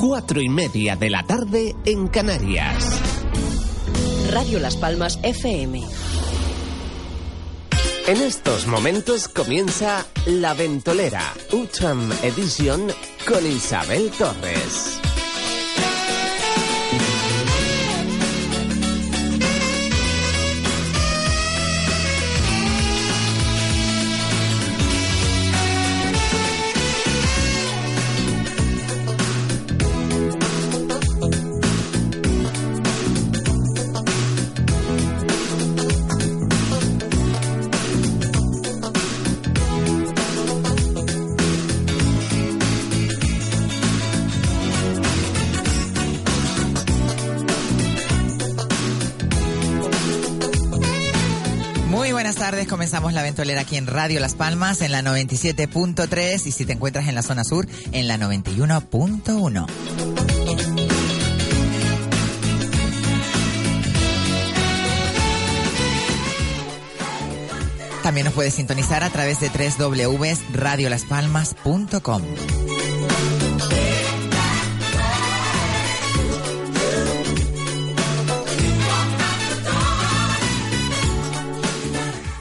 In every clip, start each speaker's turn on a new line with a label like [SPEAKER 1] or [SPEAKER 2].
[SPEAKER 1] Cuatro y media de la tarde en Canarias.
[SPEAKER 2] Radio Las Palmas FM.
[SPEAKER 1] En estos momentos comienza La Ventolera, Ucham Edition con Isabel Torres.
[SPEAKER 3] Muy buenas tardes, comenzamos la ventolera aquí en Radio Las Palmas en la 97.3 y si te encuentras en la zona sur en la 91.1. También nos puedes sintonizar a través de www.radiolaspalmas.com.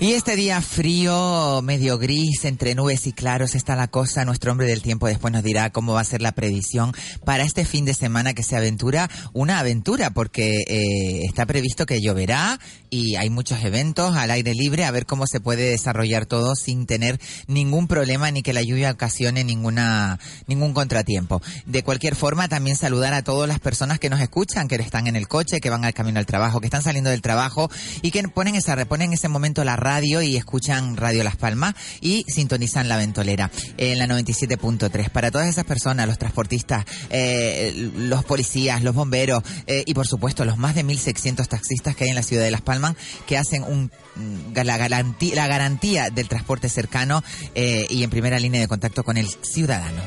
[SPEAKER 3] Y este día frío, medio gris, entre nubes y claros está la cosa. Nuestro hombre del tiempo después nos dirá cómo va a ser la previsión para este fin de semana que se aventura una aventura, porque eh, está previsto que lloverá y hay muchos eventos al aire libre, a ver cómo se puede desarrollar todo sin tener ningún problema ni que la lluvia ocasione ninguna ningún contratiempo. De cualquier forma, también saludar a todas las personas que nos escuchan, que están en el coche, que van al camino al trabajo, que están saliendo del trabajo y que ponen esa reponen en ese momento la radio y escuchan Radio Las Palmas y sintonizan La Ventolera en la 97.3. Para todas esas personas, los transportistas, eh, los policías, los bomberos eh, y por supuesto los más de 1.600 taxistas que hay en la ciudad de Las Palmas que hacen un, la, garantía, la garantía del transporte cercano eh, y en primera línea de contacto con el ciudadano.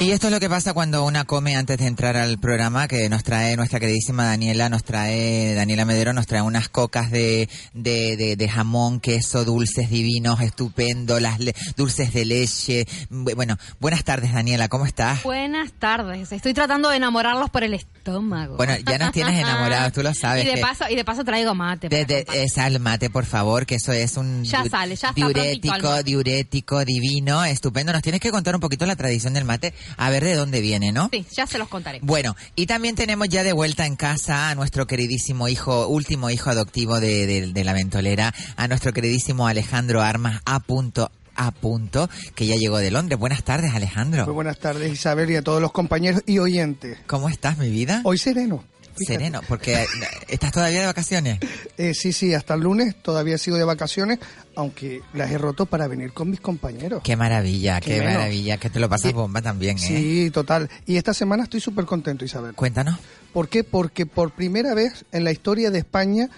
[SPEAKER 3] Y esto es lo que pasa cuando una come antes de entrar al programa, que nos trae nuestra queridísima Daniela, nos trae Daniela Medero, nos trae unas cocas de, de, de, de jamón, queso, dulces divinos, estupendo, las le- dulces de leche. Bu- Bueno, buenas tardes Daniela, ¿cómo estás?
[SPEAKER 4] Buenas tardes. Estoy tratando de enamorarlos por el estómago.
[SPEAKER 3] Bueno, ya nos tienes enamorados, tú lo sabes.
[SPEAKER 4] y de
[SPEAKER 3] que-
[SPEAKER 4] paso, y de paso traigo mate.
[SPEAKER 3] de- de-
[SPEAKER 4] para compartir.
[SPEAKER 3] esa al mate, por favor, que eso es un
[SPEAKER 4] Ya
[SPEAKER 3] diu-
[SPEAKER 4] sale, ya está prontito al
[SPEAKER 3] diurético,
[SPEAKER 4] mate.
[SPEAKER 3] diurético, divino, estupendo. Nos tienes que contar un poquito la tradición del mate, a ver de dónde viene, ¿no?
[SPEAKER 4] Sí, ya se los contaré.
[SPEAKER 3] Bueno, y también tenemos ya de vuelta en casa a nuestro queridísimo hijo, último hijo adoptivo de, de- de la ventolera, a nuestro queridísimo Alejandro Armas a punto a punto, que ya llegó de Londres. Buenas tardes,
[SPEAKER 5] Muy
[SPEAKER 3] Alejandro.
[SPEAKER 5] buenas tardes, Isabel, y a todos los compañeros y oyentes.
[SPEAKER 3] ¿Cómo estás, mi vida?
[SPEAKER 5] Hoy sereno. fíjate.
[SPEAKER 3] Sereno, porque eh, estás todavía de vacaciones.
[SPEAKER 5] Eh, sí, sí, hasta el lunes todavía sigo de vacaciones, aunque las he roto para venir con mis compañeros.
[SPEAKER 3] Qué maravilla, qué,
[SPEAKER 5] Qué menos.
[SPEAKER 3] maravilla, que te lo pasas
[SPEAKER 5] Sí.
[SPEAKER 3] bomba también, ¿eh?
[SPEAKER 5] Sí, total. Y esta semana estoy súper contento, Isabel.
[SPEAKER 3] Cuéntanos.
[SPEAKER 5] ¿Por qué? Porque por primera vez en la historia de España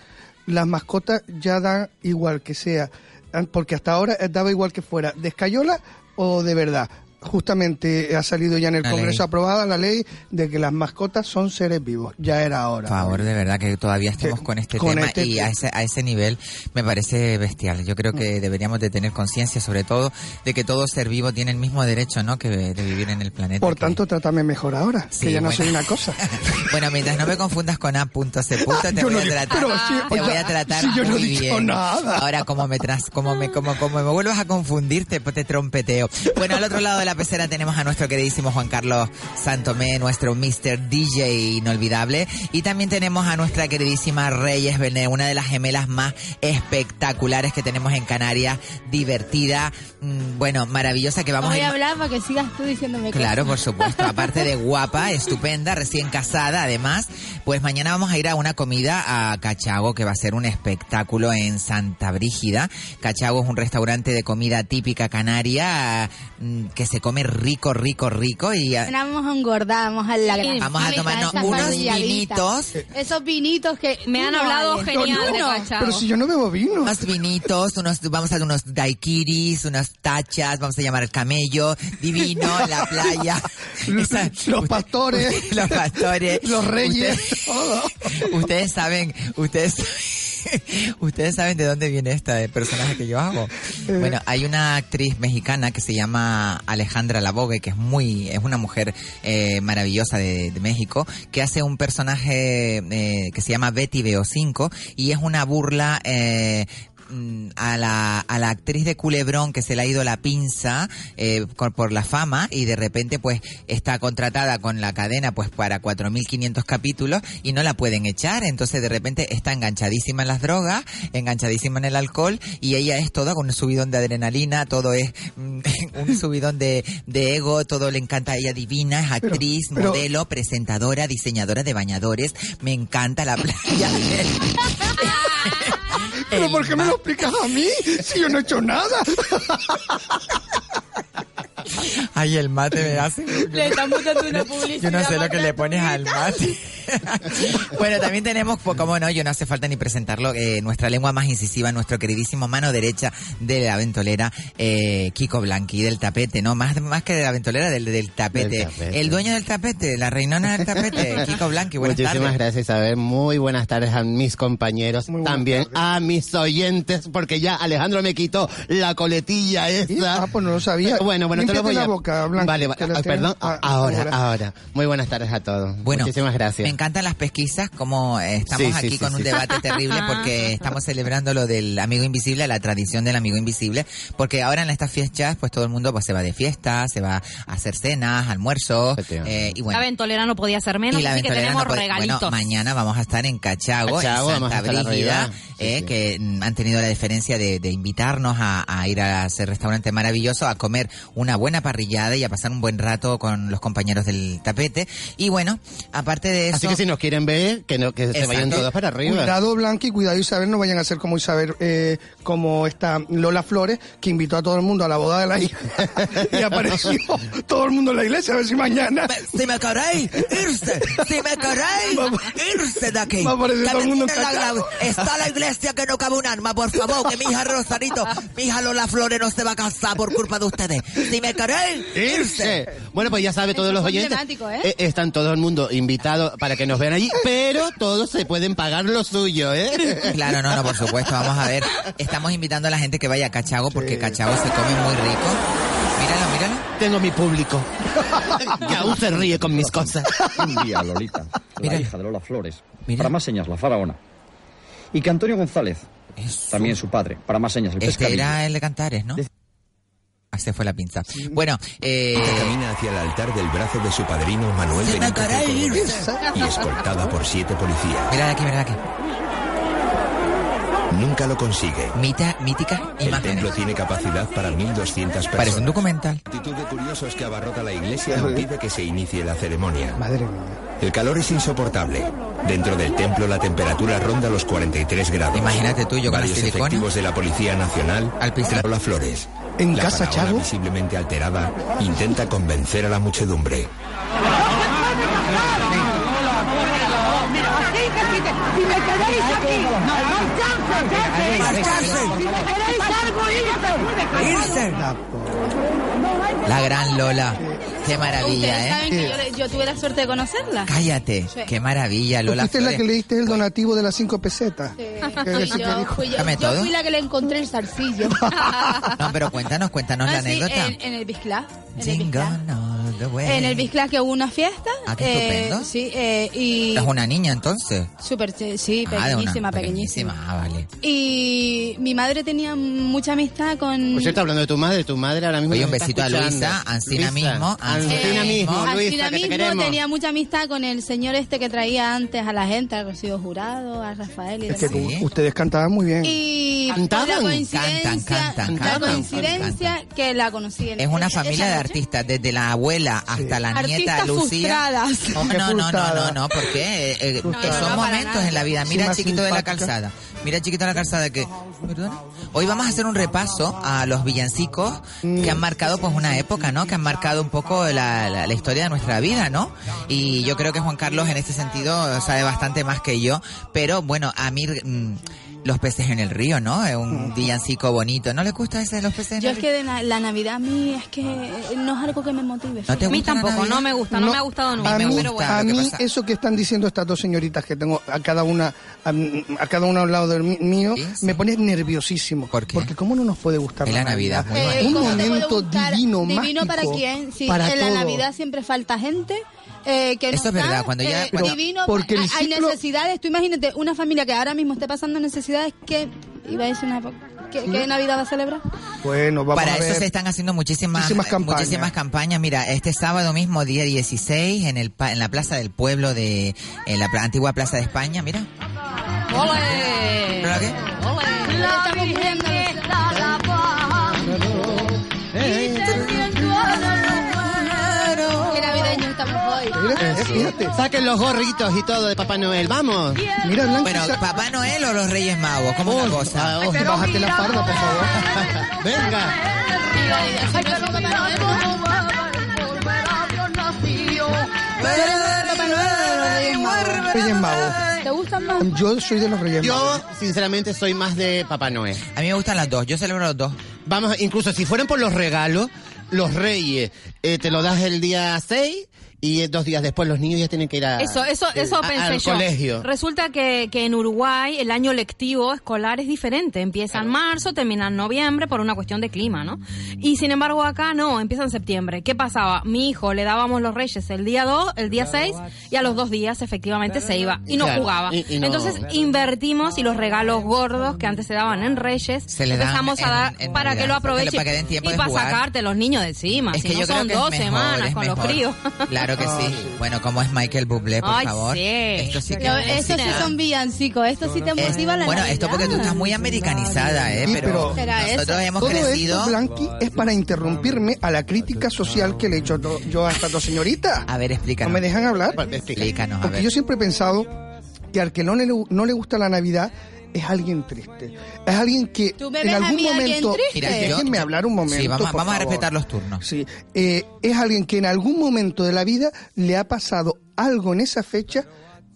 [SPEAKER 5] las mascotas ya dan igual que sea. An- Porque hasta ahora eh, daba igual que fuera de escayola o de verdad. Justamente eh, ha salido ya en el
[SPEAKER 3] La
[SPEAKER 5] Congreso
[SPEAKER 3] ley.
[SPEAKER 5] aprobada la ley de que las mascotas son seres vivos. Ya era hora.
[SPEAKER 3] Por favor, de verdad que todavía estemos
[SPEAKER 5] Que-
[SPEAKER 3] con este
[SPEAKER 5] con
[SPEAKER 3] tema
[SPEAKER 5] este
[SPEAKER 3] y
[SPEAKER 5] te- Mm.
[SPEAKER 3] a ese, a ese nivel me parece bestial. Yo creo que deberíamos de tener conciencia, sobre todo, de que todo ser vivo tiene el mismo derecho, ¿no?, que de vivir en el planeta.
[SPEAKER 5] Por
[SPEAKER 3] que-
[SPEAKER 5] tanto, trátame mejor ahora,
[SPEAKER 3] Sí,
[SPEAKER 5] que ya no
[SPEAKER 3] bueno.
[SPEAKER 5] soy una cosa.
[SPEAKER 3] bueno, mientras no me confundas con A.C. te
[SPEAKER 5] Ah, yo
[SPEAKER 3] voy
[SPEAKER 5] no
[SPEAKER 3] a
[SPEAKER 5] digo-
[SPEAKER 3] tratar,
[SPEAKER 5] pero sí,
[SPEAKER 3] te
[SPEAKER 5] o
[SPEAKER 3] voy
[SPEAKER 5] sea,
[SPEAKER 3] a tratar
[SPEAKER 5] si yo no he
[SPEAKER 3] muy
[SPEAKER 5] dicho
[SPEAKER 3] bien.
[SPEAKER 5] nada.
[SPEAKER 3] Ahora como me tras, como me como como me vuelvas a confundir te, te trompeteo. Bueno, al otro lado de la la pecera tenemos a nuestro queridísimo Juan Carlos Santomé, nuestro Mr. DJ inolvidable. Y también tenemos a nuestra queridísima Reyes Bené, una de las gemelas más espectaculares que tenemos en Canarias, divertida, mm, bueno, maravillosa, que vamos
[SPEAKER 6] Voy
[SPEAKER 3] ir-
[SPEAKER 6] a hablar para que sigas tú diciéndome cosas.
[SPEAKER 3] Claro, por supuesto. Aparte de guapa, estupenda, recién casada, además, pues mañana vamos a ir a una comida a Cachago, que va a ser un espectáculo en Santa Brígida. Cachago es un restaurante de comida típica canaria mm, que se come rico, rico, rico y ah,
[SPEAKER 6] Vamos a engordar, vamos a la gran.
[SPEAKER 3] vamos a
[SPEAKER 6] Amiga,
[SPEAKER 3] tomarnos
[SPEAKER 6] esas
[SPEAKER 3] unos
[SPEAKER 6] parrilladitas.
[SPEAKER 3] vinitos.
[SPEAKER 6] Esos vinitos que
[SPEAKER 4] Me han
[SPEAKER 6] no
[SPEAKER 4] hablado
[SPEAKER 6] valen.
[SPEAKER 4] genial de
[SPEAKER 5] No,
[SPEAKER 4] Guachao.
[SPEAKER 5] pero si yo no bebo vino.
[SPEAKER 3] Unos vinitos, unos, vamos a hacer unos daiquiris, unas tachas, vamos a llamar al camello, divino, en la playa.
[SPEAKER 5] Los- los pastores.
[SPEAKER 3] los pastores.
[SPEAKER 5] Los reyes, Oh. todo.
[SPEAKER 3] Ustedes saben, ustedes ustedes saben de dónde viene esta de personaje que yo hago. Bueno, hay una actriz mexicana que se llama Alejandra Labogue, que es muy, es una mujer eh, maravillosa de, de México, que hace un personaje eh, que se llama Betty Veo 5 y es una burla eh, mm, a la, a la actriz de Culebrón que se le ha ido la pinza eh, con- por la fama y de repente pues está contratada con la cadena pues para 4.500 capítulos y no la pueden echar entonces de repente está enganchadísima en las drogas enganchadísima en el alcohol y ella es toda con un subidón de adrenalina todo es mm, un subidón de, de ego todo le encanta a ella divina es actriz
[SPEAKER 5] pero-
[SPEAKER 3] modelo presentadora diseñadora de bañadores me encanta la playa
[SPEAKER 5] ¿Pero
[SPEAKER 3] El
[SPEAKER 5] por qué me
[SPEAKER 3] mar.
[SPEAKER 5] lo explicas a mí si yo no he hecho nada?
[SPEAKER 3] Ay, el mate me hace.
[SPEAKER 6] Le están botando una publicidad.
[SPEAKER 3] Yo no sé lo que le
[SPEAKER 6] bastante
[SPEAKER 3] pones al mate. bueno, también tenemos, pues, como no, yo no hace falta ni presentarlo, eh, nuestra lengua más incisiva, nuestro queridísimo mano derecha de la ventolera, eh, Kiko Blanqui, del tapete, ¿no? Más, más que de la ventolera, del, del tapete.
[SPEAKER 7] Del tapete.
[SPEAKER 3] El dueño del tapete, la reinona del tapete, Kiko Blanqui, buenas
[SPEAKER 7] Muchísimas
[SPEAKER 3] tardes.
[SPEAKER 7] gracias, Isabel. Muy buenas tardes a mis compañeros,
[SPEAKER 5] Muy buenas
[SPEAKER 7] también
[SPEAKER 5] tardes.
[SPEAKER 7] a mis oyentes, porque ya Alejandro me quitó la coletilla esa.
[SPEAKER 5] Ah, pues no lo sabía.
[SPEAKER 7] Bueno, bueno, te lo
[SPEAKER 5] Límpiate
[SPEAKER 7] voy a...
[SPEAKER 5] la boca, Blanca,
[SPEAKER 7] Vale, vale.
[SPEAKER 5] que la
[SPEAKER 7] Ah,
[SPEAKER 5] tienes-
[SPEAKER 7] perdón.
[SPEAKER 5] ah,
[SPEAKER 7] ahora,
[SPEAKER 5] ahora.
[SPEAKER 7] ahora, Muy buenas tardes a todos.
[SPEAKER 3] Bueno,
[SPEAKER 7] Muchísimas gracias.
[SPEAKER 3] Me encantan las pesquisas, como eh, estamos
[SPEAKER 7] Sí, sí,
[SPEAKER 3] aquí
[SPEAKER 7] sí,
[SPEAKER 3] con un
[SPEAKER 7] sí.
[SPEAKER 3] debate terrible porque estamos celebrando lo del amigo invisible, la tradición del amigo invisible, porque ahora en estas fiestas, pues todo el mundo pues se va de fiesta, se va a hacer cenas, almuerzo,
[SPEAKER 7] Efectivamente.
[SPEAKER 3] eh, y bueno.
[SPEAKER 4] La ventolera no podía ser menos,
[SPEAKER 3] y la
[SPEAKER 4] así que
[SPEAKER 3] ventolera
[SPEAKER 4] tenemos
[SPEAKER 3] no puede-
[SPEAKER 4] regalitos.
[SPEAKER 3] Bueno, mañana vamos a estar en Cachago,
[SPEAKER 7] Cachago,
[SPEAKER 3] en
[SPEAKER 7] vamos a
[SPEAKER 3] Santa
[SPEAKER 7] estar
[SPEAKER 3] Brígida,
[SPEAKER 7] arriba. Sí,
[SPEAKER 3] eh,
[SPEAKER 7] sí.
[SPEAKER 3] que mm, han tenido la deferencia de, de invitarnos a, a ir a ese restaurante maravilloso, a comer una buena parrillada y a pasar un buen rato con los compañeros del tapete. Y bueno, aparte de eso...
[SPEAKER 7] Así que si nos quieren ver, que, no, que se
[SPEAKER 3] Exacto.
[SPEAKER 7] vayan todos para arriba.
[SPEAKER 5] Cuidado, Blanqui, cuidado, Isabel, no vayan a ser como Isabel, eh, como esta Lola Flores, que invitó a todo el mundo a la boda de la hija y apareció todo el mundo en la iglesia, a ver si mañana.
[SPEAKER 3] Si me queréis, irse. Si me queréis, irse de aquí.
[SPEAKER 5] Va a aparecer
[SPEAKER 3] Que
[SPEAKER 5] todo el
[SPEAKER 3] me
[SPEAKER 5] mundo
[SPEAKER 3] tiene la-
[SPEAKER 5] cagado.
[SPEAKER 3] Está la iglesia que no cabe un alma, por favor. Que mi hija Rosarito, mi hija Lola Flores no se va a casar por culpa de ustedes. Si me queréis,
[SPEAKER 5] Este.
[SPEAKER 7] Irse. Bueno, pues ya sabe todos
[SPEAKER 6] Eso
[SPEAKER 7] los
[SPEAKER 6] fue
[SPEAKER 7] oyentes.
[SPEAKER 6] emblemático, ¿eh?
[SPEAKER 7] eh, están todo el mundo invitado para que nos vean allí, pero todos se pueden pagar lo suyo, ¿eh?
[SPEAKER 3] Claro, no, no, por supuesto. Vamos a ver. Estamos invitando a la gente que vaya a Cachago porque Cachago se come muy rico. Míralo, míralo.
[SPEAKER 7] Tengo mi público. que aún se ríe con mis cosas.
[SPEAKER 8] Un día Lolita,
[SPEAKER 3] Mira.
[SPEAKER 8] la hija de Lola Flores,
[SPEAKER 3] Mira.
[SPEAKER 8] para más señas, la faraona. Y que Antonio González,
[SPEAKER 3] Eso.
[SPEAKER 8] también su padre, para más señas, el
[SPEAKER 3] Este
[SPEAKER 8] pescadillo.
[SPEAKER 3] era el de Cantares, ¿no? Ah, se fue la pinza. Bueno, eh...
[SPEAKER 9] Camina hacia el altar del brazo de su padrino Manuel
[SPEAKER 3] Se me
[SPEAKER 9] Benítez de
[SPEAKER 3] caray,
[SPEAKER 9] Coronares
[SPEAKER 3] irse.
[SPEAKER 9] y escoltada por siete policías.
[SPEAKER 3] Mira de aquí, mira de aquí.
[SPEAKER 9] Nunca lo consigue.
[SPEAKER 3] Mita, mítica
[SPEAKER 9] El templo
[SPEAKER 3] imágenes.
[SPEAKER 9] tiene capacidad para 1.200 personas.
[SPEAKER 3] Parece un documental.
[SPEAKER 9] La multitud de curiosos que abarrota la iglesia impide que se inicie la ceremonia.
[SPEAKER 5] Madre mía.
[SPEAKER 9] El calor es insoportable. Dentro del templo la temperatura ronda los 43 grados.
[SPEAKER 3] Imagínate tú, yo con la
[SPEAKER 9] Varios
[SPEAKER 3] silicona.
[SPEAKER 9] efectivos de la Policía Nacional
[SPEAKER 3] Al piso.
[SPEAKER 9] Lola Flores.
[SPEAKER 5] ¿En
[SPEAKER 9] la
[SPEAKER 5] casa,
[SPEAKER 9] faraona
[SPEAKER 5] Chago?
[SPEAKER 9] visiblemente alterada, intenta convencer a la muchedumbre.
[SPEAKER 5] La po-
[SPEAKER 3] La gran Lola. Qué
[SPEAKER 6] Ustedes
[SPEAKER 3] maravilla, ¿eh?
[SPEAKER 6] saben que yo, le- yo tuve la suerte de conocerla.
[SPEAKER 3] Cállate.
[SPEAKER 6] Sí.
[SPEAKER 3] Qué maravilla,
[SPEAKER 5] ¿Tú
[SPEAKER 3] Lola.
[SPEAKER 5] fuiste la
[SPEAKER 3] Flores.
[SPEAKER 5] que leíste el donativo de las cinco pesetas?
[SPEAKER 6] Sí,
[SPEAKER 5] Que sí que
[SPEAKER 6] Eh, yo,
[SPEAKER 5] dijo.
[SPEAKER 6] fui, yo,
[SPEAKER 3] Dame
[SPEAKER 6] yo
[SPEAKER 3] todo.
[SPEAKER 6] fui la que le encontré el zarcillo.
[SPEAKER 3] No, pero cuéntanos, cuéntanos la
[SPEAKER 6] Ah, sí,
[SPEAKER 3] anécdota.
[SPEAKER 6] en, en el Bisclá. En el
[SPEAKER 3] Jingle
[SPEAKER 6] Bisclá.
[SPEAKER 3] all qué bueno.
[SPEAKER 6] En el Bisclas que hubo una fiesta.
[SPEAKER 3] Ah, qué
[SPEAKER 6] eh,
[SPEAKER 3] estupendo.
[SPEAKER 6] Sí, eh, y...
[SPEAKER 3] Es una niña entonces.
[SPEAKER 6] Súper, ch- sí,
[SPEAKER 3] Ah, de una-
[SPEAKER 6] pequeñísima, pequeñísima.
[SPEAKER 3] Ah, vale.
[SPEAKER 6] Y mi madre tenía mucha amistad con...
[SPEAKER 7] Por cierto, hablando de tu madre, tu madre ahora mismo.
[SPEAKER 3] Oye,
[SPEAKER 7] nos
[SPEAKER 3] un
[SPEAKER 7] está
[SPEAKER 3] besito a Luisa,
[SPEAKER 7] escuchando.
[SPEAKER 3] Ancina mismo, Ancina
[SPEAKER 7] Ancina
[SPEAKER 3] mismo.
[SPEAKER 7] mismo,
[SPEAKER 6] Al
[SPEAKER 7] Luisa, que te
[SPEAKER 6] dinamismo
[SPEAKER 7] queremos.
[SPEAKER 6] tenía mucha amistad con el señor este que traía antes a la gente, a Rocío Jurado, a Rafael y
[SPEAKER 5] Es
[SPEAKER 6] demás.
[SPEAKER 5] que tú- ustedes cantaban muy bien.
[SPEAKER 6] Y
[SPEAKER 7] ¿Cantaban?
[SPEAKER 6] por la coincidencia,
[SPEAKER 3] Cantan, cantan,
[SPEAKER 6] la
[SPEAKER 3] cantan,
[SPEAKER 6] coincidencia que la conocí en
[SPEAKER 3] Es una
[SPEAKER 6] esa-
[SPEAKER 3] familia de
[SPEAKER 6] esa noche.
[SPEAKER 3] artistas, desde la abuela hasta la nieta
[SPEAKER 6] Artistas
[SPEAKER 3] Lucía.
[SPEAKER 6] frustradas.
[SPEAKER 3] No,
[SPEAKER 5] Qué
[SPEAKER 3] no, no, no,
[SPEAKER 5] frustrada.
[SPEAKER 3] no, no, porque eh, eh,
[SPEAKER 5] Frustrada.
[SPEAKER 3] que
[SPEAKER 6] No,
[SPEAKER 3] son
[SPEAKER 6] no, para
[SPEAKER 3] momentos
[SPEAKER 6] nada.
[SPEAKER 3] en la vida. Mira
[SPEAKER 5] Encima
[SPEAKER 3] chiquito de la
[SPEAKER 5] simpática.
[SPEAKER 3] calzada, mira chiquito de la calzada que. ¿Perdona? Hoy vamos a hacer un repaso a los villancicos
[SPEAKER 5] Mm.
[SPEAKER 3] que han marcado pues una época, ¿no? Que han marcado un poco la, la- la historia de nuestra vida, ¿no? Y yo creo que Juan Carlos en este sentido sabe bastante más que yo, pero bueno, a mí. mm, los peces en el río, ¿no? Es
[SPEAKER 5] Mm.
[SPEAKER 3] un villancico bonito. ¿No le gusta ese de los peces en
[SPEAKER 6] Yo
[SPEAKER 3] el
[SPEAKER 6] es que de na- la Navidad a mí es que eh, no es algo que me motive.
[SPEAKER 3] No te
[SPEAKER 4] A mí
[SPEAKER 3] gusta la
[SPEAKER 4] tampoco,
[SPEAKER 3] Navidad?
[SPEAKER 4] no me gusta, no, me ha gustado nunca,
[SPEAKER 5] a mí,
[SPEAKER 4] pero bueno.
[SPEAKER 5] a
[SPEAKER 3] Lo que
[SPEAKER 5] mí
[SPEAKER 3] pasa-
[SPEAKER 5] eso que están diciendo estas dos señoritas que tengo a cada una a, a cada una al lado del mí- mío
[SPEAKER 3] Sí, sí.
[SPEAKER 5] me pone nerviosísimo
[SPEAKER 3] ¿Por qué?
[SPEAKER 5] porque cómo no nos puede gustar
[SPEAKER 3] Es la Navidad, muy Eh,
[SPEAKER 5] un
[SPEAKER 6] ¿cómo te puede
[SPEAKER 5] momento
[SPEAKER 6] gustar?
[SPEAKER 5] divino
[SPEAKER 6] Divino para
[SPEAKER 5] mágico,
[SPEAKER 6] quién. Sí,
[SPEAKER 5] para
[SPEAKER 6] en la
[SPEAKER 5] todo.
[SPEAKER 6] Navidad siempre falta gente. eh, que no
[SPEAKER 3] Eso es
[SPEAKER 6] está,
[SPEAKER 3] verdad, cuando ya-
[SPEAKER 6] eh,
[SPEAKER 3] cuando-
[SPEAKER 6] divino,
[SPEAKER 5] Porque el
[SPEAKER 6] hay- hay
[SPEAKER 5] ciclo-
[SPEAKER 6] necesidades. Tú imagínate una familia que ahora mismo esté pasando necesidades que iba a decir una ¿Qué,
[SPEAKER 5] ¿Mm?
[SPEAKER 6] qué Navidad va a celebrar?
[SPEAKER 5] bueno vamos
[SPEAKER 3] Para
[SPEAKER 5] a ver
[SPEAKER 3] eso se están haciendo muchísimas,
[SPEAKER 5] Muchísimas
[SPEAKER 3] eh,
[SPEAKER 5] campañas.
[SPEAKER 3] muchísimas campañas. Mira, este sábado mismo, día 16, en, el, pa- en la Plaza del Pueblo de... En la pla- antigua Plaza de España, mira.
[SPEAKER 4] ¡Ole!
[SPEAKER 3] ¿Pero qué?
[SPEAKER 6] Estamos muriendo, Lucía. Qué navideño estamos hoy.
[SPEAKER 5] Mira, eh, fíjate
[SPEAKER 7] Ah, Saquen los gorritos y todo de Papá Noel, vamos.
[SPEAKER 5] mira Blanca
[SPEAKER 3] Bueno,
[SPEAKER 5] esa-
[SPEAKER 3] ¿Papá Noel o los Reyes Magos? ¿Cómo es la cosa?
[SPEAKER 7] Ah, oh,
[SPEAKER 5] bájate la farda por favor
[SPEAKER 7] Venga.
[SPEAKER 5] Reyes Magos.
[SPEAKER 6] ¿Te gustan más?
[SPEAKER 5] yo soy de los Reyes Magos
[SPEAKER 7] Yo, sinceramente, soy más de Papá Noel.
[SPEAKER 3] A mí me gustan las dos, yo celebro los dos.
[SPEAKER 7] Vamos, incluso si fueran por los regalos, los reyes, eh, te lo das el día 6 y eh, dos días después los niños ya tienen que ir a,
[SPEAKER 4] Eso, eso, eso
[SPEAKER 7] a-
[SPEAKER 4] pensé
[SPEAKER 7] al
[SPEAKER 4] yo.
[SPEAKER 7] colegio.
[SPEAKER 4] Resulta que, que en Uruguay el año lectivo escolar es diferente. Empieza en marzo, termina en noviembre por una cuestión de clima, ¿no? Y sin embargo acá no, empieza en septiembre. ¿Qué pasaba? Mi hijo le dábamos los reyes el día 2, el día 6 y a los dos días efectivamente se iba y no
[SPEAKER 7] Claro,
[SPEAKER 4] jugaba.
[SPEAKER 7] y- y no-
[SPEAKER 4] Entonces invertimos y los regalos gordos que antes se daban en reyes
[SPEAKER 3] Se le dan
[SPEAKER 4] empezamos a
[SPEAKER 3] en-
[SPEAKER 4] dar
[SPEAKER 3] en
[SPEAKER 4] para
[SPEAKER 3] Navidad,
[SPEAKER 4] que lo
[SPEAKER 3] para que-
[SPEAKER 4] aprovechen
[SPEAKER 3] para que den
[SPEAKER 4] y
[SPEAKER 3] tiempo de
[SPEAKER 4] para
[SPEAKER 3] jugar.
[SPEAKER 4] sacarte los niños de encima.
[SPEAKER 3] Es
[SPEAKER 4] si
[SPEAKER 3] que
[SPEAKER 4] no
[SPEAKER 3] yo creo
[SPEAKER 4] son
[SPEAKER 3] que
[SPEAKER 4] dos
[SPEAKER 3] es mejor,
[SPEAKER 4] semanas
[SPEAKER 3] es
[SPEAKER 4] con los
[SPEAKER 3] mejor.
[SPEAKER 4] críos.
[SPEAKER 3] Claro que sí. Bueno, como es Michael Bublé, por
[SPEAKER 4] Ay,
[SPEAKER 3] favor?
[SPEAKER 4] sí.
[SPEAKER 3] Esto sí que
[SPEAKER 6] Pero
[SPEAKER 3] es
[SPEAKER 6] Estos sí
[SPEAKER 3] música.
[SPEAKER 6] son villancicos, estos sí te
[SPEAKER 3] Es-
[SPEAKER 6] motiva la
[SPEAKER 3] bueno,
[SPEAKER 6] Navidad.
[SPEAKER 3] esto porque tú estás muy americanizada, ¿eh?
[SPEAKER 5] Sí,
[SPEAKER 3] Pero,
[SPEAKER 5] pero-
[SPEAKER 6] Será eso.
[SPEAKER 3] nosotros hemos
[SPEAKER 5] todo
[SPEAKER 3] crecido...
[SPEAKER 5] esto Blanqui es para interrumpirme a la crítica social que le he hecho to- yo a estas dos señoritas
[SPEAKER 3] A ver,
[SPEAKER 5] no
[SPEAKER 3] explícanos.
[SPEAKER 5] me dejan hablar
[SPEAKER 7] Bueno, explica.
[SPEAKER 3] Explícanos, a
[SPEAKER 5] Porque
[SPEAKER 3] ver.
[SPEAKER 5] yo siempre he pensado que al que no le, no le gusta la Navidad es alguien triste. Es alguien que
[SPEAKER 6] Tú me
[SPEAKER 5] en
[SPEAKER 6] ves a
[SPEAKER 5] algún
[SPEAKER 6] mí alguien
[SPEAKER 5] momento... eh,
[SPEAKER 6] triste.
[SPEAKER 3] Mira, yo-
[SPEAKER 5] déjenme hablar un momento.
[SPEAKER 3] Sí, vamos,
[SPEAKER 5] por
[SPEAKER 3] vamos a
[SPEAKER 5] favor.
[SPEAKER 3] respetar los turnos.
[SPEAKER 5] Sí, eh, es alguien que en algún momento de la vida le ha pasado algo en esa fecha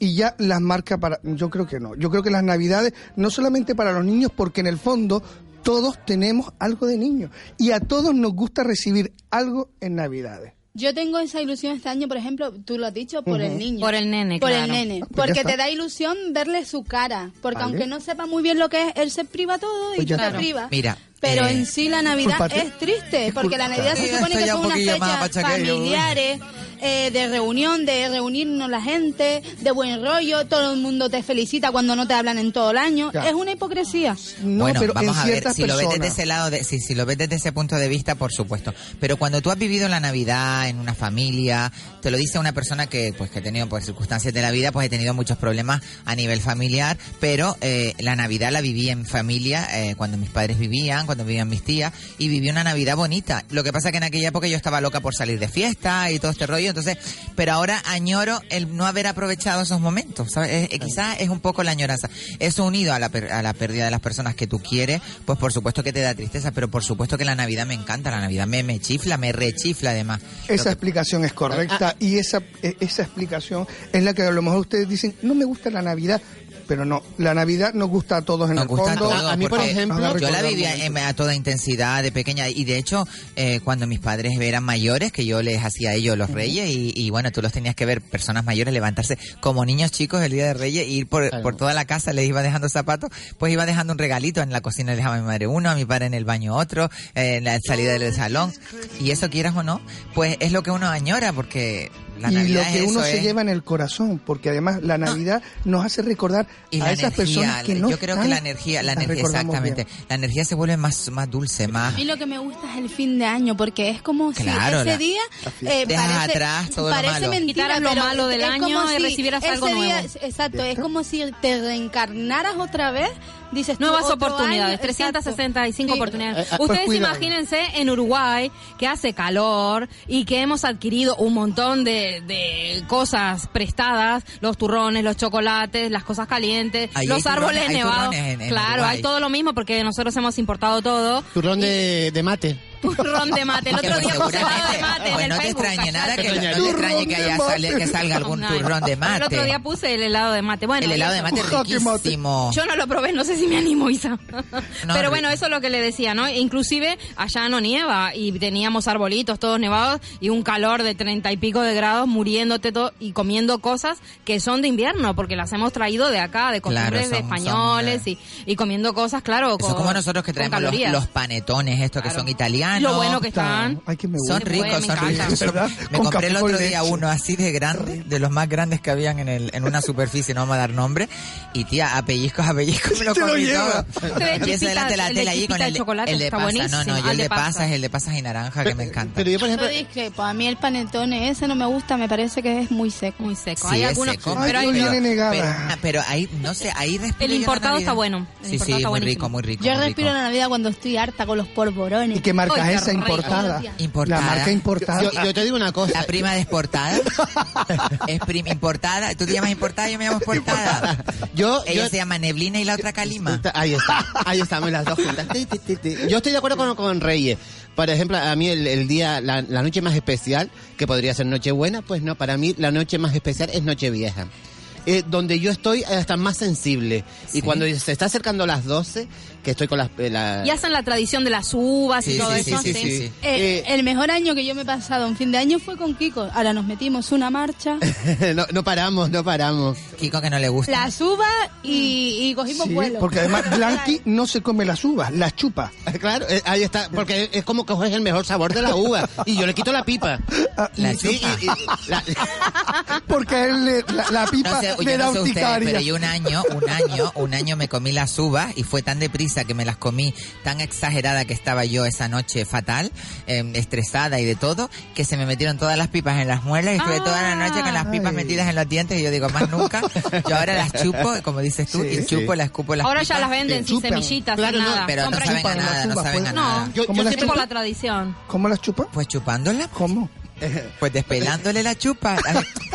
[SPEAKER 5] y ya las marca para... Yo creo que no. Yo creo que las navidades, no solamente para los niños, porque en el fondo todos tenemos algo de niños. Y a todos nos gusta recibir algo en navidades.
[SPEAKER 6] Yo tengo esa ilusión este año, por ejemplo, tú lo has dicho, por el niño.
[SPEAKER 4] Por el nene,
[SPEAKER 6] Por el
[SPEAKER 4] claro.
[SPEAKER 6] nene.
[SPEAKER 5] pues ya
[SPEAKER 6] Porque
[SPEAKER 5] está.
[SPEAKER 6] te da ilusión verle su cara. Porque
[SPEAKER 5] Vale.
[SPEAKER 6] aunque no sepa muy bien lo que es, él se priva todo y
[SPEAKER 5] Pues ya
[SPEAKER 6] tú te
[SPEAKER 5] está.
[SPEAKER 6] privas.
[SPEAKER 3] Mira,
[SPEAKER 6] Pero
[SPEAKER 3] eh,
[SPEAKER 6] en sí la Navidad
[SPEAKER 5] discúlpate.
[SPEAKER 6] es triste. Porque la Navidad
[SPEAKER 3] Sí,
[SPEAKER 6] se supone
[SPEAKER 3] estoy
[SPEAKER 6] que
[SPEAKER 3] ya un
[SPEAKER 6] son unas
[SPEAKER 3] poquillo más
[SPEAKER 6] fechas
[SPEAKER 3] pachaqueño.
[SPEAKER 6] familiares, eh, de reunión, de reunirnos la gente, de buen rollo. Todo el mundo te felicita cuando no te hablan en todo el año.
[SPEAKER 5] Ya.
[SPEAKER 6] Es una hipocresía.
[SPEAKER 5] No,
[SPEAKER 3] bueno,
[SPEAKER 5] pero
[SPEAKER 3] vamos
[SPEAKER 5] en
[SPEAKER 3] a ver,
[SPEAKER 5] ciertas
[SPEAKER 3] si lo ves
[SPEAKER 5] personas.
[SPEAKER 3] desde ese lado, de, sí, si lo ves desde ese punto de vista, por supuesto. Pero cuando tú has vivido la Navidad en una familia, te lo dice una persona que, pues, que ha tenido por circunstancias de la vida, pues he tenido muchos problemas a nivel familiar, pero eh, la Navidad la viví en familia, eh, cuando mis padres vivían, cuando vivían mis tías, y viví una Navidad bonita. Lo que pasa que en aquella época yo estaba loca por salir de fiesta y todo este rollo, entonces, pero ahora añoro el no haber aprovechado esos momentos, ¿sabes? Eh, eh, quizás es un poco la añoranza. Eso unido a la, per- a la pérdida de las personas que tú quieres, pues por supuesto que te da tristeza, pero por supuesto que la Navidad me encanta, la Navidad me, me chifla, me rechifla además. Lo
[SPEAKER 5] Esa
[SPEAKER 3] que-
[SPEAKER 5] explicación es
[SPEAKER 3] Ah,
[SPEAKER 5] correcta y esa, e- esa explicación es la que a lo mejor ustedes dicen, no me gusta la Navidad. pero no. La Navidad nos gusta a todos en
[SPEAKER 3] Nos
[SPEAKER 5] el
[SPEAKER 3] gusta
[SPEAKER 5] fondo.
[SPEAKER 3] todo, porque
[SPEAKER 5] Nos
[SPEAKER 3] yo la
[SPEAKER 5] recordamos
[SPEAKER 3] vivía em, a toda intensidad de pequeña y de hecho eh, cuando mis padres eran mayores que yo les hacía a ellos los reyes y, y, bueno tú los tenías que ver personas mayores levantarse como niños chicos el día de reyes e ir por, por toda la casa les iba dejando zapatos pues iba dejando un regalito en la cocina le dejaba a mi madre uno a mi padre en el baño otro eh, en la salida del salón y eso quieras o no pues es lo que uno añora porque la
[SPEAKER 5] y lo
[SPEAKER 3] Navidad
[SPEAKER 5] que
[SPEAKER 3] es
[SPEAKER 5] uno
[SPEAKER 3] eso, ¿eh?
[SPEAKER 5] se
[SPEAKER 3] es-
[SPEAKER 5] lleva en el corazón, porque además la Navidad nos hace recordar
[SPEAKER 3] y
[SPEAKER 5] a
[SPEAKER 3] la
[SPEAKER 5] esas
[SPEAKER 3] energía,
[SPEAKER 5] personas que no
[SPEAKER 3] yo creo que
[SPEAKER 5] están,
[SPEAKER 3] la energía la
[SPEAKER 5] las
[SPEAKER 3] energía
[SPEAKER 5] recordamos
[SPEAKER 3] exactamente la energía se vuelve más más dulce más
[SPEAKER 6] A mí lo que me gusta es el fin de año, porque es como
[SPEAKER 3] Claro,
[SPEAKER 6] si ese
[SPEAKER 3] la-
[SPEAKER 6] día
[SPEAKER 3] la
[SPEAKER 6] eh,
[SPEAKER 3] dejas
[SPEAKER 6] parece,
[SPEAKER 3] atrás todo lo
[SPEAKER 6] parece
[SPEAKER 3] malo.
[SPEAKER 6] mentira,
[SPEAKER 4] Quitaras lo
[SPEAKER 6] pero
[SPEAKER 4] malo del
[SPEAKER 6] es
[SPEAKER 4] año
[SPEAKER 6] como
[SPEAKER 4] y
[SPEAKER 6] si
[SPEAKER 4] recibieras algo
[SPEAKER 6] ese día-
[SPEAKER 4] nuevo.
[SPEAKER 6] Exacto, es como si te reencarnaras otra vez, dices tú,
[SPEAKER 4] Nuevas
[SPEAKER 6] otro
[SPEAKER 4] oportunidades,
[SPEAKER 6] año,
[SPEAKER 4] 365
[SPEAKER 6] exacto. Sí.
[SPEAKER 4] oportunidades.
[SPEAKER 6] Eh, eh,
[SPEAKER 4] Ustedes
[SPEAKER 6] pues cuidado.
[SPEAKER 4] imagínense en Uruguay que hace calor y que hemos adquirido un montón de, de cosas prestadas, los turrones, los chocolates, las cosas calientes,
[SPEAKER 7] Ahí hay
[SPEAKER 4] los
[SPEAKER 7] turrones,
[SPEAKER 4] árboles
[SPEAKER 7] hay
[SPEAKER 4] nevados.
[SPEAKER 7] turrones en- en
[SPEAKER 4] claro,
[SPEAKER 7] Uruguay.
[SPEAKER 4] hay todo lo mismo porque nosotros hemos importado todo.
[SPEAKER 7] Turrón de, de mate.
[SPEAKER 4] Turrón de mate. El otro día puse helado de mate en
[SPEAKER 3] Pues
[SPEAKER 4] el
[SPEAKER 3] no te
[SPEAKER 4] Facebook,
[SPEAKER 3] extrañe nada que, no
[SPEAKER 4] cachai.
[SPEAKER 3] te extrañe que, haya sale- que salga algún
[SPEAKER 4] No,
[SPEAKER 3] turrón de mate.
[SPEAKER 4] El otro día puse el helado de mate. Bueno,
[SPEAKER 3] El helado de mate
[SPEAKER 4] eso.
[SPEAKER 3] riquísimo.
[SPEAKER 4] Yo no lo probé, no sé si me animo, Isa.
[SPEAKER 3] rico.
[SPEAKER 4] Pero bueno, eso es lo que le decía, ¿no? Inclusive allá no nieva y teníamos arbolitos todos nevados y un calor de treinta y pico de grados muriéndote todo y comiendo cosas que son de invierno porque las hemos traído de acá, de costumbres
[SPEAKER 3] Claro, son-
[SPEAKER 4] de españoles y, y comiendo cosas, claro,
[SPEAKER 3] Eso
[SPEAKER 4] con-
[SPEAKER 3] como nosotros que
[SPEAKER 4] con
[SPEAKER 3] traemos los,
[SPEAKER 4] calorías.
[SPEAKER 3] los panetones estos que son italianos.
[SPEAKER 4] Lo bueno que están.
[SPEAKER 5] Ay, que me
[SPEAKER 3] Son
[SPEAKER 4] gusta.
[SPEAKER 3] ricos,
[SPEAKER 4] Me
[SPEAKER 3] son
[SPEAKER 4] encanta.
[SPEAKER 3] ricos.
[SPEAKER 5] ¿Verdad?
[SPEAKER 3] Me
[SPEAKER 5] Con
[SPEAKER 3] compré el
[SPEAKER 5] café
[SPEAKER 3] otro
[SPEAKER 5] con
[SPEAKER 3] día
[SPEAKER 5] leche.
[SPEAKER 3] uno así de grande, de los más grandes que habían en, el, en una superficie, no vamos a dar nombre. Y tía, a pellizcos, a pellizcos me lo
[SPEAKER 5] Te lo
[SPEAKER 3] comí
[SPEAKER 5] lleva.
[SPEAKER 3] todo.
[SPEAKER 4] Este de
[SPEAKER 3] Y ese
[SPEAKER 4] chispitas,
[SPEAKER 3] delante de la
[SPEAKER 4] el de
[SPEAKER 3] tele allí con
[SPEAKER 4] chispitas
[SPEAKER 3] el,
[SPEAKER 4] de chocolate
[SPEAKER 3] el de
[SPEAKER 4] está
[SPEAKER 3] pasa. No, no,
[SPEAKER 4] buenísimo.
[SPEAKER 3] yo
[SPEAKER 4] Al
[SPEAKER 3] el
[SPEAKER 4] de
[SPEAKER 3] de
[SPEAKER 4] pasas.
[SPEAKER 3] pasas, el de pasas y naranja que me encanta.
[SPEAKER 7] Pero yo, por ejemplo,
[SPEAKER 6] Yo discrepo, a mí el panetone ese no me gusta, me parece que es muy seco.
[SPEAKER 4] Muy seco.
[SPEAKER 3] Sí,
[SPEAKER 4] hay
[SPEAKER 3] es
[SPEAKER 4] algunos,
[SPEAKER 3] seco.
[SPEAKER 4] pero hay
[SPEAKER 3] pero- pero- ah, pero ahí, no sé, ahí respiro
[SPEAKER 4] El
[SPEAKER 3] yo la
[SPEAKER 4] importado
[SPEAKER 3] Navidad.
[SPEAKER 4] está bueno. El
[SPEAKER 3] Sí, sí,
[SPEAKER 4] importado está
[SPEAKER 3] muy
[SPEAKER 4] buenísimo.
[SPEAKER 3] rico, muy rico.
[SPEAKER 6] Yo
[SPEAKER 3] muy
[SPEAKER 6] respiro
[SPEAKER 3] rico.
[SPEAKER 6] la Navidad cuando estoy harta con los polvorones.
[SPEAKER 5] ¿Y qué marca
[SPEAKER 6] Ay,
[SPEAKER 5] es esa
[SPEAKER 6] rico.
[SPEAKER 5] importada?
[SPEAKER 3] Importada.
[SPEAKER 5] La marca importada.
[SPEAKER 7] yo, yo te digo una cosa.
[SPEAKER 3] La prima desportada. es prima importada. Tú te llamas importada, yo me llamo exportada.
[SPEAKER 7] Yo,
[SPEAKER 3] Ella
[SPEAKER 7] yo-
[SPEAKER 3] se llama Neblina y la otra Calima.
[SPEAKER 7] Está- Ahí está, ahí estamos las dos juntas. Ti, ti, ti, ti. Yo estoy de acuerdo con, con Reyes. Por ejemplo, a mí el, el día, la, la noche más especial, que podría ser Nochebuena, pues no, para mí la noche más especial es Nochevieja. Eh, donde yo estoy hasta más sensible. Y cuando se está acercando las 12, que estoy con las... eh, la-
[SPEAKER 4] Y hacen la tradición de las uvas
[SPEAKER 3] Sí,
[SPEAKER 4] y todo
[SPEAKER 3] sí,
[SPEAKER 4] eso.
[SPEAKER 3] sí, sí,
[SPEAKER 4] sí.
[SPEAKER 3] sí.
[SPEAKER 6] Eh, el mejor año que yo me he pasado en fin de año fue con Kiko. Ahora nos metimos una marcha,
[SPEAKER 7] no, no paramos, no paramos.
[SPEAKER 3] Kiko que no le gusta.
[SPEAKER 6] las uvas y, y cogimos
[SPEAKER 5] Sí,
[SPEAKER 6] vuelo.
[SPEAKER 5] porque además Blanqui no se come las uvas, las chupa.
[SPEAKER 7] Claro, eh, ahí está, porque es como que coges el mejor sabor de la uva. Y yo le quito la pipa.
[SPEAKER 5] Ah,
[SPEAKER 3] La
[SPEAKER 7] Sí,
[SPEAKER 3] chupa.
[SPEAKER 7] y- y- la-
[SPEAKER 5] Porque a él le- la, la pipa
[SPEAKER 3] No sé, yo
[SPEAKER 5] le da
[SPEAKER 3] no sé ustedes,
[SPEAKER 5] urticaria.
[SPEAKER 3] pero yo un año, un año, un año me comí las uvas y fue tan deprisa que me las comí, tan exagerada que estaba yo esa noche fatal, eh, estresada y de todo, que se me metieron todas las pipas en las muelas y estuve
[SPEAKER 4] Ah.
[SPEAKER 3] toda la noche con las pipas
[SPEAKER 5] Ay.
[SPEAKER 3] metidas en los dientes y yo digo, más nunca. Yo ahora las chupo, como dices tú, y chupo, las escupo, las
[SPEAKER 4] Ahora ya
[SPEAKER 3] pipas.
[SPEAKER 4] las venden sin
[SPEAKER 5] chupan.
[SPEAKER 4] semillitas,
[SPEAKER 7] Claro,
[SPEAKER 4] sin
[SPEAKER 7] no,
[SPEAKER 4] nada.
[SPEAKER 3] pero no
[SPEAKER 4] Compran-
[SPEAKER 3] saben a
[SPEAKER 5] chupan
[SPEAKER 3] nada,
[SPEAKER 5] las
[SPEAKER 3] no
[SPEAKER 5] uvas,
[SPEAKER 3] saben a
[SPEAKER 5] pues.
[SPEAKER 3] nada.
[SPEAKER 4] No,
[SPEAKER 7] Yo- yo
[SPEAKER 4] es
[SPEAKER 7] siempre-
[SPEAKER 4] por la tradición.
[SPEAKER 5] ¿Cómo las chupa?
[SPEAKER 3] Pues chupándola,
[SPEAKER 5] ¿Cómo?
[SPEAKER 3] pues despelándole la chupa.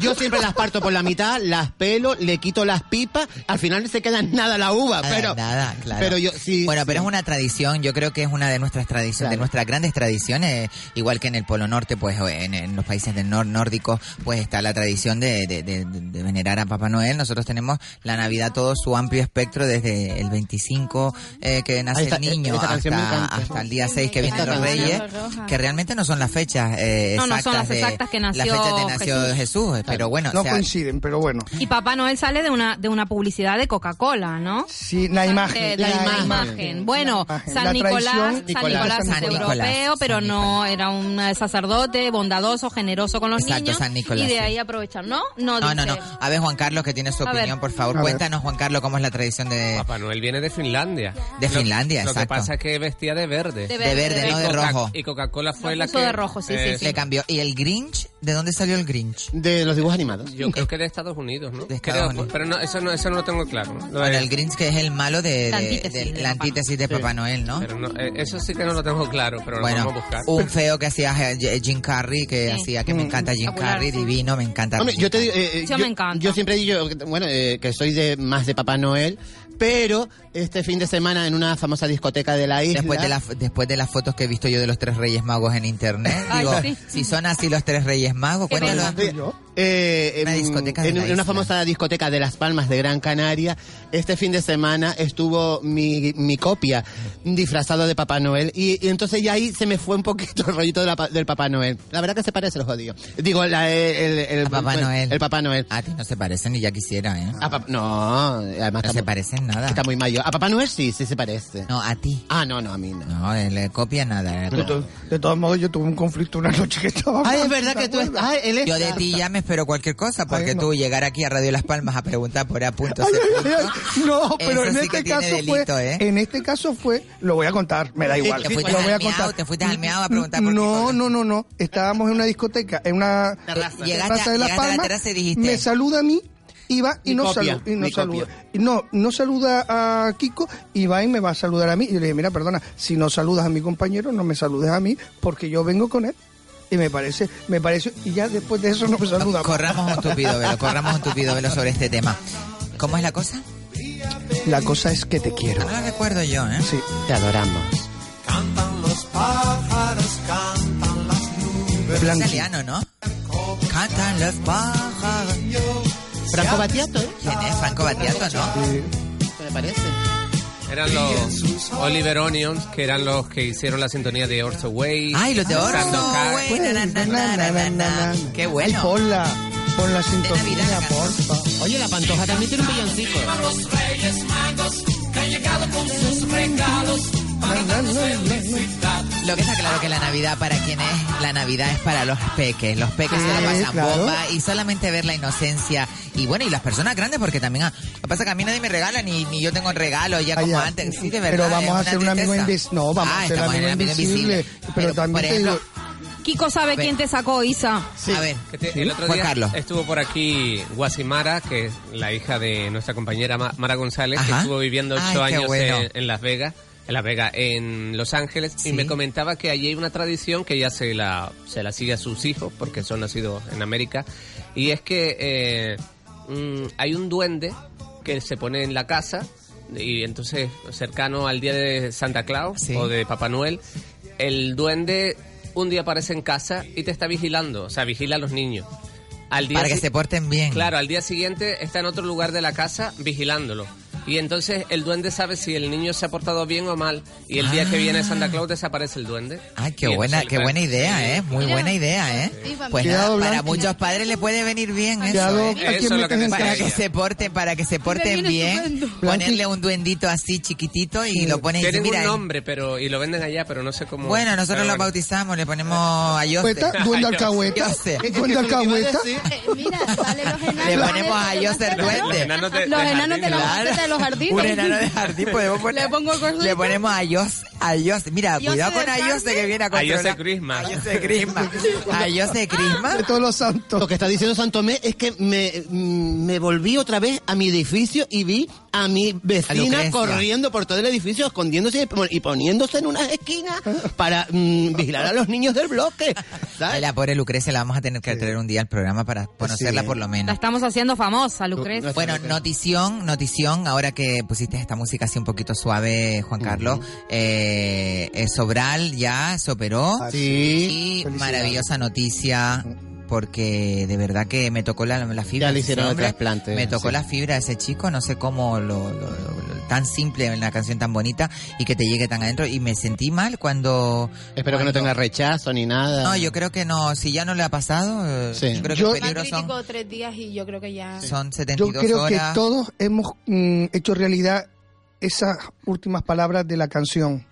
[SPEAKER 7] Yo siempre las parto por la mitad, las pelo, le quito las pipas, al final se queda en nada la uva,
[SPEAKER 3] Nada,
[SPEAKER 7] pero
[SPEAKER 3] nada, claro.
[SPEAKER 7] pero yo sí.
[SPEAKER 3] bueno, pero
[SPEAKER 7] sí.
[SPEAKER 3] es una tradición, yo creo que es una de nuestras tradiciones, de
[SPEAKER 7] Claro.
[SPEAKER 3] nuestras grandes tradiciones, igual que en el Polo Norte, pues o en, en los países del nor nórdicos, pues está la tradición de, de- de- de venerar a Papá Noel. Nosotros tenemos la Navidad todo su amplio espectro, desde el 25 eh, que nace
[SPEAKER 7] Ahí está,
[SPEAKER 3] el niño
[SPEAKER 7] esta canción me
[SPEAKER 3] hasta,
[SPEAKER 7] encanta.
[SPEAKER 3] hasta el día 6 que
[SPEAKER 6] Me
[SPEAKER 3] vienen los
[SPEAKER 7] encanta.
[SPEAKER 3] Reyes,
[SPEAKER 6] Roja.
[SPEAKER 3] que realmente no son las fechas eh,
[SPEAKER 4] No,
[SPEAKER 3] exactas,
[SPEAKER 4] no son las
[SPEAKER 3] de-
[SPEAKER 4] exactas que
[SPEAKER 3] las
[SPEAKER 4] nació
[SPEAKER 3] fechas de nació Jesús, eh,
[SPEAKER 4] Jesús.
[SPEAKER 3] pero bueno,
[SPEAKER 5] No
[SPEAKER 3] o sea,
[SPEAKER 5] coinciden, pero bueno.
[SPEAKER 4] Y Papá Noel sale de una de una publicidad de Coca-Cola, ¿no?
[SPEAKER 5] Sí, la
[SPEAKER 4] Eh,
[SPEAKER 5] imagen.
[SPEAKER 4] la,
[SPEAKER 7] la
[SPEAKER 4] imagen.
[SPEAKER 7] imagen.
[SPEAKER 4] Bueno,
[SPEAKER 5] La imagen.
[SPEAKER 4] San
[SPEAKER 5] La
[SPEAKER 4] Nicolás,
[SPEAKER 5] traición-
[SPEAKER 4] San
[SPEAKER 7] Nicolás.
[SPEAKER 4] Nicolás es
[SPEAKER 3] San Nicolás,
[SPEAKER 4] europeo, pero
[SPEAKER 3] San
[SPEAKER 4] no era un eh, sacerdote bondadoso, generoso con los
[SPEAKER 3] Exacto,
[SPEAKER 4] niños.
[SPEAKER 3] San Nicolás,
[SPEAKER 4] y de
[SPEAKER 3] sí.
[SPEAKER 4] ahí aprovechar, ¿no? No,
[SPEAKER 3] No, no,
[SPEAKER 4] dice.
[SPEAKER 3] no. A ver, Juan Carlos, que tiene su
[SPEAKER 4] A ver.
[SPEAKER 3] opinión, por favor.
[SPEAKER 5] A ver.
[SPEAKER 3] Cuéntanos, Juan Carlos, cómo es la tradición de,
[SPEAKER 1] Papá Noel viene de Finlandia.
[SPEAKER 3] De
[SPEAKER 1] Lo-
[SPEAKER 3] Finlandia,
[SPEAKER 1] Lo que
[SPEAKER 3] exacto.
[SPEAKER 1] pasa es que vestía de verde.
[SPEAKER 4] De
[SPEAKER 3] de verde,
[SPEAKER 4] verde,
[SPEAKER 3] no
[SPEAKER 1] Y
[SPEAKER 3] de
[SPEAKER 1] Coca-
[SPEAKER 3] rojo.
[SPEAKER 1] Y Coca-Cola fue
[SPEAKER 4] Lo
[SPEAKER 1] la
[SPEAKER 4] puso
[SPEAKER 1] que... eh,
[SPEAKER 4] de rojo, sí, sí,
[SPEAKER 1] Eso.
[SPEAKER 4] sí.
[SPEAKER 3] Le cambió. ¿Y el Grinch? ¿De dónde salió el Grinch?
[SPEAKER 7] de los dibujos animados.
[SPEAKER 1] Yo creo que de Estados Unidos, ¿no?
[SPEAKER 3] De Estados
[SPEAKER 1] Creo,
[SPEAKER 3] Unidos.
[SPEAKER 1] Pero no, eso, no, eso no lo tengo claro. Lo
[SPEAKER 3] Bueno,
[SPEAKER 1] de-
[SPEAKER 3] el Grinch que es el malo de, de-
[SPEAKER 4] La antítesis
[SPEAKER 3] de-
[SPEAKER 4] de
[SPEAKER 3] la
[SPEAKER 4] Papá
[SPEAKER 3] antítesis de Papá Noel, ¿no?
[SPEAKER 1] pero no, eh, eso sí que no lo tengo claro, pero lo
[SPEAKER 3] Bueno,
[SPEAKER 1] vamos a buscar.
[SPEAKER 3] un feo que hacía eh, Jim Carrey, que
[SPEAKER 4] Sí.
[SPEAKER 3] hacía que me encanta Jim
[SPEAKER 4] Espectacular.
[SPEAKER 3] Carrey, divino, me encanta.
[SPEAKER 7] Hombre,
[SPEAKER 3] Jim
[SPEAKER 7] yo te
[SPEAKER 3] Carrey.
[SPEAKER 7] digo, eh, eh,
[SPEAKER 4] Yo me encanta.
[SPEAKER 7] Yo siempre digo, que- bueno, eh, que soy de más de Papá Noel, pero este fin de semana en una famosa discoteca de la isla.
[SPEAKER 3] Después de, las después de las fotos que he visto yo de los tres Reyes Magos en internet,
[SPEAKER 4] Ay,
[SPEAKER 3] digo,
[SPEAKER 4] sí.
[SPEAKER 3] si son así los tres Reyes Magos,
[SPEAKER 4] Qué
[SPEAKER 3] cuéntalo.
[SPEAKER 4] pena.
[SPEAKER 5] yo?
[SPEAKER 7] eh, en,
[SPEAKER 3] Una discoteca de
[SPEAKER 7] en
[SPEAKER 3] la
[SPEAKER 7] una
[SPEAKER 3] isla.
[SPEAKER 7] famosa discoteca de Las Palmas de Gran Canaria. Este fin de semana estuvo mi, mi copia disfrazado de Papá Noel y, y entonces ya ahí se me fue un poquito el rollito de la pa- del Papá Noel. La verdad que se parece los jodidos. Digo, la- el, el, el-
[SPEAKER 3] A Papá
[SPEAKER 7] el-
[SPEAKER 3] Noel.
[SPEAKER 7] El Papá Noel.
[SPEAKER 3] A ti no se parecen y ya quisiera, ¿eh?
[SPEAKER 7] A Pap- no, además
[SPEAKER 3] No
[SPEAKER 7] está,
[SPEAKER 3] se
[SPEAKER 7] muy-
[SPEAKER 3] parecen nada.
[SPEAKER 7] está muy mayor. A Papá Noel sí, sí se parece.
[SPEAKER 3] No, a ti.
[SPEAKER 7] Ah, no, no, a mí no.
[SPEAKER 3] No, él le copia nada. eh.
[SPEAKER 5] De, to- de todos modos, yo tuve un conflicto una noche que estaba...
[SPEAKER 7] Ay, es verdad que tú estás... Ay, él es...
[SPEAKER 3] Yo de ti ya me espero cualquier cosa, porque
[SPEAKER 5] Ay, no.
[SPEAKER 3] tú llegar aquí a Radio Las Palmas a preguntar por A punto
[SPEAKER 5] Ay,
[SPEAKER 3] C
[SPEAKER 5] ay, ay,
[SPEAKER 3] punto,
[SPEAKER 5] ay. No, pero
[SPEAKER 3] eso
[SPEAKER 5] en
[SPEAKER 3] sí
[SPEAKER 5] este
[SPEAKER 3] que tiene
[SPEAKER 5] caso
[SPEAKER 3] delito,
[SPEAKER 5] fue,
[SPEAKER 3] ¿eh?
[SPEAKER 5] en este caso fue, lo voy a contar, me da igual,
[SPEAKER 3] Te fuiste
[SPEAKER 5] lo
[SPEAKER 3] al
[SPEAKER 5] voy a
[SPEAKER 3] meao,
[SPEAKER 5] contar.
[SPEAKER 3] te fuiste al meao a preguntar por
[SPEAKER 5] No,
[SPEAKER 3] qué
[SPEAKER 5] no, no, no, estábamos en una discoteca, en una
[SPEAKER 7] Terraza.
[SPEAKER 3] Llegaste
[SPEAKER 5] terraza
[SPEAKER 3] a-
[SPEAKER 5] de
[SPEAKER 3] llegaste
[SPEAKER 5] La
[SPEAKER 3] a la
[SPEAKER 5] Palma,
[SPEAKER 3] terraza y dijiste-
[SPEAKER 5] me saluda a mí, y va y
[SPEAKER 7] Mi
[SPEAKER 5] no,
[SPEAKER 7] copia,
[SPEAKER 5] saluda, y no
[SPEAKER 7] mi
[SPEAKER 5] saluda.
[SPEAKER 7] copia.
[SPEAKER 5] Y No, no saluda a Kiko y va y me va a saludar a mí. Y yo le dije, mira, perdona, si no saludas a mi compañero, no me saludes a mí, porque yo vengo con él. Y me parece, me parece, y ya después de eso no me saluda. más.
[SPEAKER 3] Corramos un tupido velo, corramos un tupido velo sobre este tema. ¿Cómo es la cosa?
[SPEAKER 5] La cosa es que te quiero.
[SPEAKER 3] No la recuerdo yo, ¿eh?
[SPEAKER 5] Sí.
[SPEAKER 7] Te adoramos.
[SPEAKER 3] Es
[SPEAKER 5] Blanqui.
[SPEAKER 3] italiano, ¿no? Cantan los pájaros.
[SPEAKER 7] Franco Battiato, ¿eh?
[SPEAKER 3] ¿Quién es? Franco Battiato, ¿no?
[SPEAKER 7] ¿Te parece?
[SPEAKER 1] Eran los Oliver Onions, que eran los que hicieron la sintonía de Orso Way.
[SPEAKER 3] Ay, los de oro.
[SPEAKER 1] Sando Car-
[SPEAKER 3] güey, na, Pues, na, na, na, na, na. Qué
[SPEAKER 5] Ay,
[SPEAKER 3] bueno.
[SPEAKER 5] ponla, ponla
[SPEAKER 3] Navidad,
[SPEAKER 5] sintonía,
[SPEAKER 3] la
[SPEAKER 5] porfa.
[SPEAKER 7] Oye, la Pantoja también tiene un villancico.
[SPEAKER 5] Na, na, na, na.
[SPEAKER 3] Lo que está claro que la Navidad para quién es, la Navidad es para los peques. Los peques se la
[SPEAKER 5] Sí,
[SPEAKER 3] pasan
[SPEAKER 5] Ah, claro.
[SPEAKER 3] bomba y solamente ver la inocencia y bueno, y las personas grandes porque también ah, lo que pasa es que a mí nadie me regala ni, ni yo tengo regalo ya como
[SPEAKER 5] Ay, Ah, ya.
[SPEAKER 3] antes. Sí, de verdad.
[SPEAKER 5] Pero vamos
[SPEAKER 3] es
[SPEAKER 5] a
[SPEAKER 3] una
[SPEAKER 5] ser un amigo
[SPEAKER 3] tristeza.
[SPEAKER 5] invisible. No, vamos
[SPEAKER 3] Ah,
[SPEAKER 5] a ser
[SPEAKER 3] estamos en
[SPEAKER 5] amigo
[SPEAKER 3] el
[SPEAKER 5] invisible. Pero,
[SPEAKER 3] por
[SPEAKER 5] también te
[SPEAKER 3] ejemplo,
[SPEAKER 5] digo,
[SPEAKER 4] Kiko sabe
[SPEAKER 3] Ven.
[SPEAKER 4] quién te sacó, Isa.
[SPEAKER 3] A ver,
[SPEAKER 1] Que te- el otro
[SPEAKER 3] Juan
[SPEAKER 1] día
[SPEAKER 3] Carlos.
[SPEAKER 1] estuvo por aquí Guasimara, que es la hija de nuestra compañera Ma- Mara González, que
[SPEAKER 3] Ajá.
[SPEAKER 1] estuvo viviendo ocho
[SPEAKER 3] Ay, qué
[SPEAKER 1] años
[SPEAKER 3] bueno.
[SPEAKER 1] en, en Las Vegas, en Las Vegas, en Los Ángeles,
[SPEAKER 3] Sí.
[SPEAKER 1] y me comentaba que allí hay una tradición que ella se la, se la sigue a sus hijos, porque son nacidos en América, y es que eh, mm, hay un duende que se pone en la casa, y entonces cercano al día de Santa Claus
[SPEAKER 3] Sí.
[SPEAKER 1] o de Papá Noel, el duende un día aparece en casa y te está vigilando, o sea, vigila a los niños. Al día
[SPEAKER 3] para que
[SPEAKER 1] si-
[SPEAKER 3] se porten bien.
[SPEAKER 1] Claro, al día siguiente está en otro lugar de la casa vigilándolo. Y entonces el duende sabe si el niño se ha portado bien o mal. Y el
[SPEAKER 3] Ah.
[SPEAKER 1] día que viene Santa Claus desaparece el duende.
[SPEAKER 3] Ay,
[SPEAKER 1] Y
[SPEAKER 3] qué
[SPEAKER 1] entonces
[SPEAKER 3] buena,
[SPEAKER 1] el
[SPEAKER 3] qué
[SPEAKER 1] plan-
[SPEAKER 3] buena idea, ¿eh? Muy
[SPEAKER 6] Mira.
[SPEAKER 3] buena idea, ¿eh?
[SPEAKER 6] Sí, familia.
[SPEAKER 3] Pues nada,
[SPEAKER 5] Cuidado,
[SPEAKER 3] para
[SPEAKER 5] Blanqui.
[SPEAKER 3] muchos padres le puede venir bien
[SPEAKER 5] cuidado,
[SPEAKER 3] eso. ¿eh?
[SPEAKER 5] ¿a
[SPEAKER 1] Eso
[SPEAKER 5] quién
[SPEAKER 1] es lo
[SPEAKER 5] metes
[SPEAKER 1] que
[SPEAKER 5] en
[SPEAKER 1] te
[SPEAKER 3] Para que
[SPEAKER 1] Ella.
[SPEAKER 3] se porten, para que se porten
[SPEAKER 6] viene
[SPEAKER 3] bien,
[SPEAKER 6] estupendo.
[SPEAKER 3] ponerle un duendito así chiquitito y lo pones y dice,
[SPEAKER 1] Tienen
[SPEAKER 3] mira, eh".
[SPEAKER 1] un nombre, pero y lo venden allá, pero no sé cómo.
[SPEAKER 3] bueno, nosotros
[SPEAKER 1] pero
[SPEAKER 3] lo bautizamos, le ponemos a Yosef.
[SPEAKER 5] Cueta, duende alcahueta.
[SPEAKER 3] Yo sé.
[SPEAKER 5] Duende alcahueta.
[SPEAKER 6] Eh, mira, sale los enanos.
[SPEAKER 3] Le
[SPEAKER 6] de-
[SPEAKER 3] ponemos a Yosef
[SPEAKER 1] Los
[SPEAKER 3] duende.
[SPEAKER 1] enanos de,
[SPEAKER 6] Los
[SPEAKER 1] de
[SPEAKER 6] enanos de
[SPEAKER 1] jardín,
[SPEAKER 6] la
[SPEAKER 1] ¿no?
[SPEAKER 6] maceta de los jardines.
[SPEAKER 3] Un enano de jardín podemos poner.
[SPEAKER 6] Le pongo el corsé.
[SPEAKER 3] Le ponemos a Yosef. A Yosef. Mira,
[SPEAKER 6] Yosef
[SPEAKER 3] cuidado con
[SPEAKER 6] de
[SPEAKER 3] a Yosef
[SPEAKER 6] carne.
[SPEAKER 3] que viene a
[SPEAKER 1] A Yosef
[SPEAKER 3] controlar.
[SPEAKER 1] Christmas.
[SPEAKER 3] A Yosef Crisma. A Yosef Crisma.
[SPEAKER 5] De todos los
[SPEAKER 7] Lo
[SPEAKER 5] santos.
[SPEAKER 7] que está diciendo Santomé es que me, mm, me volví otra vez a mi edificio y vi a mi vecina
[SPEAKER 3] Lucrecia.
[SPEAKER 7] corriendo por todo el edificio, escondiéndose y poniéndose en unas esquinas para mm, vigilar a los niños del bloque.
[SPEAKER 3] Ay,
[SPEAKER 7] ¿sabes?
[SPEAKER 3] la pobre Lucrecia la vamos a tener que traer un día al programa para conocerla
[SPEAKER 7] Pues Sí.
[SPEAKER 3] por lo menos.
[SPEAKER 4] La estamos haciendo famosa, Lucrecia.
[SPEAKER 3] Bueno, notición, notición, ahora que pusiste esta música así un poquito suave, Juan Carlos, eh, eh, Sobral ya se operó
[SPEAKER 7] Ah, Sí.
[SPEAKER 3] y
[SPEAKER 5] felicidades.
[SPEAKER 3] maravillosa noticia porque de verdad que me tocó la, la fibra.
[SPEAKER 7] Ya le
[SPEAKER 3] de ese
[SPEAKER 7] hicieron el
[SPEAKER 3] hombre.
[SPEAKER 7] trasplante,
[SPEAKER 3] Me tocó
[SPEAKER 7] sí.
[SPEAKER 3] la fibra de ese chico, no sé cómo lo, lo- lo- lo- tan simple en la canción tan bonita y que te llegue tan adentro y me sentí mal cuando...
[SPEAKER 7] Espero que no
[SPEAKER 3] cuando-
[SPEAKER 7] tenga rechazo ni nada.
[SPEAKER 3] No, yo creo que no, si ya no le ha pasado, eh,
[SPEAKER 7] Sí.
[SPEAKER 3] yo creo que
[SPEAKER 5] Yo-
[SPEAKER 3] los
[SPEAKER 6] Más
[SPEAKER 3] peligros son,
[SPEAKER 6] crítico tres días y yo creo que ya.
[SPEAKER 3] son 72
[SPEAKER 5] Yo creo que
[SPEAKER 3] horas.
[SPEAKER 5] todos hemos mm, hecho realidad esas últimas palabras de la canción.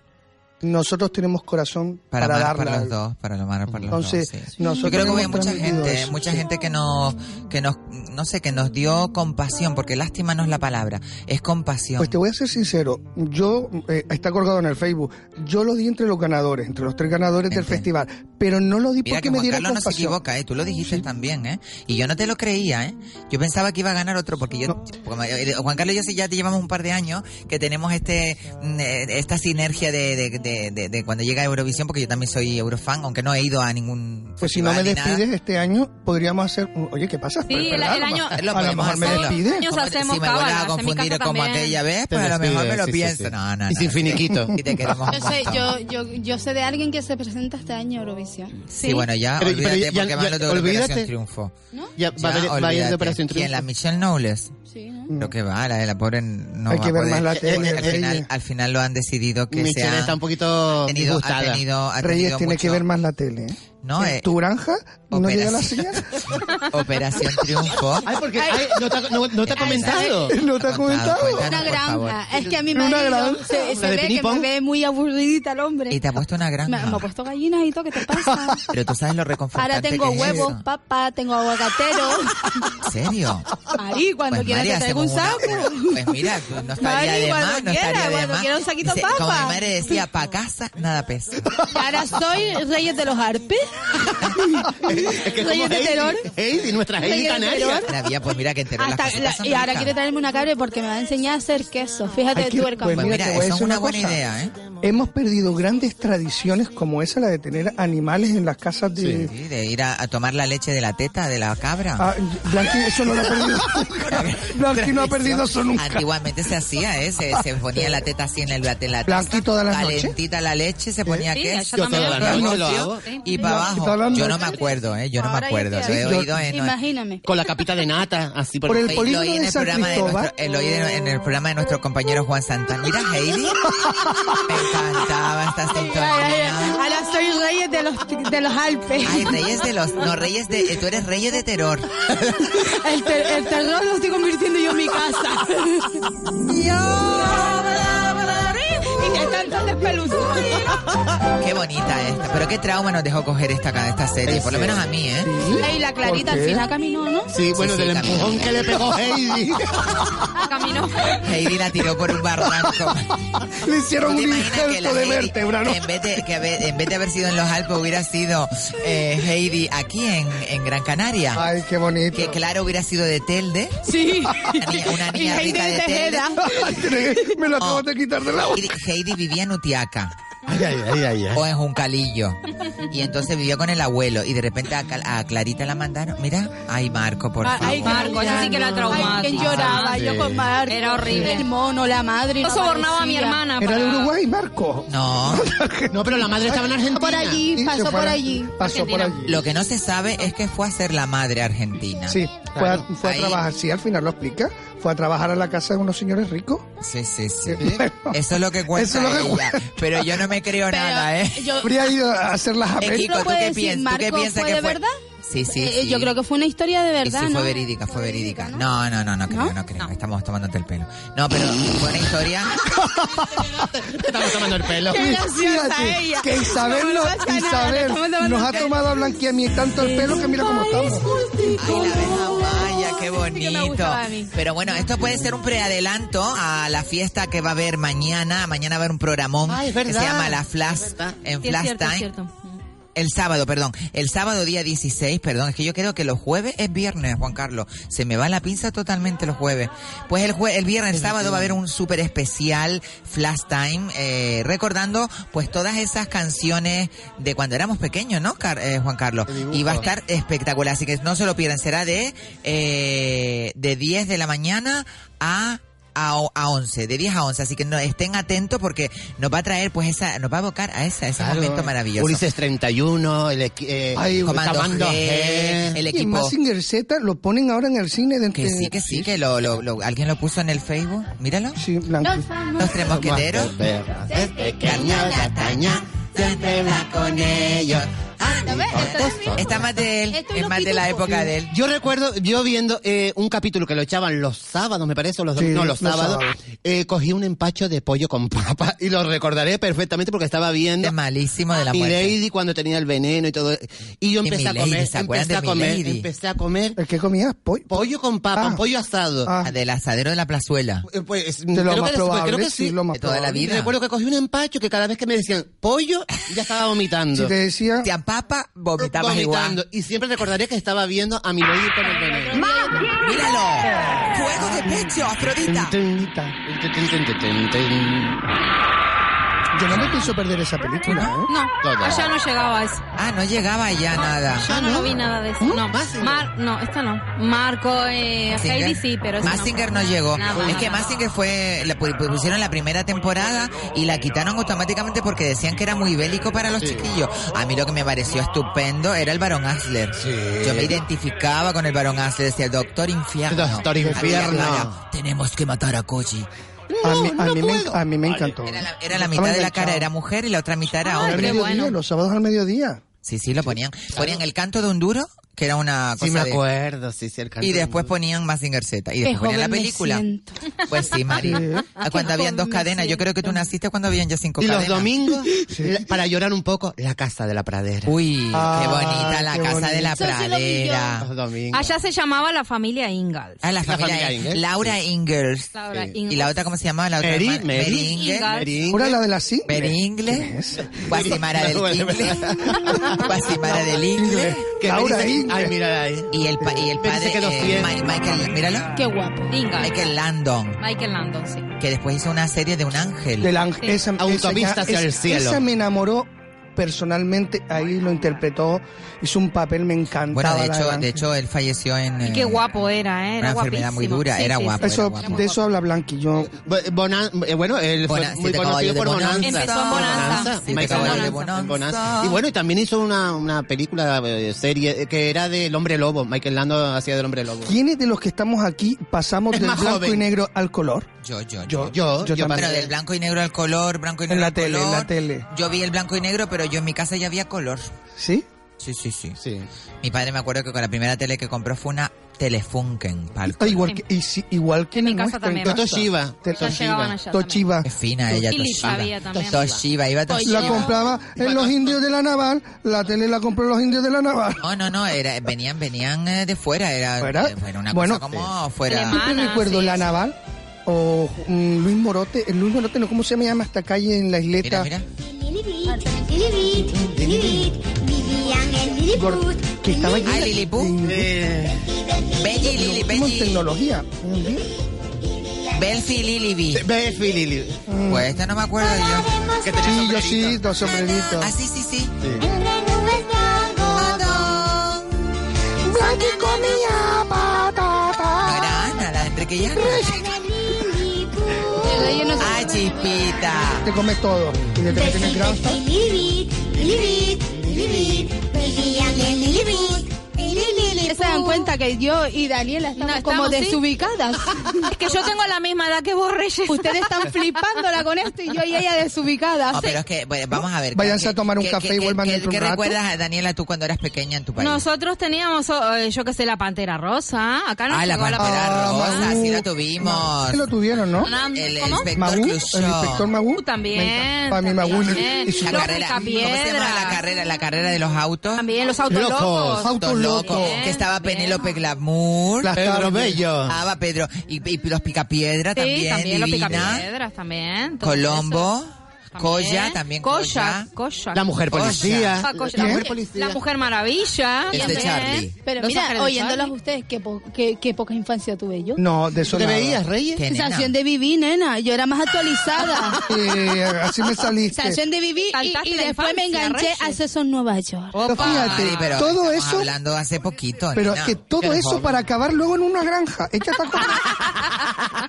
[SPEAKER 5] Nosotros tenemos corazón
[SPEAKER 3] para,
[SPEAKER 5] para,
[SPEAKER 3] amar
[SPEAKER 5] darla.
[SPEAKER 3] para los dos, para amar para los
[SPEAKER 5] Entonces,
[SPEAKER 3] dos. sí. Yo
[SPEAKER 5] nosotros
[SPEAKER 3] creo que hubo
[SPEAKER 5] hemos
[SPEAKER 3] mucha
[SPEAKER 5] transmitido
[SPEAKER 3] gente,
[SPEAKER 5] eso,
[SPEAKER 3] mucha
[SPEAKER 5] sí.
[SPEAKER 3] gente que nos, que nos, no sé, que nos dio compasión, porque lástima no es la palabra, es compasión.
[SPEAKER 5] Pues te voy a ser sincero, yo, eh, está colgado en el Facebook, yo lo di entre los ganadores, entre los tres ganadores del
[SPEAKER 3] Entiendo.
[SPEAKER 5] festival, pero no lo di
[SPEAKER 3] Mira
[SPEAKER 5] porque
[SPEAKER 3] que
[SPEAKER 5] me
[SPEAKER 3] Juan
[SPEAKER 5] diera
[SPEAKER 3] Carlos no se
[SPEAKER 5] compasión.
[SPEAKER 3] equivoca, ¿eh? tú lo dijiste también, ¿eh? y yo no te lo creía, ¿eh? yo pensaba que iba a ganar otro, porque yo, eh,
[SPEAKER 5] No.
[SPEAKER 3] porque me- Juan Carlos y yo sí ya te llevamos un par de años que tenemos este mm, eh, esta eh, sinergia de, de, de, de, de- de cuando llega Eurovisión, porque yo también soy eurofan, aunque no he ido a ningún.
[SPEAKER 5] Pues si no me
[SPEAKER 3] festival ni nada.
[SPEAKER 5] despides este año, podríamos hacer... Oye, ¿qué pasa?
[SPEAKER 4] Sí, el-
[SPEAKER 5] ¿Verdad?
[SPEAKER 4] el
[SPEAKER 5] A lo
[SPEAKER 4] año-
[SPEAKER 5] mejor-
[SPEAKER 3] Lo
[SPEAKER 5] A lo
[SPEAKER 3] podemos
[SPEAKER 5] mejor me
[SPEAKER 3] hacer.
[SPEAKER 5] despides.
[SPEAKER 4] Años
[SPEAKER 3] Hombre,
[SPEAKER 4] hacemos
[SPEAKER 3] si me vuelves a
[SPEAKER 4] cábalas, en mi
[SPEAKER 3] confundir
[SPEAKER 4] casa
[SPEAKER 3] como
[SPEAKER 4] también.
[SPEAKER 3] aquella vez,
[SPEAKER 7] Te
[SPEAKER 3] pues a lo mejor me
[SPEAKER 7] despides,
[SPEAKER 3] lo
[SPEAKER 7] sí, sí,
[SPEAKER 3] pienso.
[SPEAKER 7] sí.
[SPEAKER 3] No, no,
[SPEAKER 7] Y
[SPEAKER 3] no,
[SPEAKER 7] sin
[SPEAKER 3] no.
[SPEAKER 7] finiquito.
[SPEAKER 3] Y te queremos
[SPEAKER 6] Yo
[SPEAKER 3] un
[SPEAKER 6] sé,
[SPEAKER 3] montón.
[SPEAKER 6] yo, yo, yo sé de alguien que se presenta este año a Eurovisión.
[SPEAKER 3] Sí, bueno, ya,
[SPEAKER 7] Pero- pero
[SPEAKER 3] olvídate
[SPEAKER 7] ya-
[SPEAKER 3] porque
[SPEAKER 7] ya-
[SPEAKER 3] van los de Operación
[SPEAKER 7] olvídate.
[SPEAKER 3] Triunfo.
[SPEAKER 7] Ya, va a haber- va a ir de Operación
[SPEAKER 3] ¿Quién? ¿La
[SPEAKER 7] Triunfo.
[SPEAKER 3] Michelle Knowles?
[SPEAKER 6] Sí, ¿no?
[SPEAKER 3] Lo que va, la de la pobre no
[SPEAKER 5] Hay
[SPEAKER 3] va
[SPEAKER 5] que
[SPEAKER 3] a
[SPEAKER 5] ver
[SPEAKER 3] poder.
[SPEAKER 5] más la
[SPEAKER 3] Eh,
[SPEAKER 5] tele,
[SPEAKER 3] al, final,
[SPEAKER 5] Reyes.
[SPEAKER 3] al final lo han decidido que
[SPEAKER 7] Michelle
[SPEAKER 3] sea...
[SPEAKER 7] está un poquito
[SPEAKER 3] ha tenido, ha
[SPEAKER 7] disgustada.
[SPEAKER 3] tenido, ha
[SPEAKER 5] Reyes
[SPEAKER 3] tenido
[SPEAKER 5] tiene que
[SPEAKER 3] mucho-
[SPEAKER 5] ver más la tele. ¿eh?
[SPEAKER 3] No,
[SPEAKER 5] En
[SPEAKER 3] eh,
[SPEAKER 5] tu granja no llega la
[SPEAKER 3] Operación-
[SPEAKER 5] señal.
[SPEAKER 3] Operación Triunfo.
[SPEAKER 7] Ay, porque ay, no, te, ha- no- no te ha
[SPEAKER 3] Ay,
[SPEAKER 7] comentado.
[SPEAKER 5] ¿No te ha comentado?
[SPEAKER 3] cuéntanos,
[SPEAKER 6] Una
[SPEAKER 3] por favor.
[SPEAKER 6] granja. Es que a mi
[SPEAKER 5] Una
[SPEAKER 6] marido
[SPEAKER 5] granja.
[SPEAKER 6] se, se
[SPEAKER 7] ¿La de
[SPEAKER 6] ve que
[SPEAKER 7] Pinipón?
[SPEAKER 6] me ve muy aburridita el hombre.
[SPEAKER 3] Y te ha puesto una
[SPEAKER 6] Me,
[SPEAKER 3] granja.
[SPEAKER 6] me ha puesto gallinas y todo, ¿qué te pasa?
[SPEAKER 3] Pero tú sabes lo reconfortante
[SPEAKER 6] Ahora tengo
[SPEAKER 3] que es
[SPEAKER 6] huevos,
[SPEAKER 3] eso.
[SPEAKER 6] papá, tengo aguacatero.
[SPEAKER 3] ¿En serio?
[SPEAKER 6] Ahí, cuando
[SPEAKER 3] Pues,
[SPEAKER 6] quieras
[SPEAKER 3] Mari,
[SPEAKER 6] te traigo un
[SPEAKER 3] hacemos
[SPEAKER 6] saco.
[SPEAKER 3] una- Pues mira, tú no estaría
[SPEAKER 6] Mari,
[SPEAKER 3] de
[SPEAKER 6] cuando
[SPEAKER 3] más, no
[SPEAKER 6] quiera,
[SPEAKER 3] estaría de
[SPEAKER 6] cuando
[SPEAKER 3] más.
[SPEAKER 6] quiera un saquito
[SPEAKER 3] Dice, Como
[SPEAKER 6] papa.
[SPEAKER 3] mi madre decía, pa' casa, nada pesa.
[SPEAKER 6] Y ahora soy reyes de los arpes.
[SPEAKER 7] Es que
[SPEAKER 6] Reyes
[SPEAKER 7] somos
[SPEAKER 6] de terror.
[SPEAKER 7] Heidi, Heidi, nuestra Heidi
[SPEAKER 6] Reyes de
[SPEAKER 7] canaria.
[SPEAKER 6] terror.
[SPEAKER 3] Maravilla, pues mira que enteró las
[SPEAKER 6] Hasta
[SPEAKER 3] cositas
[SPEAKER 6] la-
[SPEAKER 3] son
[SPEAKER 6] y ahora
[SPEAKER 3] ricas.
[SPEAKER 6] quiere traerme una cabra porque me va a enseñar a hacer queso.
[SPEAKER 5] Hay
[SPEAKER 6] Fíjate
[SPEAKER 5] que-
[SPEAKER 6] tú el campo.
[SPEAKER 5] pues
[SPEAKER 3] Pues
[SPEAKER 5] mira,
[SPEAKER 3] mira,
[SPEAKER 5] te voy a
[SPEAKER 3] eso
[SPEAKER 5] decir
[SPEAKER 3] es una
[SPEAKER 5] una
[SPEAKER 3] buena
[SPEAKER 5] cosa.
[SPEAKER 3] idea, ¿eh?
[SPEAKER 5] Hemos perdido grandes tradiciones como esa, la de tener animales en las casas de...
[SPEAKER 3] Sí, de ir a, a tomar la leche de la teta de la cabra.
[SPEAKER 5] Ah, Blanqui, eso no lo ha perdido nunca. Blanqui no ha perdido eso nunca.
[SPEAKER 3] Antiguamente se hacía, ¿eh? Se, se ponía la teta así en, el, en la taza,
[SPEAKER 5] Blanqui todas las noches.
[SPEAKER 3] Calentita la leche, se ponía
[SPEAKER 4] Sí,
[SPEAKER 3] queso.
[SPEAKER 4] eso
[SPEAKER 7] Yo toda la
[SPEAKER 4] también.
[SPEAKER 7] noche lo hago.
[SPEAKER 3] Y para
[SPEAKER 5] Blanqui todas
[SPEAKER 3] abajo,
[SPEAKER 5] las
[SPEAKER 3] yo no me
[SPEAKER 5] noches.
[SPEAKER 3] acuerdo, ¿eh? Yo no me
[SPEAKER 6] Ahora yo
[SPEAKER 3] acuerdo.
[SPEAKER 6] te
[SPEAKER 3] Lo he
[SPEAKER 6] aviso.
[SPEAKER 3] oído en...
[SPEAKER 6] Imagíname.
[SPEAKER 7] Con la capita de nata, así por,
[SPEAKER 5] Por el
[SPEAKER 3] lo
[SPEAKER 5] polígono
[SPEAKER 3] oí en
[SPEAKER 5] de
[SPEAKER 3] el
[SPEAKER 5] San
[SPEAKER 3] programa de
[SPEAKER 5] Cristóbal.
[SPEAKER 3] nuestro- eh, lo oí en, en el programa de nuestro compañero Juan Santana. Mira, Heidi, me encantaba esta
[SPEAKER 6] Ay, ay,
[SPEAKER 3] sintonía.
[SPEAKER 6] ay. Ahora soy reyes de los, de los Alpes.
[SPEAKER 3] Ay, reyes de los... No, reyes de... eh, Tú eres reyes de terror.
[SPEAKER 6] El, ter- el terror lo estoy convirtiendo yo en mi casa. Y que están tan despeluzados.
[SPEAKER 3] Qué bonita esta. Pero qué trauma nos dejó coger esta, esta serie. Por lo menos a mí, ¿eh?
[SPEAKER 6] Ey, la Clarita
[SPEAKER 5] ¿Por
[SPEAKER 6] al
[SPEAKER 5] qué?
[SPEAKER 6] final caminó, ¿no?
[SPEAKER 7] Sí, bueno,
[SPEAKER 3] sí,
[SPEAKER 7] del
[SPEAKER 3] también.
[SPEAKER 7] empujón que le pegó Heidi.
[SPEAKER 4] Camino.
[SPEAKER 3] Heidi la tiró por un barranco.
[SPEAKER 5] Le hicieron
[SPEAKER 3] ¿Tú te
[SPEAKER 5] un
[SPEAKER 3] imaginas que la
[SPEAKER 5] injerto de
[SPEAKER 3] Heidi,
[SPEAKER 5] vértebra, ¿no?
[SPEAKER 3] En vez de, que ve- en vez de haber sido en los Alpes, hubiera sido eh, Heidi aquí en, en Gran Canaria.
[SPEAKER 5] Ay, qué bonito.
[SPEAKER 3] Que claro hubiera sido de Telde.
[SPEAKER 6] Sí.
[SPEAKER 3] Una niña, una
[SPEAKER 6] Y
[SPEAKER 3] niña
[SPEAKER 6] Heidi
[SPEAKER 3] rica de
[SPEAKER 6] de
[SPEAKER 3] Telde. Oh.
[SPEAKER 6] Tejeda.
[SPEAKER 5] Me lo acabas de quitar de la boca.
[SPEAKER 3] Heidi, Heidi vivía en Utiaca
[SPEAKER 7] Ay, ay, ay, ay. ay.
[SPEAKER 3] o en Juncalillo. Y entonces vivió con el abuelo. Y de repente a, Cal- a Clarita la mandaron. Mira, ay Marco, por favor.
[SPEAKER 6] Ah, Ay,
[SPEAKER 4] Marco, eso sí que la traumática.
[SPEAKER 6] Ay, ¿Quién lloraba? Yo con Marco.
[SPEAKER 4] Era horrible.
[SPEAKER 6] El mono, la madre.
[SPEAKER 4] Yo
[SPEAKER 6] no
[SPEAKER 4] sobornaba a mi
[SPEAKER 6] aparecía.
[SPEAKER 4] hermana.
[SPEAKER 5] Era de
[SPEAKER 4] para-
[SPEAKER 5] Uruguay, Marco.
[SPEAKER 3] No.
[SPEAKER 7] No, pero la madre estaba en Argentina.
[SPEAKER 6] Por allí,
[SPEAKER 5] Y se
[SPEAKER 6] pasó
[SPEAKER 5] fue
[SPEAKER 6] por
[SPEAKER 5] a-
[SPEAKER 6] allí.
[SPEAKER 5] Pasó por allí.
[SPEAKER 3] Lo que no se sabe es que fue a ser la madre argentina.
[SPEAKER 5] Sí, fue a, fue a
[SPEAKER 3] Ahí.
[SPEAKER 5] trabajar, sí, al final lo explica. Fue a trabajar a la casa de unos señores ricos.
[SPEAKER 3] Sí, sí, sí.
[SPEAKER 5] ¿Eh?
[SPEAKER 3] Eso es lo que cuenta
[SPEAKER 5] Eso es lo que
[SPEAKER 3] ella.
[SPEAKER 5] cuenta.
[SPEAKER 3] Pero yo no me creo
[SPEAKER 6] Pero
[SPEAKER 3] nada, ¿eh?
[SPEAKER 6] yo-
[SPEAKER 5] Habría ido a hacer las
[SPEAKER 3] Eh,
[SPEAKER 5] Américas.
[SPEAKER 3] Kiko, ¿tú
[SPEAKER 6] puede
[SPEAKER 3] qué,
[SPEAKER 6] decir,
[SPEAKER 3] piensas? ¿Tú qué
[SPEAKER 6] Marco,
[SPEAKER 3] piensas
[SPEAKER 6] ¿fue
[SPEAKER 3] que
[SPEAKER 6] de
[SPEAKER 3] fue?
[SPEAKER 6] verdad?
[SPEAKER 3] Sí, sí,
[SPEAKER 6] Eh,
[SPEAKER 3] sí.
[SPEAKER 6] Yo creo que fue una historia de
[SPEAKER 3] Y sí,
[SPEAKER 6] verdad,
[SPEAKER 3] fue
[SPEAKER 6] ¿no?
[SPEAKER 3] verídica, fue verídica. No, no, no, no creo, no, creo. Estamos tomándote el pelo. No, pero fue una historia.
[SPEAKER 7] Te Estamos tomando el pelo.
[SPEAKER 6] Qué graciosa
[SPEAKER 5] Fíjate
[SPEAKER 6] ella.
[SPEAKER 5] que Isabel,
[SPEAKER 6] No, no
[SPEAKER 5] no-
[SPEAKER 6] pasa nada,
[SPEAKER 5] Isabel
[SPEAKER 6] estamos tomando
[SPEAKER 5] nos ha
[SPEAKER 6] café.
[SPEAKER 5] tomado a Blanqui y a mí tanto el pelo que mira cómo estamos.
[SPEAKER 3] Ay, la abeja maya, qué
[SPEAKER 6] que me
[SPEAKER 3] bonito.
[SPEAKER 6] gustaba a mí.
[SPEAKER 3] Pero bueno, esto puede ser un preadelanto a la fiesta que va a haber mañana. Mañana va a haber un programón
[SPEAKER 7] Ay, es
[SPEAKER 3] que se
[SPEAKER 7] verdad.
[SPEAKER 3] llama La Flash en
[SPEAKER 4] Sí, es
[SPEAKER 3] Flash
[SPEAKER 4] cierto, es
[SPEAKER 3] Time.
[SPEAKER 4] cierto.
[SPEAKER 3] El sábado, perdón. El sábado día 16, perdón. Es que yo creo que los jueves es viernes, Juan Carlos. Se me va la pinza totalmente los jueves. Pues el, jue el viernes, el sábado va a haber un súper especial Flash Time, eh, recordando pues todas esas canciones de cuando éramos pequeños, ¿no, Car- eh, Juan Carlos? Y va a estar espectacular. Así que no se lo pierdan. Será de, eh, de 10 de la mañana a a, o- a 11, de 10 a 11, así que no estén atentos porque nos va a traer pues esa, nos va a abocar a esa, ese
[SPEAKER 7] eh.
[SPEAKER 3] momento maravilloso.
[SPEAKER 7] Ulises 31, el equi- eh,
[SPEAKER 5] Ay,
[SPEAKER 3] Comando
[SPEAKER 7] Comando
[SPEAKER 3] G,
[SPEAKER 7] G.
[SPEAKER 3] el
[SPEAKER 5] Y en
[SPEAKER 3] equipo.
[SPEAKER 5] Mazinger Z lo ponen ahora en el cine. De
[SPEAKER 3] Que sí, que sí, que lo, lo, lo- alguien lo puso en el Facebook. Míralo.
[SPEAKER 5] Sí, Blanqui.
[SPEAKER 3] Los tres mosqueteros.
[SPEAKER 7] Es pequeño, castaña, siempre va con ellos.
[SPEAKER 4] Ah,
[SPEAKER 6] ¿Lo ves? Entonces, mira,
[SPEAKER 3] Está más de él,
[SPEAKER 6] Esto
[SPEAKER 3] es
[SPEAKER 6] lo
[SPEAKER 3] más de
[SPEAKER 6] quito
[SPEAKER 3] la
[SPEAKER 6] un
[SPEAKER 3] época de él.
[SPEAKER 7] Yo recuerdo, yo viendo eh, un capítulo que lo echaban los sábados, me parece, o los,
[SPEAKER 5] Sí,
[SPEAKER 7] no, los
[SPEAKER 5] los
[SPEAKER 7] sábados,
[SPEAKER 5] sábados.
[SPEAKER 7] eh, cogí un empacho de pollo con papa y lo recordaré perfectamente porque estaba viendo
[SPEAKER 3] Es malísimo de la
[SPEAKER 7] mi
[SPEAKER 3] muerte.
[SPEAKER 7] lady cuando tenía el veneno y todo. Y yo
[SPEAKER 3] Y
[SPEAKER 7] empecé a
[SPEAKER 3] Milady,
[SPEAKER 7] comer,
[SPEAKER 3] ¿se acuerdan
[SPEAKER 7] empecé
[SPEAKER 3] de
[SPEAKER 7] a comer,
[SPEAKER 3] Milady?
[SPEAKER 7] empecé a comer
[SPEAKER 5] El que comías pollo.
[SPEAKER 7] pollo con papa,
[SPEAKER 5] Ah.
[SPEAKER 7] pollo asado.
[SPEAKER 5] Ah,
[SPEAKER 3] Del asadero de la plazuela.
[SPEAKER 7] Eh, Pues,
[SPEAKER 5] de lo
[SPEAKER 7] creo
[SPEAKER 5] más
[SPEAKER 7] que- creo
[SPEAKER 5] probable,
[SPEAKER 7] que
[SPEAKER 5] sí, lo más
[SPEAKER 3] de toda la
[SPEAKER 5] probable.
[SPEAKER 3] vida.
[SPEAKER 7] Y Recuerdo que cogí un empacho que cada vez que me decían pollo, ya estaba vomitando.
[SPEAKER 5] Si te decía,
[SPEAKER 3] Te ampapa, vomitabas
[SPEAKER 7] vomitando.
[SPEAKER 3] igual.
[SPEAKER 7] Y siempre recordaré que estaba viendo a mi lady con el veneno.
[SPEAKER 3] ¡Míralo! ¡Fuego de pecho, Afrodita!
[SPEAKER 5] "Tendita".
[SPEAKER 7] Yo
[SPEAKER 5] yo no me pienso perder esa película, ¿eh?
[SPEAKER 4] No,
[SPEAKER 5] Todo.
[SPEAKER 4] allá no llegaba a eso.
[SPEAKER 3] Ah, no llegaba ya nada.
[SPEAKER 4] Yo no, vi nada de
[SPEAKER 3] ¿Oh?
[SPEAKER 4] eso. No, Mar- no esta no. Marco, eh,
[SPEAKER 3] Mazinger.
[SPEAKER 4] Heidi sí, pero esa
[SPEAKER 3] Mazinger no llegó.
[SPEAKER 4] Nada,
[SPEAKER 3] es que
[SPEAKER 4] nada.
[SPEAKER 3] Mazinger fue, la pu- pusieron la primera temporada y la quitaron automáticamente porque decían que era muy bélico para los chiquillos. A mí lo que me pareció estupendo era el Barón Asler. Yo me identificaba con el Barón Asler, decía el Doctor Infierno.
[SPEAKER 7] Eh, El Doctor
[SPEAKER 3] Había
[SPEAKER 7] Infierno.
[SPEAKER 3] cara, Tenemos que matar a Koji.
[SPEAKER 5] a mí, a mí me, a mí me encantó.
[SPEAKER 3] Era la, era la mitad de la cara era mujer y la otra mitad
[SPEAKER 6] Ah,
[SPEAKER 3] era
[SPEAKER 5] Al
[SPEAKER 3] hombre.
[SPEAKER 5] mediodía, los sábados al mediodía.
[SPEAKER 3] Sí, sí, lo ponían. Ponían el canto de un duro, que era una cosa
[SPEAKER 7] Sí, me
[SPEAKER 3] de-
[SPEAKER 7] acuerdo, sí, sí, el canto.
[SPEAKER 3] Y después ponían Mazinger Z. Y
[SPEAKER 6] Qué
[SPEAKER 3] después ponían la
[SPEAKER 6] joven me
[SPEAKER 3] película.
[SPEAKER 6] siento.
[SPEAKER 3] Pues sí, Mari.
[SPEAKER 5] Sí.
[SPEAKER 3] Ah, Cuando
[SPEAKER 6] Qué
[SPEAKER 3] habían dos
[SPEAKER 6] joven me
[SPEAKER 3] cadenas. Yo creo que tú naciste cuando habían ya cinco
[SPEAKER 7] Y los
[SPEAKER 3] cadenas.
[SPEAKER 7] domingos, la- para llorar un poco, la casa de la pradera.
[SPEAKER 3] Uy, qué
[SPEAKER 5] Ah,
[SPEAKER 3] bonita la
[SPEAKER 5] qué
[SPEAKER 3] casa de la
[SPEAKER 6] bonito. Eso sí lo vi yo.
[SPEAKER 3] pradera.
[SPEAKER 7] Los domingos.
[SPEAKER 4] no. Allá se llamaba la familia Ingalls.
[SPEAKER 3] Ah, la familia,
[SPEAKER 7] familia Ingalls,
[SPEAKER 3] Laura Ingalls.
[SPEAKER 4] Laura
[SPEAKER 3] ¿Y
[SPEAKER 4] Ingalls.
[SPEAKER 3] la otra cómo se llamaba? La otra
[SPEAKER 7] Mary,
[SPEAKER 3] hermana.
[SPEAKER 7] Mary.
[SPEAKER 3] Ingalls.
[SPEAKER 4] Ingalls.
[SPEAKER 5] ¿Ahora la de las cinco?
[SPEAKER 3] Mary Ingalls. Guasimara del
[SPEAKER 7] Bueno,
[SPEAKER 3] Ingle. Guasimara del Ingle.
[SPEAKER 7] Que me
[SPEAKER 5] Laura
[SPEAKER 7] dice-
[SPEAKER 5] Ingalls.
[SPEAKER 7] Ay, mira ahí.
[SPEAKER 3] Y el, pa- y el
[SPEAKER 7] Me dice
[SPEAKER 3] padre,
[SPEAKER 7] que los
[SPEAKER 3] eh,
[SPEAKER 7] tiene.
[SPEAKER 3] Ma- Michael, míralo.
[SPEAKER 6] Qué guapo.
[SPEAKER 4] Ingalls.
[SPEAKER 3] Michael Landon,
[SPEAKER 4] Michael Landon, sí.
[SPEAKER 3] que después hizo una serie de un ángel.
[SPEAKER 5] Del ángel. Esa, esa
[SPEAKER 7] Autopista
[SPEAKER 5] ya-
[SPEAKER 7] hacia
[SPEAKER 5] es-
[SPEAKER 7] el cielo.
[SPEAKER 5] Esa me enamoró personalmente. Ahí lo interpretó. Hizo un papel, me encantaba.
[SPEAKER 3] Bueno, de
[SPEAKER 5] la
[SPEAKER 3] hecho,
[SPEAKER 5] ángel.
[SPEAKER 3] de hecho, él falleció en...
[SPEAKER 4] Y qué
[SPEAKER 3] eh,
[SPEAKER 4] guapo era, ¿eh? Era
[SPEAKER 3] Una enfermedad muy
[SPEAKER 4] guapísimo.
[SPEAKER 3] dura,
[SPEAKER 4] Sí,
[SPEAKER 3] era
[SPEAKER 4] sí, sí.
[SPEAKER 3] guapo, era
[SPEAKER 5] Eso,
[SPEAKER 3] guapo.
[SPEAKER 5] de eso habla Blanqui. Yo,
[SPEAKER 7] Bo- Bonan- eh, bueno, él fue
[SPEAKER 3] Bonan-
[SPEAKER 7] muy
[SPEAKER 3] Siete Caballos
[SPEAKER 7] conocido
[SPEAKER 3] de
[SPEAKER 7] por Bonanza.
[SPEAKER 3] Bonanza.
[SPEAKER 4] Empezó en Bonanza.
[SPEAKER 3] Siete
[SPEAKER 7] Michael
[SPEAKER 3] Caballos
[SPEAKER 7] Bonanza.
[SPEAKER 3] de
[SPEAKER 7] En
[SPEAKER 3] Bonanza.
[SPEAKER 7] Bonanza. Y bueno, y también hizo una, una película, eh, serie, eh, que era del Hombre Lobo. Michael Lando hacía del Hombre Lobo.
[SPEAKER 5] ¿quiénes de los que estamos aquí pasamos
[SPEAKER 7] Es
[SPEAKER 5] del
[SPEAKER 7] más
[SPEAKER 5] blanco
[SPEAKER 7] joven.
[SPEAKER 5] y negro al color?
[SPEAKER 3] Yo, yo, yo.
[SPEAKER 7] Yo, yo,
[SPEAKER 5] Yo
[SPEAKER 7] yo
[SPEAKER 5] también.
[SPEAKER 3] Pero
[SPEAKER 7] pasé-
[SPEAKER 3] del blanco y negro al color, blanco y negro
[SPEAKER 5] la
[SPEAKER 3] al
[SPEAKER 5] tele, en
[SPEAKER 3] color.
[SPEAKER 5] la tele.
[SPEAKER 3] Yo vi el blanco y negro, pero yo en mi casa ya había color.
[SPEAKER 5] ¿Sí?
[SPEAKER 3] Sí, sí, sí.
[SPEAKER 7] Sí.
[SPEAKER 3] Mi padre me acuerdo que con la primera tele que compró fue una Telefunken. pal-
[SPEAKER 5] Ah, igual que, y si- igual que
[SPEAKER 4] En mi
[SPEAKER 5] el
[SPEAKER 4] casa
[SPEAKER 5] nuestro,
[SPEAKER 4] también.
[SPEAKER 5] en
[SPEAKER 7] Yo Toshiba.
[SPEAKER 5] Te-
[SPEAKER 4] Ya llegaban allá
[SPEAKER 5] Toshiba.
[SPEAKER 3] Qué fina ella,
[SPEAKER 4] Y
[SPEAKER 3] Toshiba.
[SPEAKER 4] Lisabia también.
[SPEAKER 3] Toshiba, iba a Toshiba.
[SPEAKER 5] La compraba en los indios de la naval. La tele la compró en los indios de la naval.
[SPEAKER 3] No, no, no, era, venían, venían eh, de fuera, era,
[SPEAKER 5] ¿Fuera?
[SPEAKER 3] eh, bueno, una
[SPEAKER 5] Bueno, eh,
[SPEAKER 3] cosa como fuera.
[SPEAKER 4] Alemán.
[SPEAKER 5] Yo
[SPEAKER 4] Ana,
[SPEAKER 5] recuerdo
[SPEAKER 4] sí,
[SPEAKER 5] la
[SPEAKER 4] sí.
[SPEAKER 5] naval o mm, Luis Morote. El Luis Morote, no, ¿cómo se llama esta calle en la
[SPEAKER 3] Mira,
[SPEAKER 5] isleta?
[SPEAKER 3] mira.
[SPEAKER 5] Gor- Que estaba
[SPEAKER 3] Ah,
[SPEAKER 5] llena de-
[SPEAKER 3] Liliput. Belly Lili,
[SPEAKER 5] Estamos en
[SPEAKER 3] Belly.
[SPEAKER 5] tecnología.
[SPEAKER 3] Belfi Lili, Bi.
[SPEAKER 7] Befi Lili.
[SPEAKER 3] Pues esta no me acuerdo yo.
[SPEAKER 7] Que tenía
[SPEAKER 5] Sí, yo
[SPEAKER 7] sombrerito.
[SPEAKER 5] sí, dos sombreritos.
[SPEAKER 3] Ah, sí, sí, sí. No era Ana, la de Enrique Llanos.
[SPEAKER 6] El rey no se-
[SPEAKER 3] Ah, chispita.
[SPEAKER 5] Te comes todo. Y desde que tienes grasa,
[SPEAKER 6] Ustedes se dan cuenta que yo y Daniela estamos,
[SPEAKER 4] No, estamos,
[SPEAKER 6] como
[SPEAKER 4] sí.
[SPEAKER 6] desubicadas.
[SPEAKER 4] Es que yo tengo la misma edad que vos, Reyes.
[SPEAKER 6] Ustedes están flipándola con esto y yo y ella desubicadas.
[SPEAKER 3] No, Ah, pero es que, bueno, vamos a ver.
[SPEAKER 5] Váyanse
[SPEAKER 3] ¿qué-
[SPEAKER 5] a tomar un
[SPEAKER 3] qué-
[SPEAKER 5] café
[SPEAKER 3] qué-
[SPEAKER 5] y vuelvan
[SPEAKER 3] qué-
[SPEAKER 5] dentro
[SPEAKER 3] ¿Qué
[SPEAKER 5] un rato?
[SPEAKER 3] recuerdas, Daniela, tú cuando eras pequeña en tu país?
[SPEAKER 4] Nosotros teníamos, oh, eh, yo qué sé, la pantera rosa. Acá no
[SPEAKER 3] Ah, la
[SPEAKER 4] llegó la
[SPEAKER 3] pantera
[SPEAKER 4] pantera
[SPEAKER 3] rosa,
[SPEAKER 5] Magú.
[SPEAKER 3] sí la tuvimos.
[SPEAKER 5] que lo tuvieron, ¿no?
[SPEAKER 4] Nan-
[SPEAKER 3] El
[SPEAKER 4] ¿Cómo?
[SPEAKER 3] inspector
[SPEAKER 5] Magú, el
[SPEAKER 3] Clouseau.
[SPEAKER 5] inspector Magú.
[SPEAKER 4] Tú también.
[SPEAKER 5] Para mí
[SPEAKER 4] también.
[SPEAKER 5] Magú
[SPEAKER 4] Eh,
[SPEAKER 5] y su
[SPEAKER 3] La
[SPEAKER 4] Los
[SPEAKER 3] carrera. ¿Cómo se
[SPEAKER 4] picapiedras.
[SPEAKER 3] llama la carrera? La carrera de los autos.
[SPEAKER 4] También los autos
[SPEAKER 7] Locos.
[SPEAKER 4] locos.
[SPEAKER 5] Autos
[SPEAKER 3] Autos locos.
[SPEAKER 4] locos.
[SPEAKER 3] Que estaba
[SPEAKER 4] Bien.
[SPEAKER 3] Penélope Glamour.
[SPEAKER 5] Las
[SPEAKER 7] Pedro
[SPEAKER 5] tardes.
[SPEAKER 7] Bello.
[SPEAKER 3] Estaba Pedro. Y, y los Picapiedra
[SPEAKER 4] sí,
[SPEAKER 3] también.
[SPEAKER 4] también los
[SPEAKER 3] divina.
[SPEAKER 4] picapiedras, también. todo
[SPEAKER 3] Colombo.
[SPEAKER 4] eso.
[SPEAKER 3] Colla, también Colla.
[SPEAKER 4] Colla. Colla.
[SPEAKER 7] La mujer policía.
[SPEAKER 4] Ah, Colla.
[SPEAKER 5] ¿Quién?
[SPEAKER 4] La mujer policía. La mujer maravilla.
[SPEAKER 3] Este
[SPEAKER 4] también.
[SPEAKER 3] Charlie.
[SPEAKER 6] Eh, Pero
[SPEAKER 4] Los
[SPEAKER 6] mira,
[SPEAKER 4] Ángeles de
[SPEAKER 6] oyéndolas
[SPEAKER 4] Charlie.
[SPEAKER 6] ustedes, qué, po- qué, qué poca infancia tuve yo.
[SPEAKER 5] No, de eso
[SPEAKER 7] ¿Te
[SPEAKER 5] nada.
[SPEAKER 7] veías, Reyes?
[SPEAKER 3] Qué nena.
[SPEAKER 6] Sensación de vivir, nena. Yo era más actualizada.
[SPEAKER 5] Eh, así me saliste.
[SPEAKER 6] Sensación de vivir y-
[SPEAKER 4] Saltaste
[SPEAKER 6] y,
[SPEAKER 4] la
[SPEAKER 6] después me
[SPEAKER 4] infancia,
[SPEAKER 6] enganché
[SPEAKER 4] Reyes.
[SPEAKER 6] a Sesos Nueva York.
[SPEAKER 5] Pero fíjate,
[SPEAKER 3] Ay, pero
[SPEAKER 5] todo
[SPEAKER 3] estamos
[SPEAKER 5] eso,
[SPEAKER 3] hablando hace poquito.
[SPEAKER 5] pero
[SPEAKER 3] nena.
[SPEAKER 5] que todo
[SPEAKER 3] Eres
[SPEAKER 5] eso
[SPEAKER 3] joven.
[SPEAKER 5] para acabar luego en una granja. Hecha tacos.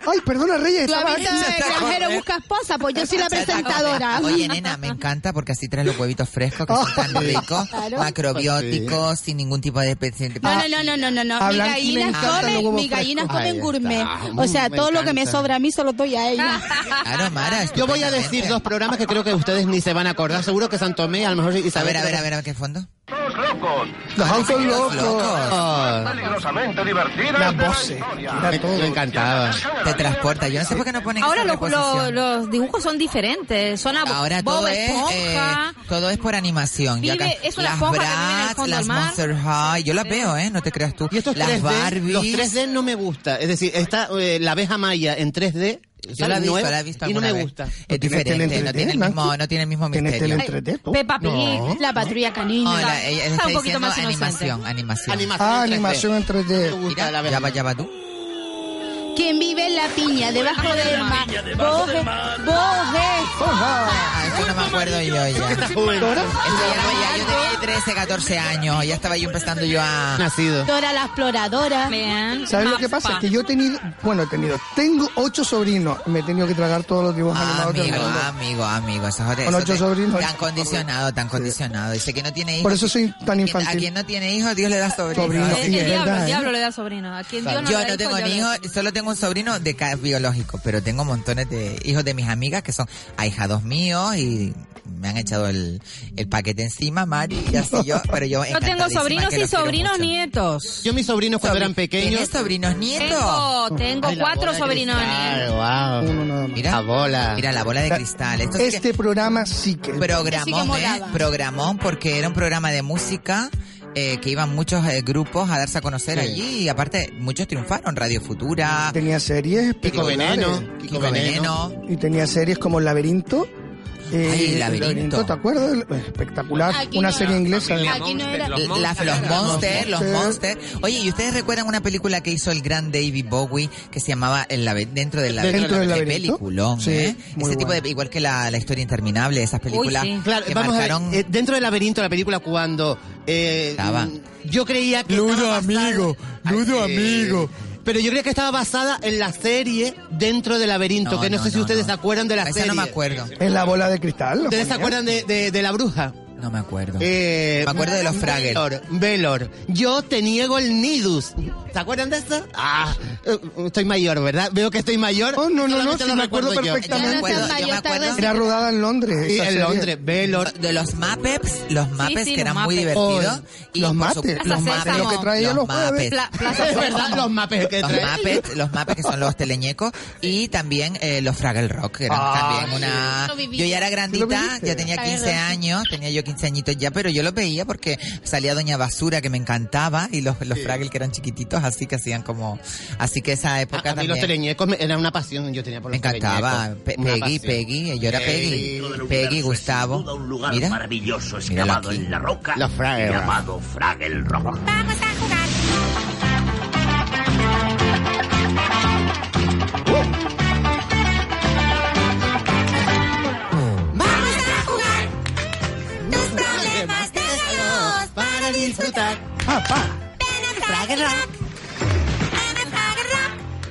[SPEAKER 5] Ay, perdona, Reyes.
[SPEAKER 6] Tú
[SPEAKER 5] estaba
[SPEAKER 6] has
[SPEAKER 5] aquí.
[SPEAKER 6] visto
[SPEAKER 3] se
[SPEAKER 6] de
[SPEAKER 3] está
[SPEAKER 6] granjero
[SPEAKER 3] corriendo.
[SPEAKER 6] busca esposa, pues yo soy la
[SPEAKER 3] Se está
[SPEAKER 6] presentadora.
[SPEAKER 3] comiendo. Oye, nena, me encanta porque así traes los huevitos frescos que son tan ricos,
[SPEAKER 6] Claro.
[SPEAKER 3] macrobióticos, sin ningún tipo de especie.
[SPEAKER 6] No, no, no, no, no, no, no.
[SPEAKER 5] A
[SPEAKER 6] Mis
[SPEAKER 5] Blanqui le
[SPEAKER 6] gallinas
[SPEAKER 5] encantan los
[SPEAKER 6] comen,
[SPEAKER 5] huevos
[SPEAKER 6] mis gallinas
[SPEAKER 7] frescos.
[SPEAKER 6] comen
[SPEAKER 7] Ahí
[SPEAKER 6] gourmet.
[SPEAKER 7] está.
[SPEAKER 6] O sea,
[SPEAKER 7] Me
[SPEAKER 6] todo lo que me
[SPEAKER 7] encanta.
[SPEAKER 6] sobra a mí se lo doy a ella.
[SPEAKER 3] Claro, Mara,
[SPEAKER 7] Yo voy a decir dos programas que creo que ustedes ni se van a acordar. Seguro que Santomé, a lo mejor
[SPEAKER 3] A
[SPEAKER 7] Isabel.
[SPEAKER 3] ver, a ver, a ver, a ver, ¿qué fondo?
[SPEAKER 5] Los autos
[SPEAKER 3] Los
[SPEAKER 5] locos.
[SPEAKER 3] locos.
[SPEAKER 5] Las voces. Era todo.
[SPEAKER 7] Me, me encantaba.
[SPEAKER 3] Te transporta. Yo no sé por qué no ponen
[SPEAKER 4] Ahora
[SPEAKER 3] esa
[SPEAKER 4] los, los,
[SPEAKER 3] reposición.
[SPEAKER 4] los dibujos son diferentes. Son a
[SPEAKER 3] Ahora
[SPEAKER 4] Bob
[SPEAKER 3] todo es,
[SPEAKER 4] Esponja.
[SPEAKER 3] eh, todo es por animación. Ya
[SPEAKER 4] Vive-
[SPEAKER 3] acá-
[SPEAKER 4] es una
[SPEAKER 3] las
[SPEAKER 4] esponja que vive en el
[SPEAKER 3] Bratz,
[SPEAKER 4] fondo
[SPEAKER 3] las
[SPEAKER 4] del mar.
[SPEAKER 3] Monster High, yo las veo, ¿eh? No te creas tú.
[SPEAKER 7] Y estos
[SPEAKER 3] las
[SPEAKER 7] 3D,
[SPEAKER 3] Barbies.
[SPEAKER 7] los 3D no me gusta. Es decir, está eh, la abeja maya en 3D.
[SPEAKER 3] Yo la he
[SPEAKER 7] sale
[SPEAKER 3] visto,
[SPEAKER 7] nueva
[SPEAKER 3] la he visto
[SPEAKER 7] Y no
[SPEAKER 3] alguna
[SPEAKER 7] me
[SPEAKER 3] vez.
[SPEAKER 7] gusta.
[SPEAKER 3] Es diferente, no tiene el mismo, no tiene el mismo
[SPEAKER 5] ¿Tienes
[SPEAKER 3] misterio.
[SPEAKER 5] teleentreté,
[SPEAKER 7] pues.
[SPEAKER 5] tú?
[SPEAKER 4] Peppa Pig, la patrulla canina.
[SPEAKER 3] No, la- ella
[SPEAKER 4] Está
[SPEAKER 3] está
[SPEAKER 4] un poquito
[SPEAKER 3] diciendo
[SPEAKER 4] más inocente.
[SPEAKER 3] animación, animación.
[SPEAKER 7] Animación
[SPEAKER 5] Ah,
[SPEAKER 7] en 3D.
[SPEAKER 5] animación en
[SPEAKER 7] Me
[SPEAKER 5] 3D.
[SPEAKER 7] gusta
[SPEAKER 3] Mira,
[SPEAKER 7] la abeja
[SPEAKER 3] ya va, ya va tú.
[SPEAKER 6] Quien vive en la piña, debajo del mar. Boge, boge.
[SPEAKER 5] Oja.
[SPEAKER 3] Ah, eso no acuerdo yo ya. Eso ya lo veía, Yo tenía 13, 14 años. Ya estaba yo empezando yo a...
[SPEAKER 7] Nacido.
[SPEAKER 6] Dora la exploradora.
[SPEAKER 4] Bien.
[SPEAKER 5] ¿Sabes lo que pasa? Que yo he tenido, bueno, he tenido, tengo ocho sobrinos. Me he tenido que tragar todos los dibujos animados. del
[SPEAKER 3] Ah, Amigo,
[SPEAKER 5] mundo.
[SPEAKER 3] amigo, amigo, eso, eso
[SPEAKER 5] Con ocho
[SPEAKER 3] te-
[SPEAKER 5] sobrinos.
[SPEAKER 3] Tan condicionado, tan condicionado. Dice que no tiene hijos.
[SPEAKER 5] Por eso soy tan
[SPEAKER 3] Quien- A
[SPEAKER 5] infantil.
[SPEAKER 3] quien no tiene hijos, Dios le da sobrinos.
[SPEAKER 5] Sobrino.
[SPEAKER 4] El,
[SPEAKER 5] Sí,
[SPEAKER 4] el
[SPEAKER 5] es
[SPEAKER 4] diablo,
[SPEAKER 5] verdad,
[SPEAKER 4] el
[SPEAKER 5] ¿eh?
[SPEAKER 4] diablo le da sobrino. A quien Dios no
[SPEAKER 3] Yo
[SPEAKER 4] le da
[SPEAKER 3] no tengo
[SPEAKER 4] Dios
[SPEAKER 3] ni
[SPEAKER 4] le
[SPEAKER 3] hijo,
[SPEAKER 4] da sobrino.
[SPEAKER 3] solo tengo un sobrino de ca- biológico, pero tengo montones de hijos de mis amigas que son ahijados míos y me han echado el, el paquete encima, Mari, y así yo, pero yo
[SPEAKER 4] Yo tengo
[SPEAKER 3] encantadísima
[SPEAKER 4] sobrinos
[SPEAKER 3] que
[SPEAKER 4] y
[SPEAKER 3] los quiero
[SPEAKER 4] sobrinos
[SPEAKER 3] mucho.
[SPEAKER 4] nietos.
[SPEAKER 7] Yo mis sobrinos cuando eran pequeños...
[SPEAKER 3] ¿Tienes sobrinos nietos?
[SPEAKER 4] Tengo, tengo
[SPEAKER 7] Ay, la bola
[SPEAKER 4] cuatro
[SPEAKER 7] de
[SPEAKER 4] sobrinos
[SPEAKER 7] cristal,
[SPEAKER 4] nietos.
[SPEAKER 7] guau.
[SPEAKER 5] Uno nada más.
[SPEAKER 3] Mira.
[SPEAKER 7] La bola.
[SPEAKER 3] Mira, la bola de cristal. Esto sí que-
[SPEAKER 5] Este programa sí que...
[SPEAKER 3] programón,
[SPEAKER 6] Este sí que
[SPEAKER 3] ¿eh?
[SPEAKER 6] molaba.
[SPEAKER 3] Programón, porque era un programa de música eh, que iban muchos eh, grupos a darse a conocer allí y aparte muchos triunfaron, Radio Futura,
[SPEAKER 5] Tenía series
[SPEAKER 7] Kiko
[SPEAKER 5] espectaculares.
[SPEAKER 7] Veneno.
[SPEAKER 3] Kiko Veneno.
[SPEAKER 5] Y tenía series como Laberinto. eh,
[SPEAKER 3] Ay,
[SPEAKER 5] el
[SPEAKER 3] Laberinto.
[SPEAKER 5] ¿Te acuerdas? Espectacular.
[SPEAKER 6] Aquí
[SPEAKER 5] Una
[SPEAKER 6] no.
[SPEAKER 5] serie inglesa.
[SPEAKER 1] Familia
[SPEAKER 6] Aquí no
[SPEAKER 1] Monster,
[SPEAKER 6] era-
[SPEAKER 1] los
[SPEAKER 3] Eh, La-
[SPEAKER 1] Monster,
[SPEAKER 3] los
[SPEAKER 1] era-
[SPEAKER 3] Monsters, los
[SPEAKER 5] Monsters.
[SPEAKER 3] Monsters. Oye, ¿y ustedes recuerdan una película que hizo el gran David Bowie que se llamaba El labe- Dentro del Laberinto?
[SPEAKER 5] Dentro del
[SPEAKER 3] Qué
[SPEAKER 5] laberinto.
[SPEAKER 3] peliculón,
[SPEAKER 5] Sí,
[SPEAKER 3] ¿eh?
[SPEAKER 5] muy
[SPEAKER 3] Ese tipo
[SPEAKER 5] bueno.
[SPEAKER 3] de, igual que la, la historia interminable, esas películas
[SPEAKER 4] sí.
[SPEAKER 7] Claro,
[SPEAKER 3] que
[SPEAKER 7] vamos a
[SPEAKER 3] marcaron...
[SPEAKER 7] ver, eh, dentro del laberinto de la película cuando eh,
[SPEAKER 3] Estaba.
[SPEAKER 7] yo creía que
[SPEAKER 3] Ludo
[SPEAKER 7] estaba basada-
[SPEAKER 3] amigo, Ludo
[SPEAKER 7] eh,
[SPEAKER 3] amigo.
[SPEAKER 7] Pero yo creía que estaba basada en la serie Dentro del laberinto, que no, sé si ustedes se acuerdan de la
[SPEAKER 3] Esa
[SPEAKER 7] serie.
[SPEAKER 3] no me acuerdo.
[SPEAKER 5] En la bola de cristal. lo
[SPEAKER 7] ¿Ustedes se
[SPEAKER 5] ponían.
[SPEAKER 7] acuerdan de, de- de la bruja?
[SPEAKER 3] No me acuerdo.
[SPEAKER 7] Eh,
[SPEAKER 3] Me acuerdo de los Fraggles.
[SPEAKER 7] Velor, Velor. Yo te niego el Nidus. ¿Se acuerdan de eso? Ah, eh, estoy mayor, ¿verdad? Veo que estoy mayor.
[SPEAKER 5] Oh, no, no, no,
[SPEAKER 7] Solamente
[SPEAKER 5] sí
[SPEAKER 7] lo
[SPEAKER 5] me
[SPEAKER 7] recuerdo
[SPEAKER 5] acuerdo
[SPEAKER 7] yo.
[SPEAKER 3] yo me
[SPEAKER 5] perfectamente.
[SPEAKER 3] acuerdo, yo me
[SPEAKER 6] Mayor tarde.
[SPEAKER 3] acuerdo
[SPEAKER 5] Era rodada en Londres.
[SPEAKER 7] Sí,
[SPEAKER 5] esa
[SPEAKER 7] en
[SPEAKER 5] serie.
[SPEAKER 7] Londres, Velor.
[SPEAKER 3] de los mapeps, los mapeps que
[SPEAKER 4] sí, los
[SPEAKER 3] eran muy
[SPEAKER 4] Muppets.
[SPEAKER 3] divertidos.
[SPEAKER 5] Oh, los
[SPEAKER 3] por
[SPEAKER 5] Muppets.
[SPEAKER 3] su-
[SPEAKER 5] Plaza
[SPEAKER 3] los
[SPEAKER 4] Sésamo.
[SPEAKER 3] mapeps,
[SPEAKER 5] Lo que traía los jueves.
[SPEAKER 3] Muppets.
[SPEAKER 4] Pla- Plaza
[SPEAKER 7] Es
[SPEAKER 4] Sésamo.
[SPEAKER 7] verdad, los mapes que
[SPEAKER 3] Los
[SPEAKER 7] trae.
[SPEAKER 3] Muppets, los Muppets que son los teleñecos y también eh, los Fraggle Rock, que eran también una...
[SPEAKER 6] Lo viví.
[SPEAKER 3] Yo ya era
[SPEAKER 5] ¿Lo
[SPEAKER 3] grandita,
[SPEAKER 5] viviste?
[SPEAKER 3] ya tenía
[SPEAKER 6] Fraggle
[SPEAKER 3] 15
[SPEAKER 6] Rock.
[SPEAKER 3] años, tenía yo 15 añitos ya, pero yo los veía porque salía Doña Basura que me encantaba y los, los Fraggle que eran chiquititos, así que hacían como... Así que esa
[SPEAKER 7] A-
[SPEAKER 3] época
[SPEAKER 7] a mí
[SPEAKER 3] también...
[SPEAKER 7] los teleñecos me- era una pasión yo tenía por
[SPEAKER 3] Me
[SPEAKER 7] los
[SPEAKER 3] encantaba.
[SPEAKER 7] teleñecos.
[SPEAKER 3] Pe-
[SPEAKER 7] Una
[SPEAKER 3] Peggy,
[SPEAKER 7] pasión. Eh,
[SPEAKER 3] Peggy, eh, yo era Peggy. Peggy, Gustavo. Mira,
[SPEAKER 9] maravilloso
[SPEAKER 3] míralo aquí.
[SPEAKER 9] roca
[SPEAKER 7] Los Fraggle Rock.
[SPEAKER 9] Fraggle Rock.
[SPEAKER 10] Uh.
[SPEAKER 7] Para disfrutar.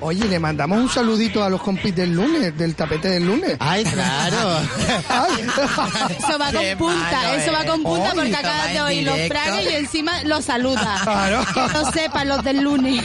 [SPEAKER 5] Oye, le mandamos un saludito a los compis del lunes, del tapete del lunes.
[SPEAKER 7] Ay, claro.
[SPEAKER 5] Ay.
[SPEAKER 6] Eso va con
[SPEAKER 3] Qué malo,
[SPEAKER 6] punta, eso va
[SPEAKER 3] eh.
[SPEAKER 6] con punta
[SPEAKER 3] Hoy
[SPEAKER 6] porque
[SPEAKER 3] toma
[SPEAKER 6] acabas de
[SPEAKER 3] en
[SPEAKER 6] oír los
[SPEAKER 3] directo.
[SPEAKER 6] fragues y encima los saluda.
[SPEAKER 5] Claro.
[SPEAKER 6] Que lo sepan los del lunes.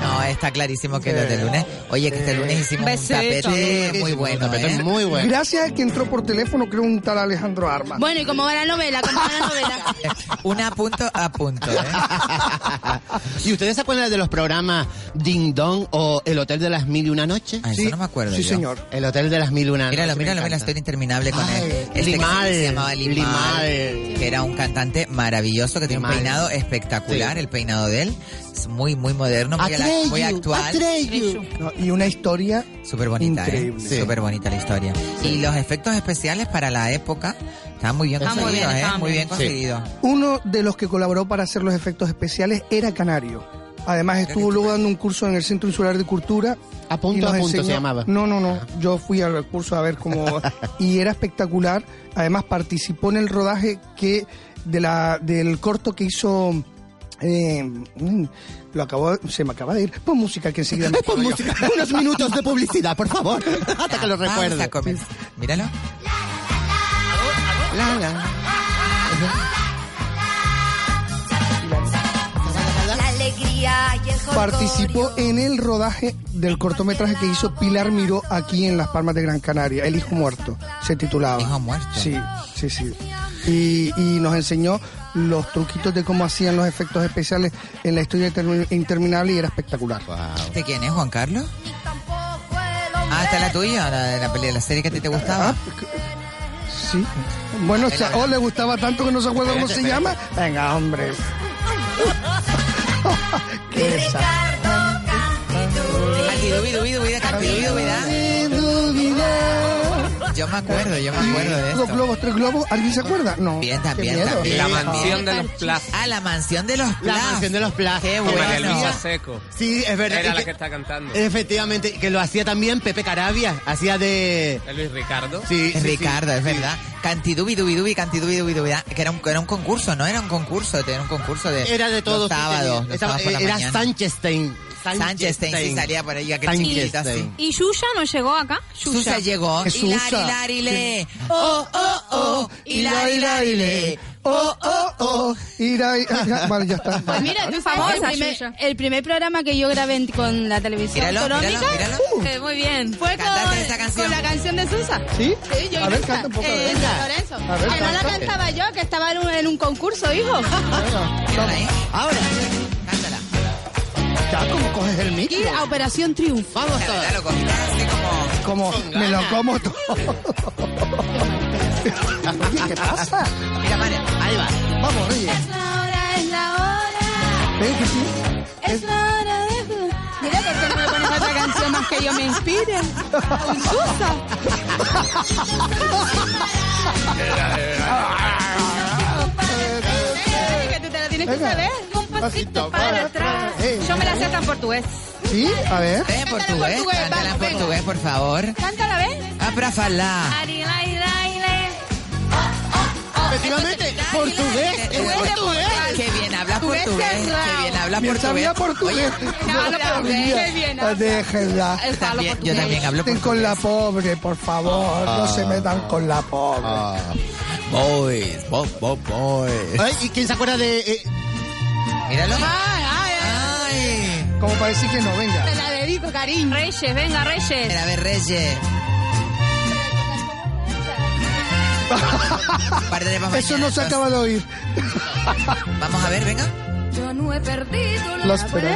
[SPEAKER 3] No, está clarísimo que los de lunes. Oye, que este lunes hicimos un
[SPEAKER 4] Besito.
[SPEAKER 3] tapete muy bueno.
[SPEAKER 7] Pero
[SPEAKER 3] ¿eh?
[SPEAKER 7] muy bueno.
[SPEAKER 5] Gracias a que entró por teléfono, creo un tal Alejandro Armas.
[SPEAKER 6] Bueno, ¿y cómo va la novela? ¿Cómo va la novela?
[SPEAKER 3] Una a punto a punto. ¿eh?
[SPEAKER 7] ¿Y ustedes se acuerdan de los programas Ding Dong o El Hotel de las Mil y Una Noche?
[SPEAKER 3] Ah, eso no me acuerdo.
[SPEAKER 5] Sí,
[SPEAKER 3] yo.
[SPEAKER 5] señor.
[SPEAKER 7] El Hotel de las Mil y Una Noche.
[SPEAKER 3] Míralo, míralo,
[SPEAKER 7] me
[SPEAKER 3] míralo, la
[SPEAKER 7] encanta.
[SPEAKER 3] historia interminable con
[SPEAKER 7] Ay,
[SPEAKER 3] él. Este
[SPEAKER 7] Limal,
[SPEAKER 3] que se llamaba Limal,
[SPEAKER 7] Limal.
[SPEAKER 3] que era un cantante maravilloso que tiene un
[SPEAKER 7] Limal.
[SPEAKER 3] peinado espectacular,
[SPEAKER 7] Sí.
[SPEAKER 3] el peinado de él. Es muy, muy moderno, muy, a la-
[SPEAKER 7] Atreyu,
[SPEAKER 3] muy actual.
[SPEAKER 7] Atreyu.
[SPEAKER 5] No, y una historia
[SPEAKER 3] Súper bonita, ¿eh?
[SPEAKER 5] Increíble.
[SPEAKER 7] Sí.
[SPEAKER 3] Súper bonita la historia. Y los efectos especiales para la época estaban muy bien
[SPEAKER 7] Está muy
[SPEAKER 3] conseguidos,
[SPEAKER 4] bien,
[SPEAKER 3] ¿eh?
[SPEAKER 4] está
[SPEAKER 3] Muy bien
[SPEAKER 7] bien.
[SPEAKER 3] conseguidos.
[SPEAKER 5] Uno de los que colaboró para hacer los efectos especiales era Canario. Además estuvo luego dando un curso en el Centro Insular de Cultura.
[SPEAKER 7] A punto,
[SPEAKER 5] y nos
[SPEAKER 7] a punto se llamaba.
[SPEAKER 5] No, no, no. Yo fui al curso a ver cómo... y era espectacular. Además participó en el rodaje que de la, del corto que hizo... eh, mm, lo acabo, se me acaba de ir. Pon música que enseguida me acuerdo yo.
[SPEAKER 7] Unos minutos de publicidad, por favor. Hasta que lo
[SPEAKER 3] Pausa
[SPEAKER 7] recuerde.
[SPEAKER 3] comer- Míralo.
[SPEAKER 7] La, la.
[SPEAKER 5] participó en el rodaje del cortometraje que hizo Pilar Miró aquí en Las Palmas de Gran Canaria, El Hijo Muerto, se titulaba.
[SPEAKER 3] Hijo Muerto.
[SPEAKER 5] Sí, sí, sí. Y, y nos enseñó los truquitos de cómo hacían los efectos especiales en la historia intermi- interminable y era espectacular.
[SPEAKER 3] ¿Este quién es, Juan Carlos? Ah, esta es la tuya, la de la peli de la serie que a ti te gustaba.
[SPEAKER 5] Ah, Sí. Bueno, o sea, oh, le gustaba tanto que no se acuerda cómo se llama. Venga, hombre. Qué desastre.
[SPEAKER 3] Cantidubidubidu, vida, cantidubidu, vida.
[SPEAKER 5] Sin duda.
[SPEAKER 3] Yo me acuerdo, yo me acuerdo de
[SPEAKER 5] Dos
[SPEAKER 3] esto.
[SPEAKER 5] globos, tres globos. ¿Alguien se acuerda? No.
[SPEAKER 3] Bien,
[SPEAKER 5] Qué
[SPEAKER 3] también,
[SPEAKER 5] miedo.
[SPEAKER 3] también.
[SPEAKER 1] La mansión de los plazos.
[SPEAKER 3] Ah, la mansión de los
[SPEAKER 7] La
[SPEAKER 3] plazos.
[SPEAKER 7] canción de los plazos.
[SPEAKER 3] Qué
[SPEAKER 1] Con
[SPEAKER 3] bueno.
[SPEAKER 1] María Luisa Seco.
[SPEAKER 7] Sí, es verdad.
[SPEAKER 1] Era
[SPEAKER 7] y
[SPEAKER 1] la que está cantando.
[SPEAKER 7] Efectivamente, que lo hacía también Pepe Carabia. Hacía de...
[SPEAKER 1] De Luis Ricardo.
[SPEAKER 7] Sí, sí,
[SPEAKER 3] Es
[SPEAKER 7] sí,
[SPEAKER 3] Ricardo, es
[SPEAKER 7] sí.
[SPEAKER 3] verdad. Cantidubi, dubi, dubi, cantidubi, dubi, dubi, da, Que era un, que era un concurso, ¿no? Era un concurso, era un concurso de...
[SPEAKER 7] Era de todos.
[SPEAKER 3] Los sábados, los
[SPEAKER 7] Estaba- eh,
[SPEAKER 3] sábados por la
[SPEAKER 7] era
[SPEAKER 3] mañana.
[SPEAKER 7] Sánchez Stein.
[SPEAKER 3] Sánchez Stein, sí salía por ahí, aquel chiquitito así.
[SPEAKER 4] ¿Y Yuya no llegó acá? Yuya.
[SPEAKER 3] Susa llegó.
[SPEAKER 5] Jesús.
[SPEAKER 3] Hilari, hilari, le. Oh, oh, oh. Hilari, hilari, le. Oh, oh, oh.
[SPEAKER 5] Ir ahí- ah, ya, vale, ya está.
[SPEAKER 6] Pues mira, tú sabes,
[SPEAKER 4] Famosa,
[SPEAKER 6] el primer,
[SPEAKER 4] Xuxa.
[SPEAKER 6] el primer programa que yo grabé en- con la televisión
[SPEAKER 3] Míralo,
[SPEAKER 6] autonómica
[SPEAKER 3] míralo, míralo.
[SPEAKER 4] Eh, muy bien.
[SPEAKER 6] fue con,
[SPEAKER 3] Cantate esa canción.
[SPEAKER 6] con la canción de Susa.
[SPEAKER 5] ¿Sí?
[SPEAKER 6] Sí, yo
[SPEAKER 5] A ver,
[SPEAKER 6] Susa,
[SPEAKER 5] canta un poco.
[SPEAKER 6] eh,
[SPEAKER 5] de
[SPEAKER 6] en San Lorenzo.
[SPEAKER 5] A ver,
[SPEAKER 6] que no la
[SPEAKER 5] canta.
[SPEAKER 6] cantaba yo, que estaba en un, en un concurso, hijo.
[SPEAKER 3] Mírala ahí. Ahora. Cántala.
[SPEAKER 5] Ya, ¿cómo coges el mic?
[SPEAKER 6] Aquí, a Operación Triunfo.
[SPEAKER 7] Vamos todos.
[SPEAKER 3] Cántala, lo cogiste así como...
[SPEAKER 5] Como me lo como todo. Oye, ¿qué pasa?
[SPEAKER 3] Mira, María.
[SPEAKER 7] Ahí va.
[SPEAKER 5] Vamos, oye.
[SPEAKER 6] Es la hora, es la hora.
[SPEAKER 5] ¿Ves que sí?
[SPEAKER 6] Es la hora de... Mira, ¿por qué no me pones otra canción más que yo me inspire? Con Susa. que tú te la tienes que
[SPEAKER 5] Venga.
[SPEAKER 6] saber.
[SPEAKER 4] Un pasito para atrás.
[SPEAKER 5] Eh,
[SPEAKER 4] Yo me la sé tan portugués.
[SPEAKER 5] ¿Sí? A ver.
[SPEAKER 3] Ve en Eh, portugués,
[SPEAKER 6] portugués,
[SPEAKER 3] cántala en
[SPEAKER 6] vamos, venga.
[SPEAKER 3] portugués, por favor.
[SPEAKER 6] Cántala, ¿ves?
[SPEAKER 3] Ah, para falar.
[SPEAKER 4] Ari, la, la, la.
[SPEAKER 7] Efectivamente, portugués. Es portugués.
[SPEAKER 3] Qué bien hablas
[SPEAKER 6] Portugués
[SPEAKER 3] portugués.
[SPEAKER 6] cerrado.
[SPEAKER 3] Qué bien hablas
[SPEAKER 5] Yo sabía
[SPEAKER 3] portugués.
[SPEAKER 5] portugués.
[SPEAKER 6] no, no,
[SPEAKER 5] sabía.
[SPEAKER 6] qué bien habla.
[SPEAKER 5] Déjenla.
[SPEAKER 3] Yo también, yo también hablo Ah.
[SPEAKER 5] Estén con
[SPEAKER 3] portugués.
[SPEAKER 5] la pobre, por favor. No se metan con la pobre.
[SPEAKER 3] Ah. Boys, bo, bo, boys.
[SPEAKER 7] Ay, ¿Y quién se acuerda de...? eh,
[SPEAKER 3] Míralo.
[SPEAKER 6] Ay, ay, ay.
[SPEAKER 3] Ay.
[SPEAKER 5] Como para decir que no, venga.
[SPEAKER 6] Te la dedico, cariño.
[SPEAKER 4] Reyes, venga, Reyes.
[SPEAKER 3] Mira, a ver, Reyes. Padre, vamos
[SPEAKER 5] Eso
[SPEAKER 3] mañana,
[SPEAKER 5] no se
[SPEAKER 3] entonces.
[SPEAKER 5] acaba de oír.
[SPEAKER 3] Vamos a ver, venga.
[SPEAKER 11] Yo no he perdido la
[SPEAKER 5] Los pero.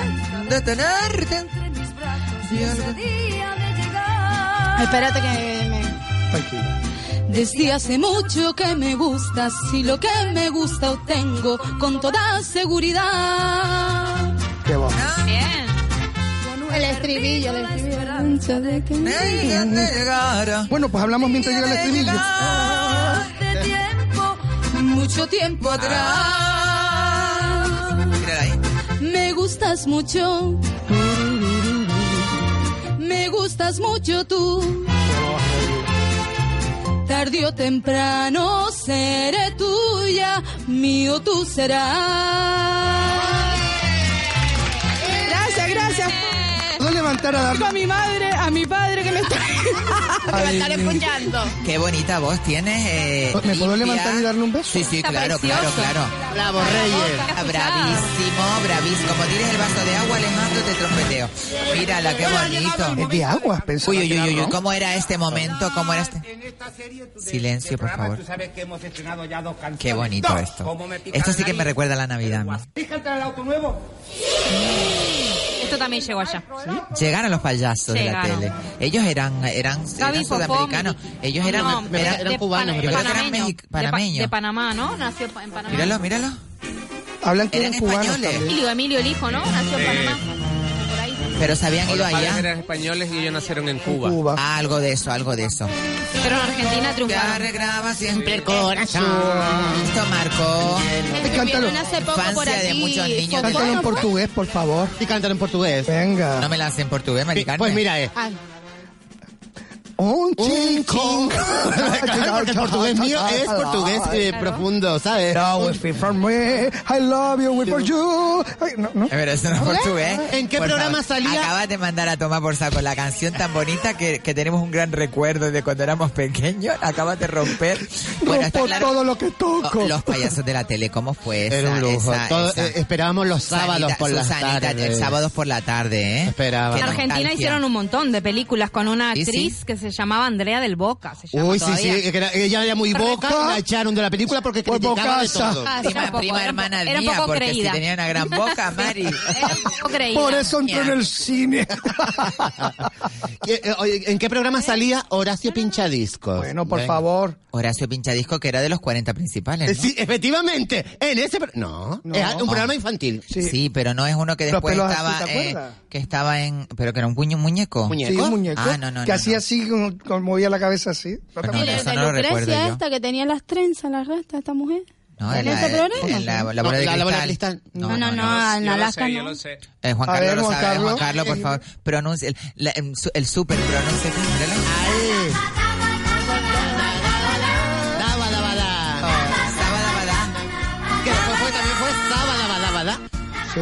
[SPEAKER 3] Detenerte.
[SPEAKER 11] entre mis brazos ese día de llegar.
[SPEAKER 6] Espérate que me...
[SPEAKER 5] Tranquila.
[SPEAKER 11] Desde hace mucho que me gustas y lo que me gusta obtengo con toda seguridad.
[SPEAKER 5] Qué bueno.
[SPEAKER 4] Bien.
[SPEAKER 6] El estribillo, el estribillo.
[SPEAKER 11] de que
[SPEAKER 3] Ay, ya te llegaron.
[SPEAKER 5] Bueno, pues hablamos mientras llega el estribillo.
[SPEAKER 11] de tiempo, mucho tiempo atrás.
[SPEAKER 3] Mírala ahí.
[SPEAKER 11] Me gustas mucho. Me gustas mucho tú. Tarde o temprano seré tuya, mío tú serás.
[SPEAKER 6] Gracias, gracias.
[SPEAKER 5] Puedo levantar a dar.
[SPEAKER 6] A mi madre, a mi padre que me está... escuchando.
[SPEAKER 3] Qué bonita voz tienes. eh,
[SPEAKER 5] ¿Me puedo
[SPEAKER 3] limpia.
[SPEAKER 5] levantar y darle un beso?
[SPEAKER 3] Sí, sí,
[SPEAKER 4] Está
[SPEAKER 3] claro, claro,
[SPEAKER 4] precioso.
[SPEAKER 3] claro.
[SPEAKER 7] Bravo, Reyes.
[SPEAKER 3] Ah, Bravísimo, bravísimo. Como tires el vaso de agua, Alejandro, te trompeteo. Mírala, qué
[SPEAKER 5] Es
[SPEAKER 3] bonito.
[SPEAKER 5] de agua, pensé.
[SPEAKER 3] Uy, uy, uy, uy, uy, ¿cómo era este momento? ¿Cómo era este? Silencio, por favor.
[SPEAKER 12] sabes que hemos estrenado ya dos canciones.
[SPEAKER 3] Qué bonito esto. Esto sí que me recuerda a la Navidad. a mí.
[SPEAKER 12] Fíjate el auto nuevo.
[SPEAKER 4] Esto también llegó allá.
[SPEAKER 3] Llegaron los payasos de la
[SPEAKER 4] Llegaron.
[SPEAKER 3] tele. Ellos eran, eran,
[SPEAKER 4] Gaby
[SPEAKER 3] eran
[SPEAKER 4] Fofó,
[SPEAKER 3] sudamericanos.
[SPEAKER 4] mi-
[SPEAKER 3] Ellos eran,
[SPEAKER 4] No,
[SPEAKER 3] eran-
[SPEAKER 7] eran
[SPEAKER 4] de
[SPEAKER 7] cubanos,
[SPEAKER 4] Pan-
[SPEAKER 7] yo creo
[SPEAKER 3] que eran
[SPEAKER 4] panameños.
[SPEAKER 3] mexi-
[SPEAKER 4] De pa-
[SPEAKER 3] panameños.
[SPEAKER 4] De Panamá, ¿no? Nació pa- en Panamá.
[SPEAKER 3] míralo, míralo.
[SPEAKER 5] Hablan que
[SPEAKER 3] Eran
[SPEAKER 5] eran cubanos
[SPEAKER 3] españoles.
[SPEAKER 5] también.
[SPEAKER 4] Emilio, Emilio, el hijo, ¿no? Nació en Panamá. Por ahí.
[SPEAKER 3] Pero se habían
[SPEAKER 1] O
[SPEAKER 3] ido
[SPEAKER 1] los padres
[SPEAKER 3] allá.
[SPEAKER 1] eran españoles y ellos nacieron en Cuba.
[SPEAKER 5] Cuba.
[SPEAKER 3] Algo de eso, algo de eso.
[SPEAKER 4] Pero en Argentina
[SPEAKER 3] Te
[SPEAKER 4] triunfaron.
[SPEAKER 3] arreglaba siempre el
[SPEAKER 7] Corazón.
[SPEAKER 3] Esto marcó.
[SPEAKER 5] Cántalo.
[SPEAKER 6] Estuvieron hace poco por
[SPEAKER 3] Infancia de
[SPEAKER 6] aquí.
[SPEAKER 3] muchos niños.
[SPEAKER 6] Fofó,
[SPEAKER 5] Cántalo en
[SPEAKER 6] ¿no fue?
[SPEAKER 5] portugués, por favor.
[SPEAKER 7] Y cantan en portugués.
[SPEAKER 3] No
[SPEAKER 5] Venga.
[SPEAKER 3] me la hacen portugués, Mari Carmen.
[SPEAKER 7] Pues mira, eh.
[SPEAKER 6] Ah,
[SPEAKER 5] Un
[SPEAKER 7] Un
[SPEAKER 5] chin.
[SPEAKER 7] chin. Claro, porque el portugués mío es portugués eh, profundo, ¿sabes?
[SPEAKER 5] No, if you from me, I love you, we for you. Oh, Ay, no, no.
[SPEAKER 3] Pero eso no es portugués.
[SPEAKER 7] ¿En qué
[SPEAKER 3] Por
[SPEAKER 7] programa salía?
[SPEAKER 3] Acabas de mandar a tomar por saco la canción tan bonita que, que tenemos un gran recuerdo de cuando éramos pequeños. Acabas de romper. está
[SPEAKER 5] Rompo
[SPEAKER 3] claro-
[SPEAKER 5] todo lo que toco.
[SPEAKER 3] Oh, Los payasos de la tele, ¿cómo fue esa?
[SPEAKER 7] Era un lujo.
[SPEAKER 3] esa-
[SPEAKER 7] Todo-
[SPEAKER 3] esa?
[SPEAKER 7] eh, esperábamos los sábados
[SPEAKER 3] Sanita-
[SPEAKER 7] por las
[SPEAKER 3] Susanita,
[SPEAKER 7] tardes.
[SPEAKER 3] El sábados por la tarde, ¿eh?
[SPEAKER 7] Esperaba.
[SPEAKER 3] Qué
[SPEAKER 4] En Argentina
[SPEAKER 3] nostalgia.
[SPEAKER 4] hicieron un montón de películas con una
[SPEAKER 3] Sí, sí.
[SPEAKER 4] actriz que se llamaba Andrea del Boca. Se llama
[SPEAKER 7] Uy, sí,
[SPEAKER 4] todavía.
[SPEAKER 7] sí, que era- ella era muy boca,
[SPEAKER 5] Boca.
[SPEAKER 7] la echaron de la película porque
[SPEAKER 5] Pues
[SPEAKER 7] criticaba de
[SPEAKER 5] bocaza.
[SPEAKER 7] todo.
[SPEAKER 4] Ah, sí,
[SPEAKER 3] Prima,
[SPEAKER 4] un poco,
[SPEAKER 3] prima
[SPEAKER 4] era un poco-
[SPEAKER 3] hermana
[SPEAKER 4] era un
[SPEAKER 3] mía,
[SPEAKER 4] poco
[SPEAKER 3] porque
[SPEAKER 4] creída.
[SPEAKER 3] si tenía una gran boca,
[SPEAKER 11] Eh,
[SPEAKER 3] Mari.
[SPEAKER 4] Era un poco creída.
[SPEAKER 5] Por eso entró en el cine.
[SPEAKER 7] Y, eh, oye, ¿En qué programa salía Horacio Pinchadiscos?
[SPEAKER 5] Bueno, por
[SPEAKER 7] Venga.
[SPEAKER 5] favor.
[SPEAKER 3] Horacio Pinchadisco, que era de los 40 principales,
[SPEAKER 7] Eh,
[SPEAKER 3] ¿no?
[SPEAKER 7] Sí, efectivamente, en ese... pro- No,
[SPEAKER 5] No.
[SPEAKER 7] es un programa infantil.
[SPEAKER 5] Sí.
[SPEAKER 3] Ah. Sí, pero no es uno que
[SPEAKER 5] Los
[SPEAKER 3] después
[SPEAKER 5] pelos
[SPEAKER 3] estaba
[SPEAKER 5] así, ¿te
[SPEAKER 3] eh,
[SPEAKER 5] acuerdas?
[SPEAKER 3] que estaba en pero que era un puño un muñeco.
[SPEAKER 7] Muñeco.
[SPEAKER 5] Sí, un muñeco.
[SPEAKER 3] Ah, no, no,
[SPEAKER 5] que
[SPEAKER 3] no,
[SPEAKER 5] hacía
[SPEAKER 3] no.
[SPEAKER 5] así como, como movía la cabeza así.
[SPEAKER 3] Bueno,
[SPEAKER 6] Y la
[SPEAKER 3] eso
[SPEAKER 6] de
[SPEAKER 3] no lo recuerdo
[SPEAKER 6] Lucrecia
[SPEAKER 3] yo.
[SPEAKER 6] esta que tenía las trenzas, las rastas, esta mujer.
[SPEAKER 3] No,
[SPEAKER 6] ¿En
[SPEAKER 3] la-
[SPEAKER 6] este programa?
[SPEAKER 3] en la- la
[SPEAKER 6] No,
[SPEAKER 3] bola de
[SPEAKER 6] la- la bola de
[SPEAKER 3] cristal.
[SPEAKER 6] cristal. No, no, no, en Yo lo Alaska sé, yo no. lo
[SPEAKER 1] sé.
[SPEAKER 3] Eh, Juan
[SPEAKER 5] A
[SPEAKER 3] Carlos
[SPEAKER 5] ver,
[SPEAKER 3] lo
[SPEAKER 5] Juan
[SPEAKER 3] sabe. Juan
[SPEAKER 5] Carlos.
[SPEAKER 3] Carlos, por favor, pronuncia el, la- em, su- el super pronuncia.
[SPEAKER 7] Que después fue, también fue sábada, bada, bada.
[SPEAKER 5] Sí.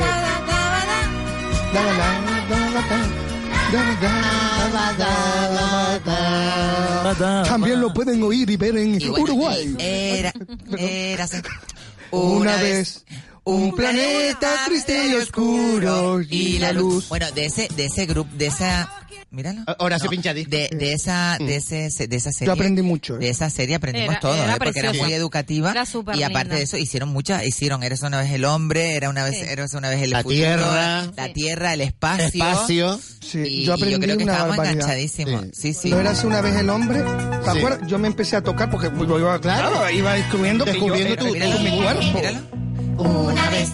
[SPEAKER 5] También lo pueden oír y ver en
[SPEAKER 3] Y bueno,
[SPEAKER 5] Uruguay.
[SPEAKER 3] y Era, era así.
[SPEAKER 5] Una vez, un planeta triste y oscuro y la luz.
[SPEAKER 3] Bueno, de ese, de ese grupo, de esa. Míralo.
[SPEAKER 7] Ahora se
[SPEAKER 3] No,
[SPEAKER 7] pincha Mm.
[SPEAKER 3] de, de esa de ese se- de esa serie
[SPEAKER 5] Yo aprendí mucho.
[SPEAKER 3] de esa serie aprendimos
[SPEAKER 4] Era-
[SPEAKER 3] todo
[SPEAKER 4] era
[SPEAKER 3] ¿eh? porque era
[SPEAKER 4] preciosa.
[SPEAKER 3] muy educativa
[SPEAKER 4] Era súper
[SPEAKER 3] y aparte
[SPEAKER 4] linda.
[SPEAKER 3] de eso hicieron muchas hicieron eres una vez el hombre era una vez
[SPEAKER 4] Sí.
[SPEAKER 3] eres una vez el
[SPEAKER 7] La
[SPEAKER 3] futuro,
[SPEAKER 7] tierra.
[SPEAKER 3] la tierra el espacio
[SPEAKER 7] Espacio.
[SPEAKER 5] Sí,
[SPEAKER 3] y,
[SPEAKER 5] yo
[SPEAKER 3] y
[SPEAKER 5] aprendí
[SPEAKER 3] creo que
[SPEAKER 5] una
[SPEAKER 3] estábamos
[SPEAKER 5] barbaridad.
[SPEAKER 3] enganchadísimos sí sí,
[SPEAKER 5] Lo era hace una vez el hombre. ¿Te
[SPEAKER 7] Sí.
[SPEAKER 5] acuerdas? Yo me empecé a tocar porque pues, yo iba, claro, iba descubriendo, que yo
[SPEAKER 7] Descubriendo
[SPEAKER 5] era-
[SPEAKER 7] tu-
[SPEAKER 5] era
[SPEAKER 7] tu-
[SPEAKER 5] mi cuerpo.
[SPEAKER 7] Una vez,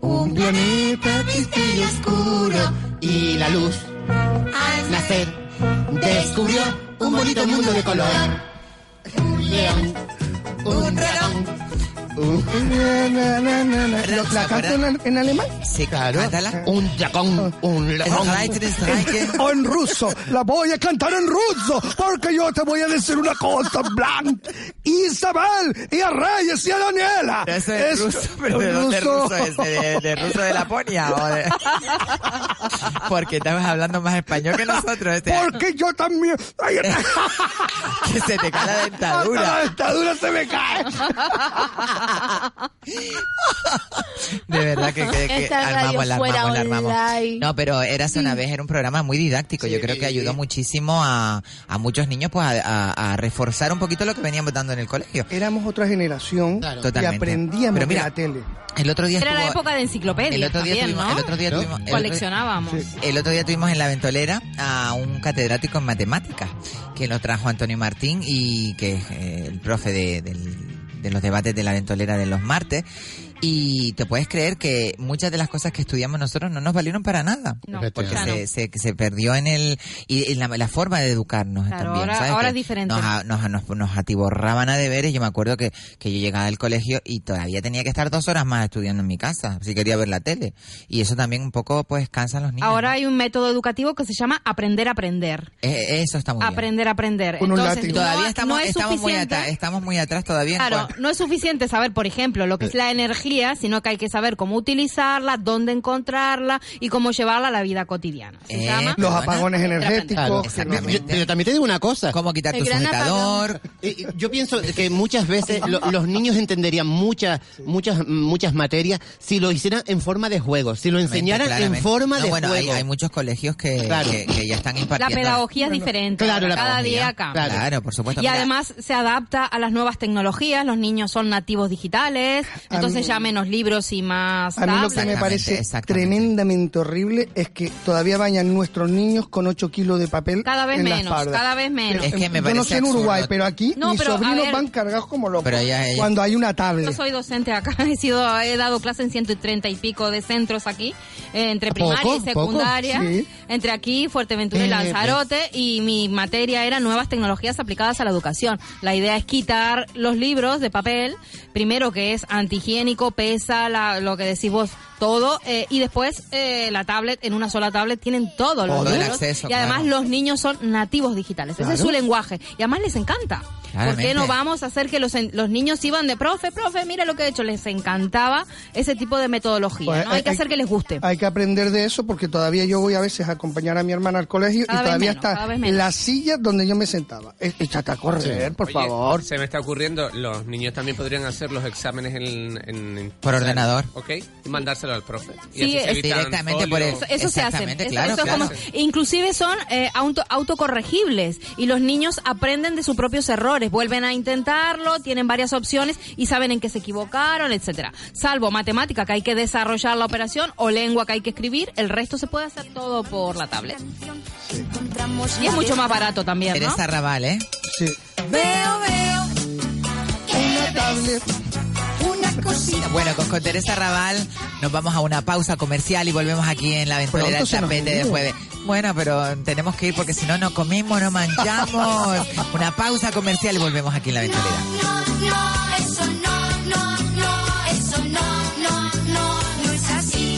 [SPEAKER 5] Un planeta triste y
[SPEAKER 7] oscuro y la luz al nacer descubrió un bonito mundo de color. Un león, un dragón.
[SPEAKER 5] Na, na, na, na.
[SPEAKER 3] ¿Verdad?
[SPEAKER 5] ¿La
[SPEAKER 3] ¿Se
[SPEAKER 5] canto en, en alemán?
[SPEAKER 3] sí
[SPEAKER 7] Claro,
[SPEAKER 3] cántala.
[SPEAKER 7] un dragón, un león.
[SPEAKER 5] O en ruso. La voy a cantar en ruso porque yo te voy a decir una cosa, Blanc. Isabel y a Reyes y a Daniela.
[SPEAKER 3] Eso es
[SPEAKER 5] Es-
[SPEAKER 3] ruso, pero
[SPEAKER 5] un
[SPEAKER 3] ¿de dónde
[SPEAKER 5] ruso.
[SPEAKER 3] ruso es? ¿De, de ruso de Laponia? ¿O de... Porque estabas hablando más español que nosotros. este,
[SPEAKER 5] Porque yo también... Ay,
[SPEAKER 3] que se te cae la
[SPEAKER 5] La
[SPEAKER 3] dentadura.
[SPEAKER 5] dentadura se me cae.
[SPEAKER 3] De verdad que, que- que
[SPEAKER 6] Esta
[SPEAKER 3] armamos,
[SPEAKER 6] radio
[SPEAKER 3] la
[SPEAKER 6] fuera
[SPEAKER 3] armamos, la armamos.
[SPEAKER 6] online.
[SPEAKER 3] No, pero eras una vez, era un programa muy didáctico. Yo creo que ayudó muchísimo a, a muchos niños pues a, a- a reforzar un poquito lo que venían votando en el colegio.
[SPEAKER 5] Éramos otra generación
[SPEAKER 7] Claro.
[SPEAKER 5] y
[SPEAKER 3] Totalmente.
[SPEAKER 5] aprendíamos
[SPEAKER 3] Pero mira,
[SPEAKER 5] de la tele.
[SPEAKER 3] El otro día
[SPEAKER 4] Era la
[SPEAKER 3] estuvo-
[SPEAKER 4] época de enciclopedias
[SPEAKER 3] el otro día
[SPEAKER 4] también,
[SPEAKER 3] tuvimos-
[SPEAKER 4] ¿no?
[SPEAKER 3] el otro día tuvimos- el otro-
[SPEAKER 4] Coleccionábamos.
[SPEAKER 3] El otro día tuvimos en la ventolera a un catedrático en matemáticas que lo trajo Antonio Martín y que es eh, el profe de, del- de los debates de la ventolera de los martes. Y te puedes creer que muchas de las cosas que estudiamos nosotros no nos valieron para nada.
[SPEAKER 4] No,
[SPEAKER 3] Porque
[SPEAKER 4] ya no.
[SPEAKER 3] se, se, se perdió en el y en la, la forma de educarnos
[SPEAKER 4] Claro,
[SPEAKER 3] también.
[SPEAKER 4] ahora-
[SPEAKER 3] ¿sabes?
[SPEAKER 4] ahora
[SPEAKER 3] Que
[SPEAKER 4] es diferente.
[SPEAKER 3] Nos, a- nos, nos, nos atiborraban a deberes. Yo me acuerdo que, que yo llegaba del colegio y todavía tenía que estar dos horas más estudiando en mi casa si quería ver la tele. Y eso también un poco pues cansa a los niños.
[SPEAKER 4] Ahora
[SPEAKER 3] ¿no?
[SPEAKER 4] hay un método educativo que se llama aprender a aprender.
[SPEAKER 3] Eh, eso está muy bien.
[SPEAKER 4] Aprender a aprender.
[SPEAKER 5] Con un
[SPEAKER 4] Entonces,
[SPEAKER 5] látigo.
[SPEAKER 4] no-
[SPEAKER 3] Todavía estamos,
[SPEAKER 4] no es
[SPEAKER 3] estamos, muy
[SPEAKER 4] suficiente-
[SPEAKER 3] atrás, estamos muy atrás todavía. en
[SPEAKER 4] Claro,
[SPEAKER 3] cuanto-
[SPEAKER 4] no es suficiente saber, por ejemplo, lo que es la energía, sino que hay que saber cómo utilizarla, dónde encontrarla y cómo llevarla a la vida cotidiana. Se
[SPEAKER 3] Eh,
[SPEAKER 4] llama-
[SPEAKER 5] Los
[SPEAKER 3] Perdona.
[SPEAKER 5] apagones
[SPEAKER 7] Claro,
[SPEAKER 5] energéticos.
[SPEAKER 7] yo- yo- pero también te digo una cosa.
[SPEAKER 3] ¿Cómo quitar
[SPEAKER 6] El
[SPEAKER 3] tu
[SPEAKER 6] gran
[SPEAKER 3] sujetador?
[SPEAKER 7] Eh, eh, Yo pienso que muchas veces lo- los niños entenderían muchas, muchas, muchas materias si lo hicieran en forma de juego, si lo enseñaran
[SPEAKER 3] Claramente.
[SPEAKER 7] en forma
[SPEAKER 3] No,
[SPEAKER 7] de
[SPEAKER 3] bueno, hay,
[SPEAKER 7] juego.
[SPEAKER 3] hay muchos colegios que,
[SPEAKER 7] Claro.
[SPEAKER 3] que, que ya están
[SPEAKER 4] La
[SPEAKER 3] impartiendo.
[SPEAKER 4] pedagogía es diferente.
[SPEAKER 7] Claro, la
[SPEAKER 4] cada
[SPEAKER 7] pedagogía.
[SPEAKER 4] día cambia.
[SPEAKER 3] Claro, por supuesto.
[SPEAKER 4] Y
[SPEAKER 3] Mira,
[SPEAKER 4] además se adapta a las nuevas tecnologías, los niños son nativos digitales,
[SPEAKER 5] A
[SPEAKER 4] entonces
[SPEAKER 5] mí-
[SPEAKER 4] ya menos libros y más
[SPEAKER 5] A mí lo
[SPEAKER 4] tablets.
[SPEAKER 5] que me
[SPEAKER 3] Exactamente,
[SPEAKER 5] parece
[SPEAKER 3] exactamente.
[SPEAKER 5] tremendamente horrible es que todavía bañan nuestros niños con 8 kilos de papel.
[SPEAKER 4] Cada vez
[SPEAKER 5] en la
[SPEAKER 4] menos,
[SPEAKER 5] espalda.
[SPEAKER 4] cada vez menos.
[SPEAKER 3] Es que me
[SPEAKER 5] Yo no
[SPEAKER 3] parece
[SPEAKER 5] sé en Uruguay,
[SPEAKER 3] absurdo.
[SPEAKER 5] pero aquí
[SPEAKER 4] No,
[SPEAKER 5] mis
[SPEAKER 4] pero, a
[SPEAKER 5] sobrinos
[SPEAKER 4] ver-
[SPEAKER 5] van cargados como locos.
[SPEAKER 3] Pero ya, ya.
[SPEAKER 5] Cuando hay una tablet.
[SPEAKER 4] Yo soy docente acá, he sido, he dado clase en 130 y pico de centros aquí, eh, entre
[SPEAKER 7] ¿Poco?
[SPEAKER 4] primaria y
[SPEAKER 7] ¿Poco?
[SPEAKER 4] secundaria,
[SPEAKER 5] Sí.
[SPEAKER 4] entre aquí, Fuerteventura y
[SPEAKER 7] Eh,
[SPEAKER 4] Lanzarote, y mi materia era nuevas tecnologías aplicadas a la educación. La idea es quitar los libros de papel, primero que es antihigiénico, pesa, la- lo que decís vos, todo, eh, y después eh, la tablet, en una sola tablet tienen todos los
[SPEAKER 3] Todo el
[SPEAKER 4] libros,
[SPEAKER 3] acceso,
[SPEAKER 4] y además
[SPEAKER 3] claro.
[SPEAKER 4] los niños son nativos digitales, ese es su lenguaje, y además les encanta. ¿Por
[SPEAKER 3] Claramente.
[SPEAKER 4] qué no vamos a hacer que los, en- los niños iban de profe, profe, mira lo que he hecho? Les encantaba ese tipo de metodología,
[SPEAKER 5] Pues,
[SPEAKER 4] ¿no? Hay,
[SPEAKER 1] eh,
[SPEAKER 4] que hacer que les guste.
[SPEAKER 5] Hay que aprender de eso porque todavía yo voy a veces a acompañar a mi hermana al colegio
[SPEAKER 4] Cada
[SPEAKER 5] y
[SPEAKER 4] vez
[SPEAKER 5] todavía
[SPEAKER 4] menos, cada
[SPEAKER 5] está
[SPEAKER 4] vez menos.
[SPEAKER 5] la silla donde yo me sentaba. E- Échate a correr, por
[SPEAKER 1] Oye,
[SPEAKER 5] favor.
[SPEAKER 1] Se me está ocurriendo, los niños también podrían hacer los exámenes en, en- en-
[SPEAKER 3] Por ordenador.
[SPEAKER 1] ¿Ok? Y mandárselo al profe. Y
[SPEAKER 4] Sí,
[SPEAKER 1] así se
[SPEAKER 4] es-
[SPEAKER 1] evitan
[SPEAKER 3] Directamente por
[SPEAKER 1] folio.
[SPEAKER 3] el-
[SPEAKER 4] Eso, eso se hace.
[SPEAKER 3] Exactamente,
[SPEAKER 4] Eso-
[SPEAKER 3] claro,
[SPEAKER 4] eso es como-
[SPEAKER 3] claro.
[SPEAKER 4] inclusive son eh, auto, autocorregibles y los niños aprenden de sus propios errores, vuelven a intentarlo, tienen varias opciones y saben en qué se equivocaron, etcétera. Salvo matemática que hay que desarrollar la operación o lengua que hay que escribir, el resto se puede hacer todo por la tablet. Y es mucho más barato también, ¿no?
[SPEAKER 3] Teresa Raval, ¿eh?
[SPEAKER 5] Sí.
[SPEAKER 11] Veo, veo
[SPEAKER 5] Una tablet.
[SPEAKER 11] una
[SPEAKER 3] vecina. Bueno, con, con Teresa Raval nos vamos a una pausa comercial y volvemos aquí en la ventolera del
[SPEAKER 5] Pronto se nos
[SPEAKER 3] tapete de
[SPEAKER 5] olvida.
[SPEAKER 3] jueves. Bueno, pero tenemos que ir porque si no, no comemos, no manchamos. Una pausa comercial y volvemos aquí en la ventolera.
[SPEAKER 13] No, eso no, no, no, eso no, no, no, no es así.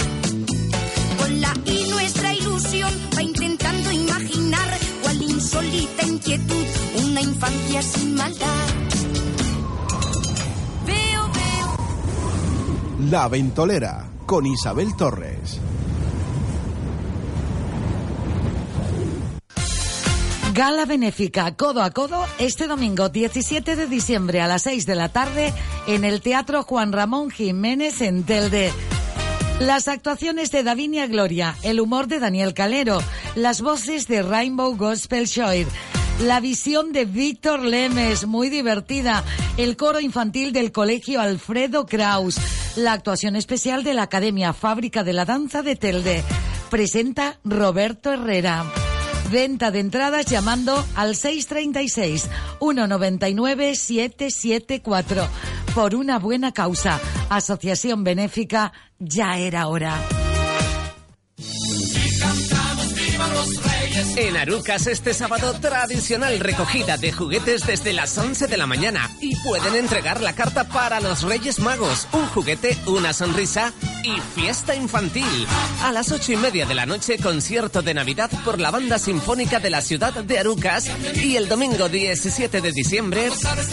[SPEAKER 13] Con la y nuestra ilusión va intentando imaginar cual insólita inquietud, una infancia sin maldad. Veo, veo.
[SPEAKER 14] La Ventolera con Isabel Torres.
[SPEAKER 15] Gala benéfica codo a codo este domingo 17 de diciembre a las 6 de la tarde en el Teatro Juan Ramón Jiménez en Telde. Las actuaciones de Davinia Gloria, el humor de Daniel Calero, las voces de Rainbow Gospel Choir, la visión de Víctor Lemes, muy divertida, el coro infantil del Colegio Alfredo Kraus, la actuación especial de la Academia Fábrica de la Danza de Telde. Presenta Roberto Herrera. Venta de entradas llamando al 636 199 774 por una buena causa. Asociación Benéfica, ya era hora.
[SPEAKER 1] En Arucas este sábado tradicional recogida de juguetes desde las 11 de la mañana y pueden entregar la carta para los Reyes Magos, un juguete, una sonrisa y fiesta infantil. A las 8 y media de la noche concierto de Navidad por la banda sinfónica de la ciudad de Arucas y el domingo 17 de diciembre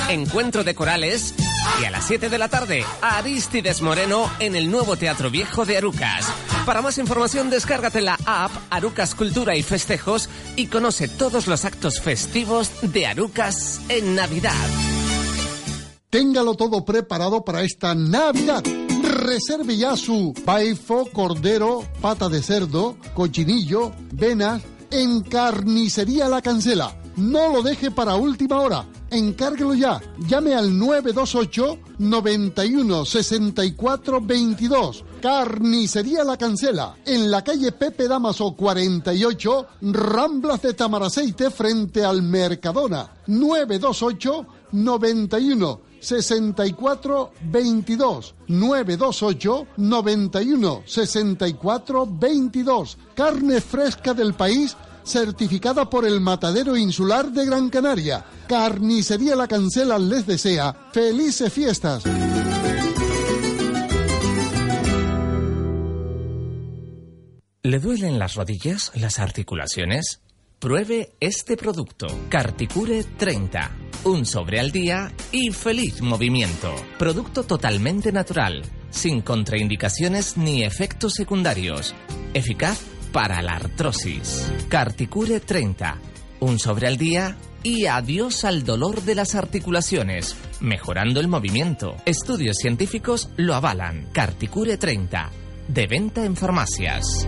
[SPEAKER 1] encuentro de corales y a las 7 de la tarde Aristides Moreno en el nuevo Teatro Viejo de Arucas. Para más información descárgate la app Arucas Cultura y Festejos y conoce todos los actos festivos de Arucas en Navidad.
[SPEAKER 16] Téngalo todo preparado para esta Navidad. Reserve ya su paifo, cordero, pata de cerdo, cochinillo, venas en Carnicería La Cancela. No lo deje para última hora. Encárguelo ya. Llame al 928 91 64 22. Carnicería La Cancela, en la calle Pepe Damaso 48, Ramblas de Tamaraceite frente al Mercadona. 928 91 64 22 928 91 64 22 Carne fresca del país certificada por el Matadero Insular de Gran Canaria. Carnicería La Cancela les desea felices fiestas.
[SPEAKER 17] ¿Le duelen las rodillas, las articulaciones? Pruebe este producto, Carticure 30. Un sobre al día y feliz movimiento. Producto totalmente natural, sin contraindicaciones ni efectos secundarios. Eficaz para la artrosis. Carticure 30. Un sobre al día y adiós al dolor de las articulaciones, mejorando el movimiento. Estudios científicos lo avalan. Carticure 30. De venta en farmacias.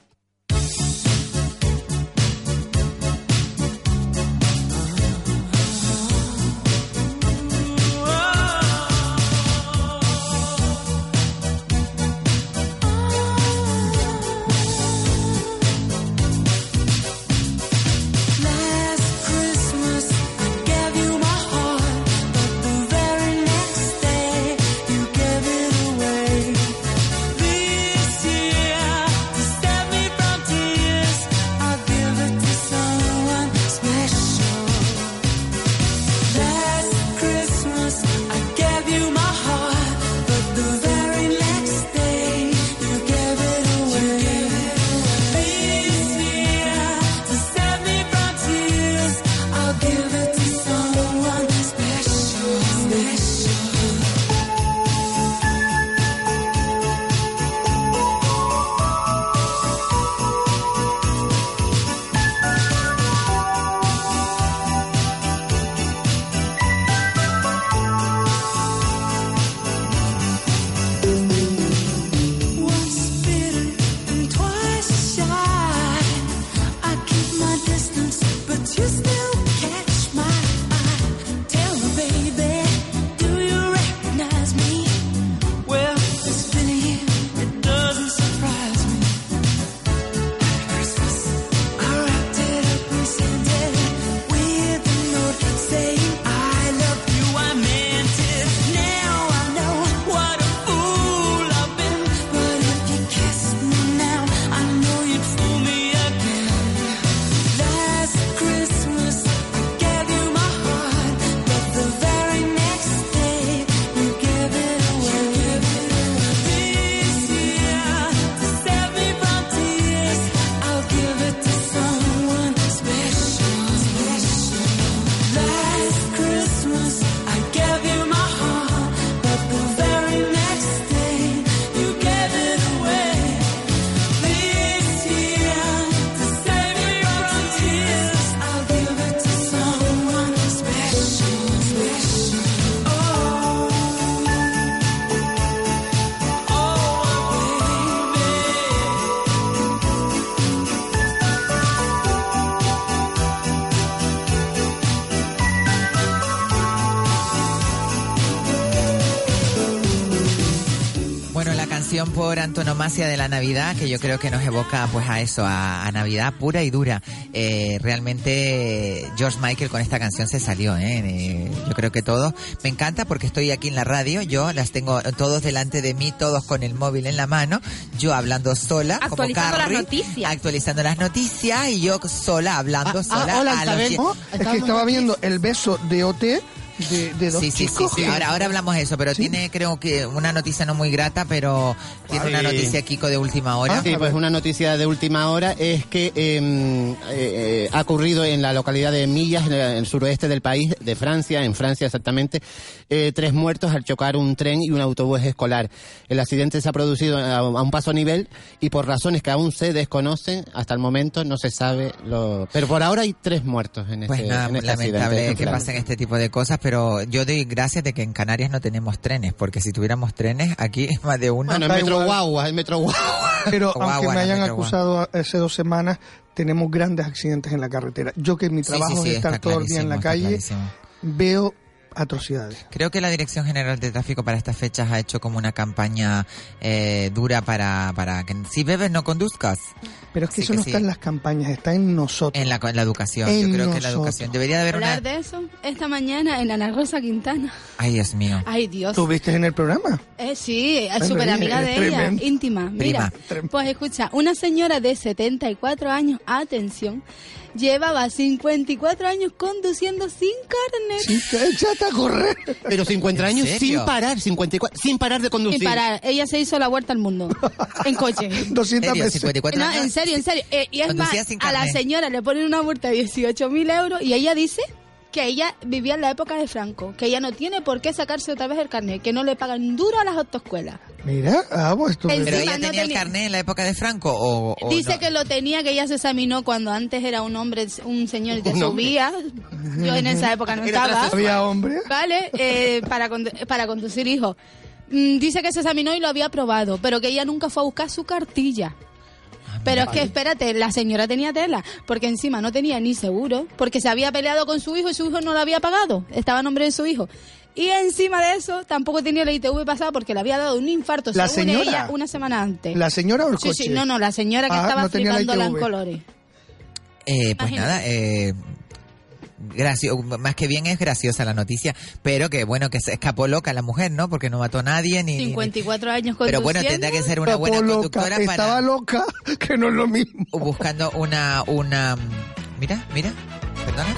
[SPEAKER 13] Last Christmas I gave you my heart, but the very next day you gave it away. This year, stab me
[SPEAKER 10] Oh,
[SPEAKER 3] canción por antonomasia de la Navidad, que yo creo que nos evoca pues a eso, a, a Navidad pura y dura. Eh, realmente George Michael con esta canción se salió, ¿eh? Eh, yo creo que todos. Me encanta porque estoy aquí en la radio, yo las tengo todos delante de mí, todos con el móvil en la mano, yo hablando sola, como
[SPEAKER 4] Actualizando las
[SPEAKER 3] Carrie, actualizando las noticias y yo sola hablando
[SPEAKER 5] Ah, ah,
[SPEAKER 3] sola.
[SPEAKER 5] hola,
[SPEAKER 3] a los
[SPEAKER 5] Isabel.
[SPEAKER 3] que-
[SPEAKER 5] Oh, es que estaba viendo el beso de OT de, de dos
[SPEAKER 3] sí, sí, sí,
[SPEAKER 5] chicos
[SPEAKER 3] sí.
[SPEAKER 5] que-
[SPEAKER 3] Ahora, ahora hablamos de eso, pero tiene creo que una noticia no muy grata, pero tiene una
[SPEAKER 7] Sí.
[SPEAKER 3] noticia Kiko de última hora.
[SPEAKER 5] Ah,
[SPEAKER 7] Sí, pues una noticia de última hora es que eh, eh, eh, ha ocurrido en la localidad de Millas, en el, en el suroeste del país, de Francia, en Francia exactamente, eh, tres muertos al chocar un tren y un autobús escolar. El accidente se ha producido a, a un paso a nivel y por razones que aún se desconocen, hasta el momento no se sabe lo... Pero por ahora hay tres muertos en este,
[SPEAKER 3] Pues nada,
[SPEAKER 7] en este accidente.
[SPEAKER 3] lamentable que
[SPEAKER 7] Claro.
[SPEAKER 3] pasen este tipo de cosas, pero yo doy gracias de que en Canarias no tenemos trenes, porque si tuviéramos trenes, aquí es más de uno.
[SPEAKER 7] Bueno, el metro guagua, el metro guagua.
[SPEAKER 5] Pero
[SPEAKER 3] Guagua,
[SPEAKER 5] aunque me
[SPEAKER 3] la
[SPEAKER 5] hayan
[SPEAKER 3] metro
[SPEAKER 5] acusado hace dos semanas, tenemos grandes accidentes en la carretera. Yo que mi
[SPEAKER 3] Sí,
[SPEAKER 5] trabajo
[SPEAKER 3] sí, sí,
[SPEAKER 5] es estar
[SPEAKER 3] está
[SPEAKER 5] todo el día en
[SPEAKER 3] clarísimo,
[SPEAKER 5] la
[SPEAKER 3] está
[SPEAKER 5] calle,
[SPEAKER 3] clarísimo.
[SPEAKER 5] veo atrocidades.
[SPEAKER 3] Creo que la Dirección General de Tráfico para estas fechas ha hecho como una campaña eh, dura para, para que si bebes no conduzcas.
[SPEAKER 5] Pero es
[SPEAKER 3] Sí
[SPEAKER 5] que eso
[SPEAKER 3] que
[SPEAKER 5] no
[SPEAKER 3] sí.
[SPEAKER 5] está en las campañas, está en nosotros.
[SPEAKER 3] En la, en la educación, yo
[SPEAKER 5] En
[SPEAKER 3] creo que la
[SPEAKER 5] nosotros.
[SPEAKER 3] educación. Debería de haber una...
[SPEAKER 6] Hablar de eso esta mañana en Ana Rosa Quintana.
[SPEAKER 3] Ay, Dios mío.
[SPEAKER 6] Ay, Dios.
[SPEAKER 5] ¿Tú viste en el programa?
[SPEAKER 6] Eh, sí, es
[SPEAKER 5] Ay,
[SPEAKER 6] súper
[SPEAKER 5] lo
[SPEAKER 6] amiga de
[SPEAKER 5] dije,
[SPEAKER 6] ella,
[SPEAKER 5] tremendo.
[SPEAKER 6] íntima. Mira,
[SPEAKER 5] Prima.
[SPEAKER 6] pues escucha, una señora de 74 años, atención, llevaba 54 años conduciendo sin carnet.
[SPEAKER 5] ya está correcto.
[SPEAKER 7] Pero 50
[SPEAKER 6] ¿En
[SPEAKER 7] años
[SPEAKER 6] serio?
[SPEAKER 7] sin parar, 54, sin parar de conducir.
[SPEAKER 6] Sin parar, ella se hizo la vuelta al mundo en coche.
[SPEAKER 7] 200 veces.
[SPEAKER 3] 54
[SPEAKER 6] No,
[SPEAKER 3] años.
[SPEAKER 6] en serio, en serio. Eh, y es más,
[SPEAKER 3] Conducía sin
[SPEAKER 6] a la
[SPEAKER 3] carnet.
[SPEAKER 6] señora le ponen una multa de 18 mil euros y ella dice que ella vivía en la época de Franco, que ella no tiene por qué sacarse otra vez el carnet, que no le pagan un duro a las autoescuelas.
[SPEAKER 5] Mira, ah, pues tú...
[SPEAKER 6] Encima
[SPEAKER 3] ¿Pero ella
[SPEAKER 6] no
[SPEAKER 3] tenía el
[SPEAKER 6] tenía-
[SPEAKER 3] carnet en la época de Franco o, o
[SPEAKER 6] Dice
[SPEAKER 3] no?
[SPEAKER 6] que lo tenía, que ella se examinó cuando antes era un hombre, un señor y te
[SPEAKER 3] Un hombre.
[SPEAKER 6] subía. Yo en esa época no
[SPEAKER 5] Era
[SPEAKER 6] estaba.
[SPEAKER 5] transexual. Había hombre.
[SPEAKER 6] Vale, eh, para, condu- para conducir hijos. Mm, Dice que se examinó y lo había aprobado, pero que ella nunca fue a buscar su cartilla.
[SPEAKER 5] Ah,
[SPEAKER 6] Pero es que espérate, la señora tenía tela, porque encima no tenía ni seguro, porque se había peleado con su hijo y su hijo no lo había pagado, estaba a nombre de su hijo. Y encima de eso, tampoco tenía la ITV pasada porque le había dado un infarto,
[SPEAKER 5] ¿La
[SPEAKER 6] según
[SPEAKER 5] señora?
[SPEAKER 6] ella, una semana antes.
[SPEAKER 5] ¿La señora o el
[SPEAKER 6] Sí,
[SPEAKER 5] coche?
[SPEAKER 6] sí, no, no, la señora que
[SPEAKER 5] Ah,
[SPEAKER 6] estaba
[SPEAKER 5] no tenía la
[SPEAKER 6] flipándola en
[SPEAKER 5] ITV.
[SPEAKER 6] colores.
[SPEAKER 3] Eh, pues
[SPEAKER 6] Imagínate.
[SPEAKER 3] nada, eh, gracio- más que bien es graciosa la noticia, pero que bueno, que se escapó loca la mujer, ¿no? Porque no mató a nadie ni... ni- ni-
[SPEAKER 6] 54 años conduciendo.
[SPEAKER 3] Pero bueno, tendrá que ser una buena conductora para...
[SPEAKER 5] loca, que no es lo mismo.
[SPEAKER 3] Buscando una... una mira, mira, perdona.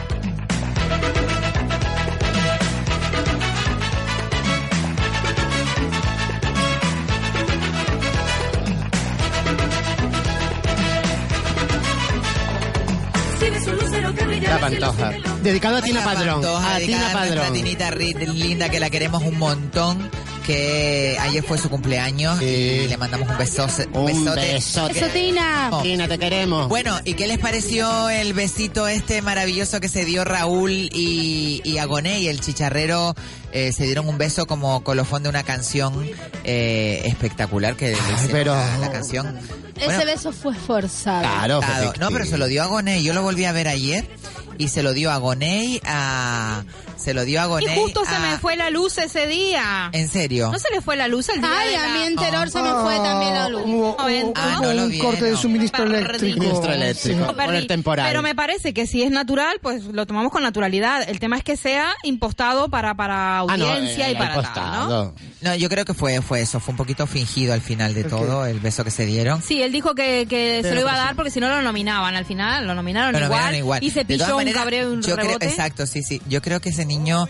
[SPEAKER 7] La Pantoja. Dedicado a Tina Padrón.
[SPEAKER 3] Pantoja,
[SPEAKER 7] A
[SPEAKER 3] dedicada
[SPEAKER 7] Tina
[SPEAKER 3] a nuestra
[SPEAKER 7] Padrón.
[SPEAKER 3] Tinita Reed, linda, que la queremos un montón. Que ayer fue su cumpleaños y le mandamos un besote. Un besote.
[SPEAKER 7] besote.
[SPEAKER 3] Que-
[SPEAKER 7] Eso, Tina. Tina, te queremos.
[SPEAKER 3] Bueno, ¿y qué les pareció el besito este maravilloso que se dio Raúl y, y Agoné y el chicharrero? eh, se dieron un beso como colofón de una canción eh, espectacular que le hicieron la, la canción.
[SPEAKER 6] Ese beso fue forzado.
[SPEAKER 3] Claro. No, pero se lo dio a Gonei. Yo lo volví a ver ayer y se lo dio a Gonei a... Se lo dio a
[SPEAKER 4] Y
[SPEAKER 3] Gonei
[SPEAKER 4] justo se
[SPEAKER 3] a-
[SPEAKER 4] me fue la luz ese día.
[SPEAKER 3] ¿En serio?
[SPEAKER 4] ¿No se le fue la luz el día
[SPEAKER 6] Ay,
[SPEAKER 4] de
[SPEAKER 6] a
[SPEAKER 4] la- Oh.
[SPEAKER 6] mí en Terror se me fue también la luz.
[SPEAKER 3] Oh,
[SPEAKER 5] Hubo, hubo-
[SPEAKER 4] Ah,
[SPEAKER 5] hubo
[SPEAKER 4] no lo
[SPEAKER 5] un
[SPEAKER 4] vieron.
[SPEAKER 5] corte de suministro eléctrico.
[SPEAKER 7] Suministro eléctrico.
[SPEAKER 5] Sí.
[SPEAKER 4] Perdí. Pero me parece que si es natural, pues lo tomamos con naturalidad. El tema es que sea impostado para, para
[SPEAKER 3] Ah,
[SPEAKER 4] audiencia
[SPEAKER 3] eh,
[SPEAKER 4] y para tal, ¿no?
[SPEAKER 3] No, yo creo que fue, fue eso, fue un poquito fingido al final de todo, el beso que se dieron.
[SPEAKER 4] Sí, él dijo que, que
[SPEAKER 3] Pero
[SPEAKER 4] se
[SPEAKER 3] pues
[SPEAKER 4] lo iba a
[SPEAKER 3] por
[SPEAKER 4] dar porque si no lo nominaban. Al final lo nominaron,
[SPEAKER 3] Lo
[SPEAKER 4] igual,
[SPEAKER 3] nominaron igual.
[SPEAKER 4] Y se
[SPEAKER 3] De todas
[SPEAKER 4] pilló un
[SPEAKER 3] maneras,
[SPEAKER 4] cabreo un
[SPEAKER 3] yo creo-
[SPEAKER 4] rebote.
[SPEAKER 3] exacto, sí, sí. Yo creo que ese niño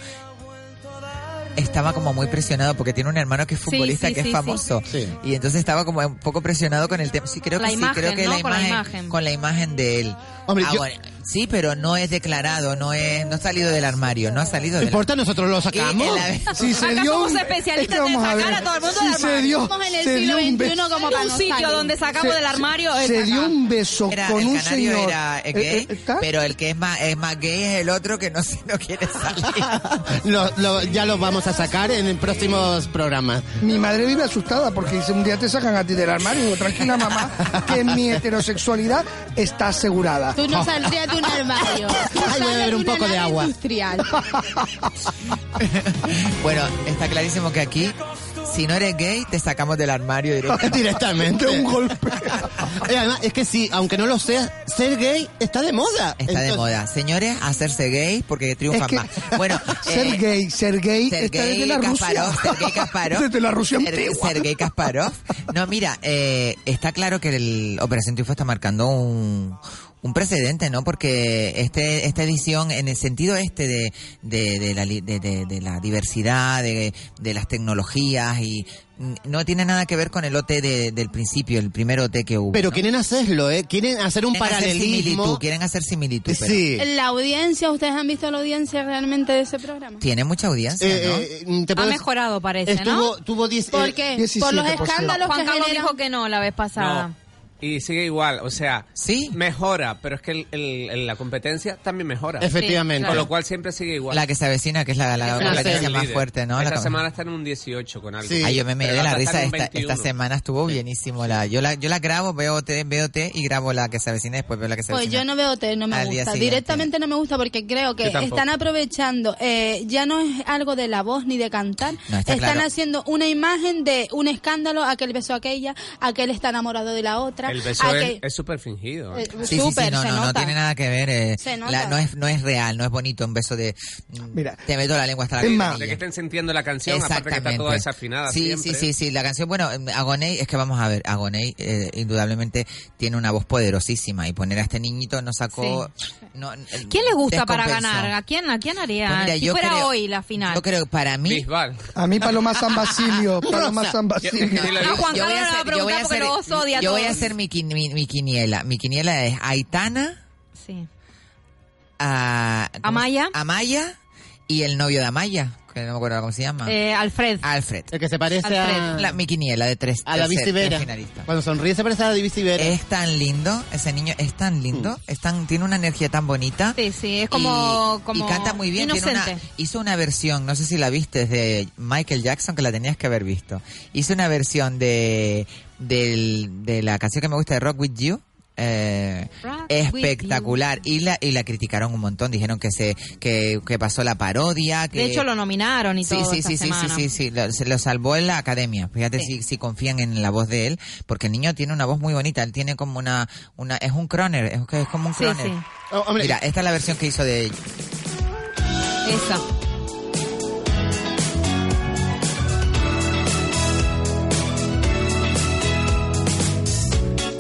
[SPEAKER 3] estaba como muy presionado porque tiene un hermano que es
[SPEAKER 4] Sí,
[SPEAKER 3] futbolista
[SPEAKER 4] sí,
[SPEAKER 3] que
[SPEAKER 4] sí,
[SPEAKER 3] es
[SPEAKER 4] sí.
[SPEAKER 3] famoso y entonces estaba como un poco presionado con el tema. Sí, creo
[SPEAKER 4] La
[SPEAKER 3] que sí,
[SPEAKER 4] imagen,
[SPEAKER 3] creo que
[SPEAKER 4] ¿no?
[SPEAKER 3] la,
[SPEAKER 4] Con la
[SPEAKER 3] imagen,
[SPEAKER 4] imagen.
[SPEAKER 3] con la imagen de él. Ahora, sí, pero no es declarado, no es no ha salido del armario, no ha salido del
[SPEAKER 7] importa, nosotros lo sacamos.
[SPEAKER 3] Si se
[SPEAKER 4] Acá
[SPEAKER 3] dio
[SPEAKER 4] somos
[SPEAKER 3] un-
[SPEAKER 4] especialistas
[SPEAKER 3] es que
[SPEAKER 4] en
[SPEAKER 3] vamos a
[SPEAKER 4] sacar a,
[SPEAKER 3] ver,
[SPEAKER 4] todo el mundo
[SPEAKER 3] si
[SPEAKER 4] del
[SPEAKER 3] se
[SPEAKER 4] armario.
[SPEAKER 3] dio-
[SPEAKER 4] Estamos en el
[SPEAKER 3] se
[SPEAKER 4] siglo
[SPEAKER 3] dio un
[SPEAKER 4] XXI
[SPEAKER 3] beso.
[SPEAKER 4] como para
[SPEAKER 3] Se-
[SPEAKER 4] un sitio donde sacamos
[SPEAKER 5] se-
[SPEAKER 4] del armario.
[SPEAKER 5] se-
[SPEAKER 4] es
[SPEAKER 5] Se
[SPEAKER 4] acá.
[SPEAKER 5] dio un beso
[SPEAKER 3] Era-
[SPEAKER 5] con
[SPEAKER 3] el
[SPEAKER 5] un
[SPEAKER 3] canario
[SPEAKER 5] señor.
[SPEAKER 3] era eh,
[SPEAKER 5] Eh,
[SPEAKER 3] gay,
[SPEAKER 5] eh, tal.
[SPEAKER 3] pero el que es más, es más gay es el otro que no, se- no quiere salir.
[SPEAKER 7] Lo- lo- ya lo vamos a sacar en próximos programas.
[SPEAKER 5] Mi madre vive asustada porque dice, un día te sacan a ti del armario. Y digo, tranquila mamá, que mi heterosexualidad está asegurada. Ah.
[SPEAKER 6] Tú no saldrías de un armario. Tú
[SPEAKER 5] Ay, voy a
[SPEAKER 6] sales
[SPEAKER 5] beber un
[SPEAKER 6] una
[SPEAKER 5] poco de
[SPEAKER 6] nave
[SPEAKER 5] agua.
[SPEAKER 6] industrial.
[SPEAKER 3] Bueno, está clarísimo que aquí si no eres gay, te sacamos del armario directamente.
[SPEAKER 7] Directamente. un golpe. Y Eh, además, es que sí, aunque no lo seas, ser gay está de moda.
[SPEAKER 3] Está de moda. Señores, hacerse gay porque triunfan
[SPEAKER 5] Es que-
[SPEAKER 3] más. Bueno,
[SPEAKER 5] Ser gay, ser gay
[SPEAKER 3] Sergei
[SPEAKER 5] está desde la Rusia.
[SPEAKER 3] Kasparov, Sergei Kasparov.
[SPEAKER 5] Desde la Rusia
[SPEAKER 3] Ser-
[SPEAKER 5] antigua.
[SPEAKER 3] Sergei Kasparov. No, mira, eh, está claro que el Operación Triunfo está marcando un, un precedente, ¿no? Porque este esta edición, en el sentido este de, de, de la, li- de, de- de la diversidad, de, de las tecnologías y mm, no tiene nada que ver con el OT de- del principio, el primer OT que hubo.
[SPEAKER 7] Pero
[SPEAKER 3] ¿no?
[SPEAKER 7] quieren hacerlo, ¿eh? Quieren hacer un
[SPEAKER 3] Quieren hacer
[SPEAKER 7] paralelismo.
[SPEAKER 3] similitud, quieren hacer similitud. pero
[SPEAKER 7] Sí.
[SPEAKER 6] La audiencia, ¿ustedes han visto la audiencia realmente de ese programa?
[SPEAKER 3] Tiene mucha audiencia, ¿no?
[SPEAKER 7] Eh, eh, te
[SPEAKER 4] Ha
[SPEAKER 7] puedo-
[SPEAKER 4] mejorado, parece,
[SPEAKER 7] Estuvo,
[SPEAKER 4] ¿no?
[SPEAKER 7] tuvo eh, 10
[SPEAKER 3] eh,
[SPEAKER 6] ¿Por qué? Por los escándalos
[SPEAKER 4] Juan
[SPEAKER 6] que
[SPEAKER 4] Carlos
[SPEAKER 6] generan-
[SPEAKER 4] dijo que no la vez pasada.
[SPEAKER 1] No. Y sigue igual, o sea,
[SPEAKER 3] ¿Sí?
[SPEAKER 1] mejora, pero es que el- el- el- la competencia también mejora.
[SPEAKER 3] Efectivamente.
[SPEAKER 1] Con lo cual siempre sigue igual.
[SPEAKER 3] La que se avecina, que es la, la, la
[SPEAKER 1] Esa es
[SPEAKER 3] competencia
[SPEAKER 1] el
[SPEAKER 3] más
[SPEAKER 1] líder.
[SPEAKER 3] fuerte, ¿no? La
[SPEAKER 1] Esta
[SPEAKER 3] com-
[SPEAKER 1] semana está en un 18 con algo.
[SPEAKER 3] Ay, yo me me
[SPEAKER 1] Pero
[SPEAKER 3] de la
[SPEAKER 1] otra está
[SPEAKER 3] risa
[SPEAKER 1] en un
[SPEAKER 3] esta,
[SPEAKER 1] 21.
[SPEAKER 3] esta semana estuvo bienísimo la yo la yo la grabo veo T veo T y grabo la que se avecina y después veo la que se
[SPEAKER 6] Pues
[SPEAKER 3] avecina
[SPEAKER 6] yo no veo tele, no me
[SPEAKER 3] Al día
[SPEAKER 6] gusta.
[SPEAKER 3] siguiente.
[SPEAKER 6] Directamente no me gusta porque creo que
[SPEAKER 3] Yo tampoco.
[SPEAKER 6] están aprovechando, eh, ya no es algo de la voz ni de cantar,
[SPEAKER 3] No, está
[SPEAKER 6] están
[SPEAKER 3] claro.
[SPEAKER 6] haciendo una imagen de un escándalo, aquel besó a aquella, aquel está enamorado de la otra,
[SPEAKER 1] El beso
[SPEAKER 6] aquel...
[SPEAKER 1] es súper fingido.
[SPEAKER 6] Ah,
[SPEAKER 1] ¿eh?
[SPEAKER 6] Eh,
[SPEAKER 3] sí, sí, sí,
[SPEAKER 6] súper,
[SPEAKER 3] no,
[SPEAKER 6] se
[SPEAKER 3] no, no
[SPEAKER 6] nota.
[SPEAKER 3] tiene nada que ver. eh,
[SPEAKER 6] Se nota.
[SPEAKER 3] la- no, es, no es real, no es bonito un beso de... Mira, te meto la lengua hasta la
[SPEAKER 1] De-
[SPEAKER 3] garganta.
[SPEAKER 1] De que estén sintiendo la canción, aparte que está
[SPEAKER 3] Exactamente.
[SPEAKER 1] toda desafinada.
[SPEAKER 3] Sí, sí,
[SPEAKER 1] siempre.
[SPEAKER 3] sí, sí. La canción, bueno, em, Agoney, es que vamos a ver, Agoney eh, indudablemente tiene una voz poderosísima y poner a este niñito nos sacó... No, eh,
[SPEAKER 4] ¿Quién le gusta para
[SPEAKER 3] descompensó.
[SPEAKER 4] ganar? ¿A quién, a quién haría?
[SPEAKER 3] Pues mira,
[SPEAKER 4] si
[SPEAKER 3] yo
[SPEAKER 4] fuera
[SPEAKER 3] creo-
[SPEAKER 4] hoy la final.
[SPEAKER 3] Yo creo que para mí...
[SPEAKER 5] A mí Paloma San Basilio, Paloma San Basilio.
[SPEAKER 4] A Juan Carlos le va a preguntar porque lo os odia a
[SPEAKER 3] yo voy a
[SPEAKER 4] todos.
[SPEAKER 3] hacer mi, quin- mi, mi quiniela. Mi quiniela es Aitana,
[SPEAKER 4] Sí.
[SPEAKER 3] a, ¿cómo
[SPEAKER 4] Amaya.
[SPEAKER 3] se- Amaya y el novio de Amaya, que no me acuerdo cómo se llama.
[SPEAKER 4] Eh, Alfred.
[SPEAKER 3] Alfred.
[SPEAKER 7] El que se parece a-
[SPEAKER 3] La, mi quiniela de tres.
[SPEAKER 7] A David
[SPEAKER 3] tercer-
[SPEAKER 7] Sivera.
[SPEAKER 3] tres finalistas.
[SPEAKER 7] Cuando sonríe se parece a David Mm. Sivera.
[SPEAKER 3] Es tan lindo, ese niño es tan lindo, es tan- tiene una energía tan bonita.
[SPEAKER 4] Sí, sí, es como-
[SPEAKER 3] Y,
[SPEAKER 4] como
[SPEAKER 3] y canta muy bien. tiene una-
[SPEAKER 4] inocente.
[SPEAKER 3] hizo una versión, no sé si la viste, de Michael Jackson, que la tenías que haber visto. Hizo una versión de, del- de la canción que me gusta de Rock With You. eh,
[SPEAKER 13] Rock
[SPEAKER 3] espectacular y la y la criticaron un montón dijeron que se que, que pasó la parodia que
[SPEAKER 4] De hecho, lo nominaron y
[SPEAKER 3] sí,
[SPEAKER 4] todo
[SPEAKER 3] sí,
[SPEAKER 4] esta
[SPEAKER 3] sí, sí,
[SPEAKER 4] semana.
[SPEAKER 3] sí, sí, sí, lo, se lo salvó en la academia. Fíjate
[SPEAKER 4] Sí.
[SPEAKER 3] si, si confían en la voz de él, porque el niño tiene una voz muy bonita, él tiene como una, una es un croner, es, que es como un
[SPEAKER 4] Sí,
[SPEAKER 3] croner.
[SPEAKER 4] sí.
[SPEAKER 3] Mira, esta es la versión que hizo de
[SPEAKER 4] Esa.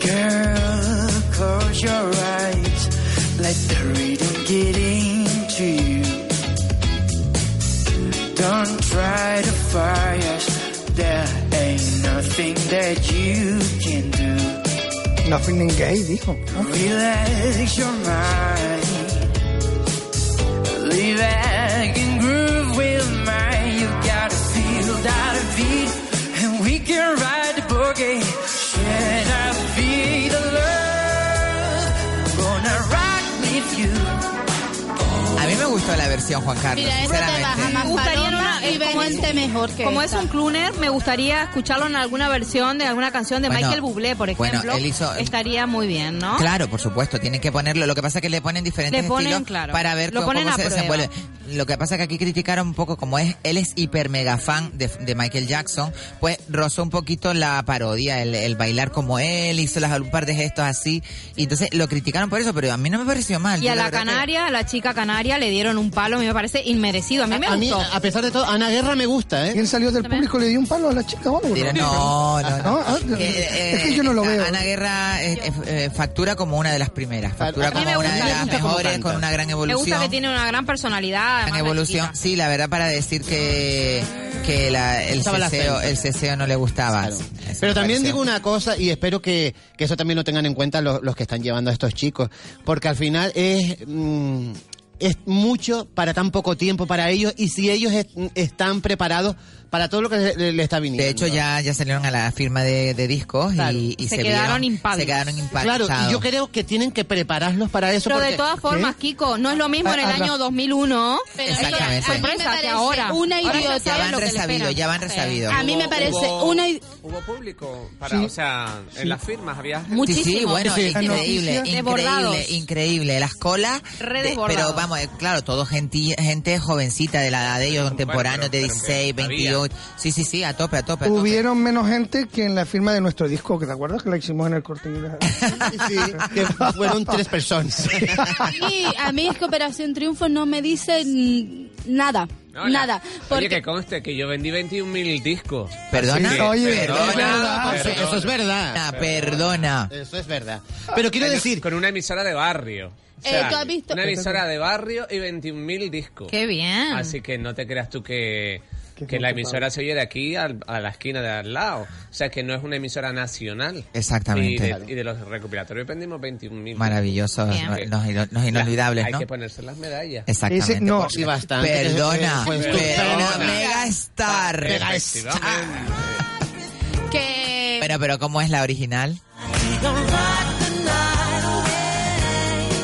[SPEAKER 10] Girl, close your eyes. Let the rhythm get into you. Don't try to fight us. There ain't nothing that you can do.
[SPEAKER 5] Nothing in gay, dijo.
[SPEAKER 10] Pues Relax your mind. Lay back and groove with mine. You gotta feel that beat, and we can ride the boogie. Should I be the love? Gonna rock with you.
[SPEAKER 3] A mí me gustó la versión Juan Carlos,
[SPEAKER 6] Mira, esta te baja
[SPEAKER 3] sinceramente.
[SPEAKER 6] más
[SPEAKER 4] Me gustaría en
[SPEAKER 6] paloma
[SPEAKER 4] una-
[SPEAKER 6] y
[SPEAKER 4] eh, como
[SPEAKER 6] Benítez
[SPEAKER 4] es-
[SPEAKER 6] mejor que
[SPEAKER 4] Como
[SPEAKER 6] esta.
[SPEAKER 4] es un cluner, me gustaría escucharlo en alguna versión de alguna canción de
[SPEAKER 3] Bueno,
[SPEAKER 4] Michael Bublé, por
[SPEAKER 3] bueno,
[SPEAKER 4] ejemplo.
[SPEAKER 3] él hizo-
[SPEAKER 4] Estaría muy bien, ¿no?
[SPEAKER 3] Claro, por supuesto, tienen que ponerlo. Lo que pasa es que le ponen diferentes
[SPEAKER 4] Le ponen,
[SPEAKER 3] estilos
[SPEAKER 4] claro,
[SPEAKER 3] para ver
[SPEAKER 4] lo
[SPEAKER 3] cómo,
[SPEAKER 4] ponen
[SPEAKER 3] cómo
[SPEAKER 4] a
[SPEAKER 3] se
[SPEAKER 4] prueba.
[SPEAKER 3] desenvuelve. Lo que pasa es que aquí criticaron un poco como es, él es hiper mega fan de, de Michael Jackson, pues rozó un poquito la parodia, el, el bailar como él, hizo las, un par de gestos así, y entonces lo criticaron por eso, pero a mí no me pareció mal.
[SPEAKER 4] Y
[SPEAKER 3] Yo
[SPEAKER 4] a la
[SPEAKER 3] verdad que-
[SPEAKER 4] canaria, a la chica canaria, le dieron un palo, a mí me parece inmerecido. A mí me
[SPEAKER 7] A mí,
[SPEAKER 4] gustó.
[SPEAKER 7] a pesar de todo, Ana Guerra me gusta, ¿eh?
[SPEAKER 5] ¿Quién salió del público le dio un palo a la chica o algo?
[SPEAKER 3] Dirán, no, no, no.
[SPEAKER 5] Ah, ah,
[SPEAKER 3] Eh,
[SPEAKER 5] es que yo no lo
[SPEAKER 3] eh,
[SPEAKER 5] veo.
[SPEAKER 3] Ana Guerra eh, eh, eh, factura como una de las primeras, factura
[SPEAKER 4] mí me
[SPEAKER 3] como una de
[SPEAKER 4] gusta, me
[SPEAKER 3] las
[SPEAKER 4] gusta
[SPEAKER 5] como
[SPEAKER 3] mejores,
[SPEAKER 5] canta.
[SPEAKER 3] con una gran
[SPEAKER 4] Me
[SPEAKER 3] evolución.
[SPEAKER 4] gusta que tiene una gran personalidad.
[SPEAKER 3] en
[SPEAKER 4] además, la
[SPEAKER 3] evolución.
[SPEAKER 4] chiquita.
[SPEAKER 3] Sí, la verdad, para decir que, que la- el,
[SPEAKER 7] Estaba la
[SPEAKER 3] ceseo,
[SPEAKER 7] gente.
[SPEAKER 3] el ceseo no le gustaba. Eso
[SPEAKER 7] Pero
[SPEAKER 3] me
[SPEAKER 7] también
[SPEAKER 3] pareció.
[SPEAKER 7] digo una cosa y espero que, que eso también lo tengan en cuenta los, los que están llevando a estos chicos, porque al final es mm, es mucho para tan poco tiempo para ellos y si ellos est- están preparados para todo lo que le, le está viniendo.
[SPEAKER 3] De hecho, ya, ya salieron a la firma de, de discos y, y
[SPEAKER 7] Se
[SPEAKER 3] se,
[SPEAKER 7] quedaron
[SPEAKER 3] vieron-
[SPEAKER 7] impávidos.
[SPEAKER 3] Se quedaron impactados.
[SPEAKER 7] claro, y yo creo que tienen que prepararlos para eso.
[SPEAKER 4] Pero
[SPEAKER 7] porque-
[SPEAKER 4] de todas formas, Kiko, no es lo mismo en el
[SPEAKER 7] Ah, ah,
[SPEAKER 4] año 2001.
[SPEAKER 3] Exactamente.
[SPEAKER 4] Esto es sorpresa que
[SPEAKER 6] parece
[SPEAKER 4] ahora.
[SPEAKER 6] una
[SPEAKER 4] Ahora
[SPEAKER 6] idiota.
[SPEAKER 4] se
[SPEAKER 3] Ya
[SPEAKER 4] sabe
[SPEAKER 3] van
[SPEAKER 4] lo que le
[SPEAKER 3] resabidos,
[SPEAKER 4] espera.
[SPEAKER 3] ya van resabidos.
[SPEAKER 6] A mí me
[SPEAKER 1] Hubo-
[SPEAKER 6] parece
[SPEAKER 1] hubo-
[SPEAKER 6] una id-
[SPEAKER 1] Hubo público, para,
[SPEAKER 3] Sí.
[SPEAKER 1] o sea, en las firmas había gente.
[SPEAKER 3] Sí, sí, bueno, increíble, increíble,
[SPEAKER 4] Desbordados.
[SPEAKER 3] increíble. Las colas, de-
[SPEAKER 4] Redesbordados.
[SPEAKER 3] pero vamos, eh, claro, todo genti- gente jovencita de la edad de ellos, contemporáneos de 16, 28. Sí, sí, sí, a tope, a tope, a tope.
[SPEAKER 5] Hubieron menos gente que en la firma de nuestro disco, que te acuerdas que la hicimos en el corte Inglés?
[SPEAKER 7] Sí, que fueron tres personas.
[SPEAKER 6] Y a mí es que Operación Triunfo no me dice mm, nada.
[SPEAKER 1] No, la-
[SPEAKER 6] nada.
[SPEAKER 1] Oye, que conste que yo vendí 21.000 discos.
[SPEAKER 3] Perdona,
[SPEAKER 1] Así que-
[SPEAKER 3] oye,
[SPEAKER 1] perdona,
[SPEAKER 3] es verdad,
[SPEAKER 1] perdona.
[SPEAKER 3] eso- eso es verdad. Ah, perdona.
[SPEAKER 7] Eso es verdad. Pero quiero
[SPEAKER 1] Con-
[SPEAKER 7] decir-
[SPEAKER 1] Con una emisora de barrio. O
[SPEAKER 6] Eh,
[SPEAKER 1] sea,
[SPEAKER 6] ¿tú has visto-
[SPEAKER 1] Una emisora de barrio y 21.000 discos.
[SPEAKER 4] Qué bien.
[SPEAKER 1] Así que no te creas tú que, que la emisora se oye de aquí al- a la esquina de al lado. O sea, que no es una emisora nacional.
[SPEAKER 3] Exactamente.
[SPEAKER 1] Y de, y de los recopilatorios vendimos 21.000.
[SPEAKER 3] Maravilloso,
[SPEAKER 1] Bien.
[SPEAKER 3] los, ino- los inolvidables,
[SPEAKER 1] Hay
[SPEAKER 3] ¿no?
[SPEAKER 1] que ponerse las medallas.
[SPEAKER 3] Exactamente.
[SPEAKER 7] no,
[SPEAKER 3] Por-
[SPEAKER 7] sí, bastante.
[SPEAKER 3] Perdona,
[SPEAKER 7] Eh, pues,
[SPEAKER 3] perdona,
[SPEAKER 7] perdona.
[SPEAKER 3] mega star.
[SPEAKER 7] Mega
[SPEAKER 6] Que...
[SPEAKER 3] Bueno, pero ¿cómo es la original?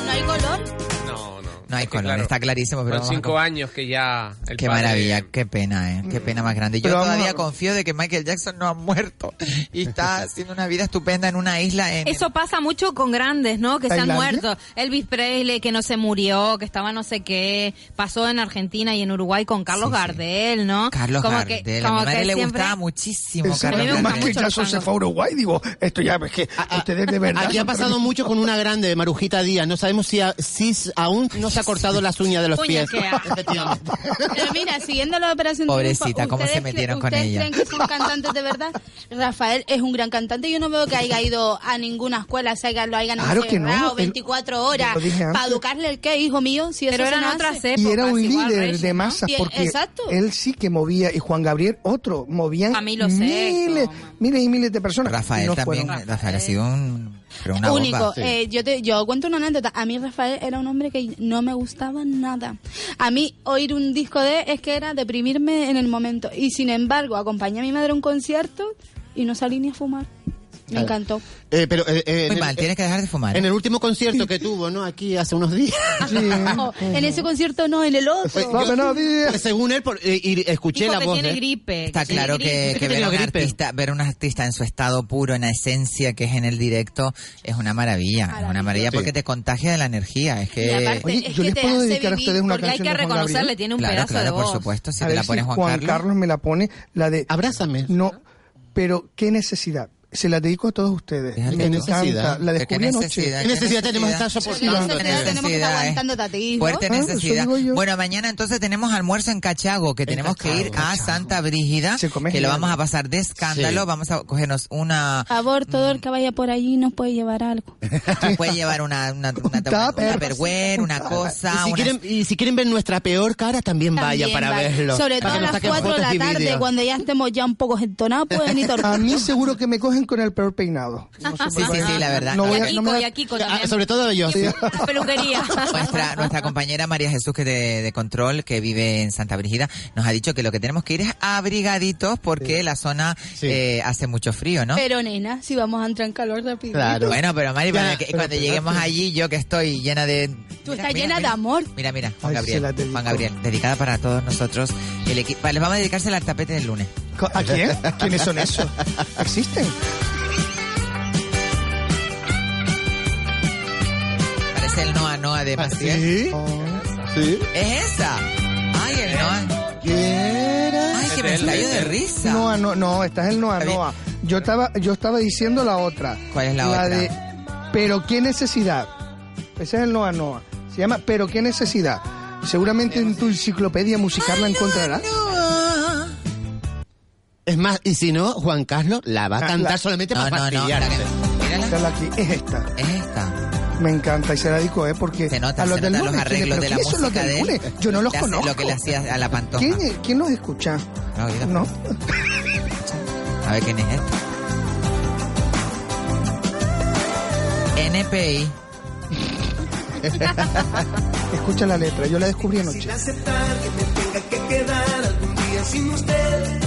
[SPEAKER 6] No hay color.
[SPEAKER 1] No, no.
[SPEAKER 3] No hay color, está clarísimo. Pero
[SPEAKER 1] Con
[SPEAKER 3] vamos a
[SPEAKER 1] cinco años que ya. El
[SPEAKER 3] Qué
[SPEAKER 1] padre-
[SPEAKER 3] maravilla, qué pena, ¿eh?
[SPEAKER 7] Mm.
[SPEAKER 3] qué pena más grande. Yo
[SPEAKER 1] Pero vamos
[SPEAKER 3] todavía
[SPEAKER 1] a-
[SPEAKER 3] confío de que Michael Jackson no ha muerto y está haciendo una vida estupenda en una isla. En...
[SPEAKER 4] Eso pasa mucho con grandes, ¿no? Que se han
[SPEAKER 3] ¿Tailandia?
[SPEAKER 4] muerto. Elvis Presley, que no se murió, que estaba no sé qué. Pasó en Argentina y en Uruguay con Carlos Gardel, ¿no?
[SPEAKER 3] Carlos
[SPEAKER 4] Como que-
[SPEAKER 3] Gardel, a mi
[SPEAKER 4] como
[SPEAKER 3] madre
[SPEAKER 4] que
[SPEAKER 3] le
[SPEAKER 4] siempre-
[SPEAKER 3] gustaba muchísimo.
[SPEAKER 5] Exacto,
[SPEAKER 3] Carlos
[SPEAKER 5] más
[SPEAKER 3] Gardel.
[SPEAKER 5] que Jason se fue a Uruguay, digo, esto ya es que ustedes de verdad.
[SPEAKER 7] ah, Aquí ha
[SPEAKER 5] son
[SPEAKER 7] pasado mucho con una grande, Marujita Díaz. No sabemos si, a- si s- aún no se ha cortado las uñas de los pies. Efectivamente.
[SPEAKER 6] Pero mira, siguiendo la Operación
[SPEAKER 7] Pobrecita,
[SPEAKER 6] Triunfo,
[SPEAKER 7] ¿cómo se
[SPEAKER 6] ¿ustedes cre-
[SPEAKER 7] metieron con
[SPEAKER 6] ustedes
[SPEAKER 7] ella?
[SPEAKER 6] creen que son cantantes de verdad? Rafael es un gran cantante. Yo no veo que haya ido a ninguna escuela, se haya, lo hayan
[SPEAKER 5] Claro que no,
[SPEAKER 6] encerrado
[SPEAKER 5] él-
[SPEAKER 6] 24 horas
[SPEAKER 5] Yo lo dije antes.
[SPEAKER 6] para educarle el qué, hijo mío. Si
[SPEAKER 4] Pero
[SPEAKER 6] eso se
[SPEAKER 4] eran
[SPEAKER 6] nace.
[SPEAKER 4] otras
[SPEAKER 5] y era un líder de masas
[SPEAKER 6] Y-
[SPEAKER 5] porque
[SPEAKER 6] Exacto.
[SPEAKER 5] él sí que movía y Juan Gabriel otro movían
[SPEAKER 6] Camilo Sexto,
[SPEAKER 5] miles, miles y miles de personas.
[SPEAKER 3] Rafael
[SPEAKER 5] Y no
[SPEAKER 3] también,
[SPEAKER 5] fueron.
[SPEAKER 3] Rafael ha sido un, pero una
[SPEAKER 6] único.
[SPEAKER 3] bomba.
[SPEAKER 6] Eh, yo, te, yo cuento una anécdota. A mí Rafael era un hombre que no me gustaba nada. A mí oír un disco de él es que era deprimirme en el momento. Y sin embargo, acompañé a mi madre a un concierto y no salí ni a fumar. Me
[SPEAKER 7] Ah.
[SPEAKER 6] encantó.
[SPEAKER 7] Eh, pero, eh, eh,
[SPEAKER 3] Muy
[SPEAKER 7] en
[SPEAKER 3] mal,
[SPEAKER 7] el-
[SPEAKER 3] tienes que dejar de fumar.
[SPEAKER 7] En el último concierto que tuvo, ¿no? Aquí hace unos días.
[SPEAKER 6] No, en ese concierto no, en el otro.
[SPEAKER 7] Fue- yo- según él, por- eh, y escuché
[SPEAKER 6] Dijo
[SPEAKER 7] la
[SPEAKER 6] que
[SPEAKER 7] voz.
[SPEAKER 4] ¿eh?
[SPEAKER 6] tiene
[SPEAKER 7] de-
[SPEAKER 6] gripe,
[SPEAKER 3] Está claro que, que ver, a un artista, ver a un artista en su estado puro, en la esencia que es en el directo, es una maravilla. Es una maravilla
[SPEAKER 5] Sí.
[SPEAKER 3] porque te contagia de la energía. Es que.
[SPEAKER 5] Oye, yo les puedo dedicar a ustedes una canción de Juan Gabriel?
[SPEAKER 3] claro, claro, por supuesto. Si
[SPEAKER 5] A
[SPEAKER 3] te
[SPEAKER 5] ver
[SPEAKER 3] la
[SPEAKER 5] si
[SPEAKER 3] pones Juan, Carlos.
[SPEAKER 5] me la pone la de
[SPEAKER 7] Abrázame.
[SPEAKER 5] No, pero qué necesidad. Se la dedico a todos ustedes.
[SPEAKER 3] Fíjate
[SPEAKER 5] Me
[SPEAKER 3] tú.
[SPEAKER 5] encanta.
[SPEAKER 3] Pero
[SPEAKER 5] La
[SPEAKER 3] qué
[SPEAKER 5] descubrí anoche.
[SPEAKER 3] necesidad, qué
[SPEAKER 6] Tenemos que estar
[SPEAKER 7] ¿eh?
[SPEAKER 6] aguantando tatís, ¿no?
[SPEAKER 3] Fuerte
[SPEAKER 6] Ah, eso
[SPEAKER 3] necesidad.
[SPEAKER 6] digo yo.
[SPEAKER 3] Bueno, mañana entonces tenemos almuerzo en Cachago, que tenemos que ir a Santa Brígida, que lo
[SPEAKER 5] genial.
[SPEAKER 3] vamos a pasar de escándalo.
[SPEAKER 5] Sí.
[SPEAKER 3] Vamos a cogernos una...
[SPEAKER 6] Por favor, todo el que vaya por allí nos puede llevar algo.
[SPEAKER 3] Puede llevar una, una, una, una, tupperware, una cosa,
[SPEAKER 7] Y si,
[SPEAKER 3] una-
[SPEAKER 7] quieren, y si quieren ver nuestra peor cara, también, vaya
[SPEAKER 6] También
[SPEAKER 7] para
[SPEAKER 6] vale.
[SPEAKER 7] verlo.
[SPEAKER 6] Sobre todo
[SPEAKER 7] Para
[SPEAKER 6] a
[SPEAKER 7] que nos
[SPEAKER 6] las
[SPEAKER 7] saquen
[SPEAKER 6] 4 de la
[SPEAKER 7] fotos y
[SPEAKER 6] tarde,
[SPEAKER 7] vídeos.
[SPEAKER 6] cuando ya estemos ya un poco pues, gentonados, pueden ir
[SPEAKER 5] A mí seguro que me cogen con el peor peinado.
[SPEAKER 10] Ah,
[SPEAKER 3] Sí, sí, sí, la verdad.
[SPEAKER 5] No voy
[SPEAKER 3] Y
[SPEAKER 5] a-
[SPEAKER 3] aquí
[SPEAKER 5] no me
[SPEAKER 3] con-
[SPEAKER 5] da-
[SPEAKER 3] y aquí con también.
[SPEAKER 7] Ah, Sobre todo yo. sí. Pues,
[SPEAKER 4] peluquería.
[SPEAKER 3] Nuestra, nuestra compañera María Jesús, que de, de control, que vive en Santa Brigida, nos ha dicho que lo que tenemos que ir es abrigaditos porque la zona eh, hace mucho frío, ¿no?
[SPEAKER 6] Pero nena, si vamos a entrar en calor rápido.
[SPEAKER 3] Bueno, pero Mari, para que-
[SPEAKER 6] pero
[SPEAKER 3] cuando lleguemos allí, yo que estoy llena de...
[SPEAKER 6] Tú estás llena de amor.
[SPEAKER 3] Mira, mira, Juan
[SPEAKER 5] Ay, se la
[SPEAKER 3] Gabriel.
[SPEAKER 5] dedico.
[SPEAKER 3] Juan Gabriel, dedicada para todos nosotros. El equipo. Les vamos a dedicársela al tapete del lunes.
[SPEAKER 5] ¿A quién? ¿Quiénes son esos? ¿Existen?
[SPEAKER 3] Parece el Noa Noa de Maciel.
[SPEAKER 5] Ah, ¿Sí? ¿Sí?
[SPEAKER 3] ¿Es esa? Ay, el Noa. Ay, que me estallo de risa.
[SPEAKER 5] No, no, no, esta es el Noa Noa. Yo estaba, yo estaba diciendo la otra.
[SPEAKER 3] ¿Cuál es la otra?
[SPEAKER 5] de Pero qué necesidad. Ese es el Noa Noa. Se llama Pero qué necesidad. Seguramente en tu enciclopedia musical la encontrarás.
[SPEAKER 7] Es más, y si no, Juan Carlos la va a
[SPEAKER 5] Ah,
[SPEAKER 7] cantar
[SPEAKER 5] la-
[SPEAKER 7] solamente
[SPEAKER 5] No,
[SPEAKER 7] para
[SPEAKER 5] no, no,
[SPEAKER 7] fastidiarte.
[SPEAKER 5] Mírala aquí, es esta.
[SPEAKER 3] Es esta.
[SPEAKER 5] Me encanta y se la dedico, ¿eh? Porque a los
[SPEAKER 3] se
[SPEAKER 5] del
[SPEAKER 3] notan
[SPEAKER 5] lunes,
[SPEAKER 3] los arreglos
[SPEAKER 5] ¿quiénes?
[SPEAKER 3] de la
[SPEAKER 5] ¿Pero quiénes son los
[SPEAKER 3] música
[SPEAKER 5] del
[SPEAKER 3] de él.
[SPEAKER 5] lunes? Yo no los
[SPEAKER 3] Le hace-
[SPEAKER 5] conozco.
[SPEAKER 3] Lo que le hacía a la pantoja.
[SPEAKER 5] ¿Quién, quién los escucha?
[SPEAKER 3] No, ahorita-
[SPEAKER 5] No.
[SPEAKER 3] A ver quién es este. NPI.
[SPEAKER 5] Escucha la letra, yo la descubrí anoche.
[SPEAKER 10] aceptar que me tenga que quedar algún día sin usted.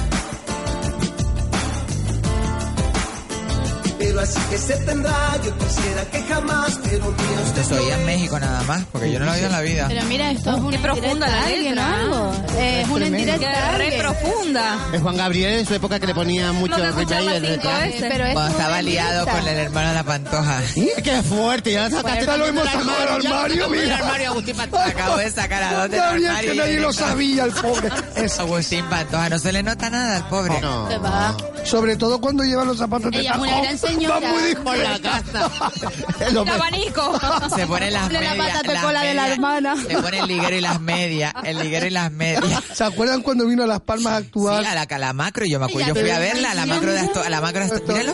[SPEAKER 10] Es
[SPEAKER 18] pero así que se tendrá. Yo quisiera que jamás, pero mira usted
[SPEAKER 3] Soy en México nada más, porque yo no lo he oído en la vida.
[SPEAKER 6] Pero mira, esto es una
[SPEAKER 4] profunda
[SPEAKER 6] indirecta
[SPEAKER 4] la
[SPEAKER 6] a alguien o
[SPEAKER 4] letra.
[SPEAKER 6] algo. Eh, es una
[SPEAKER 7] tremendo.
[SPEAKER 6] indirecta a
[SPEAKER 4] Re
[SPEAKER 6] alguien.
[SPEAKER 4] profunda.
[SPEAKER 7] Es Juan Gabriel en su época que le ponía mucho
[SPEAKER 4] Lo que
[SPEAKER 7] ritmo ahí
[SPEAKER 4] escuchaba
[SPEAKER 7] el
[SPEAKER 4] cinco
[SPEAKER 7] teclado.
[SPEAKER 4] veces.
[SPEAKER 6] Pero es
[SPEAKER 3] Cuando
[SPEAKER 6] una
[SPEAKER 3] estaba liado
[SPEAKER 6] indirecta.
[SPEAKER 3] con el hermano de la pantoja.
[SPEAKER 7] ¡Qué fuerte! Ya sacaste
[SPEAKER 5] Hasta lo
[SPEAKER 7] también
[SPEAKER 5] hemos
[SPEAKER 7] del
[SPEAKER 5] sacado del
[SPEAKER 7] ya lo
[SPEAKER 5] armario,
[SPEAKER 7] sacamos del
[SPEAKER 5] mira.
[SPEAKER 7] armario, Agustín Pat-
[SPEAKER 3] Acabo de sacar a dos del
[SPEAKER 5] Gabriel,
[SPEAKER 3] armario
[SPEAKER 5] que
[SPEAKER 3] y
[SPEAKER 5] nadie lo
[SPEAKER 3] directo.
[SPEAKER 5] sabía, el pobre. Oh,
[SPEAKER 3] Es Agustín Pantoja, no se le nota nada al pobre.
[SPEAKER 7] No.
[SPEAKER 6] Se va.
[SPEAKER 5] Sobre todo cuando lleva los zapatos de
[SPEAKER 6] Ella es una
[SPEAKER 5] tacón.
[SPEAKER 6] gran señora.
[SPEAKER 5] Va muy
[SPEAKER 7] Por la
[SPEAKER 5] discreta.
[SPEAKER 7] casa.
[SPEAKER 5] Lo
[SPEAKER 4] El
[SPEAKER 5] me-
[SPEAKER 4] abanico.
[SPEAKER 3] Se pone las
[SPEAKER 6] Ponle la
[SPEAKER 3] medias.
[SPEAKER 6] pata
[SPEAKER 3] las
[SPEAKER 6] cola de la
[SPEAKER 3] medias.
[SPEAKER 6] hermana.
[SPEAKER 3] Se pone el liguero y las medias. El liguero y las medias.
[SPEAKER 5] ¿Se acuerdan cuando vino a Las Palmas a
[SPEAKER 3] Sí,
[SPEAKER 5] actuar?
[SPEAKER 3] a la, a la macro, yo me acuerdo. Yo
[SPEAKER 6] Ella
[SPEAKER 3] fui a
[SPEAKER 6] te-
[SPEAKER 3] verla, a la macro de Astor. A la macro de Astor. Míralo.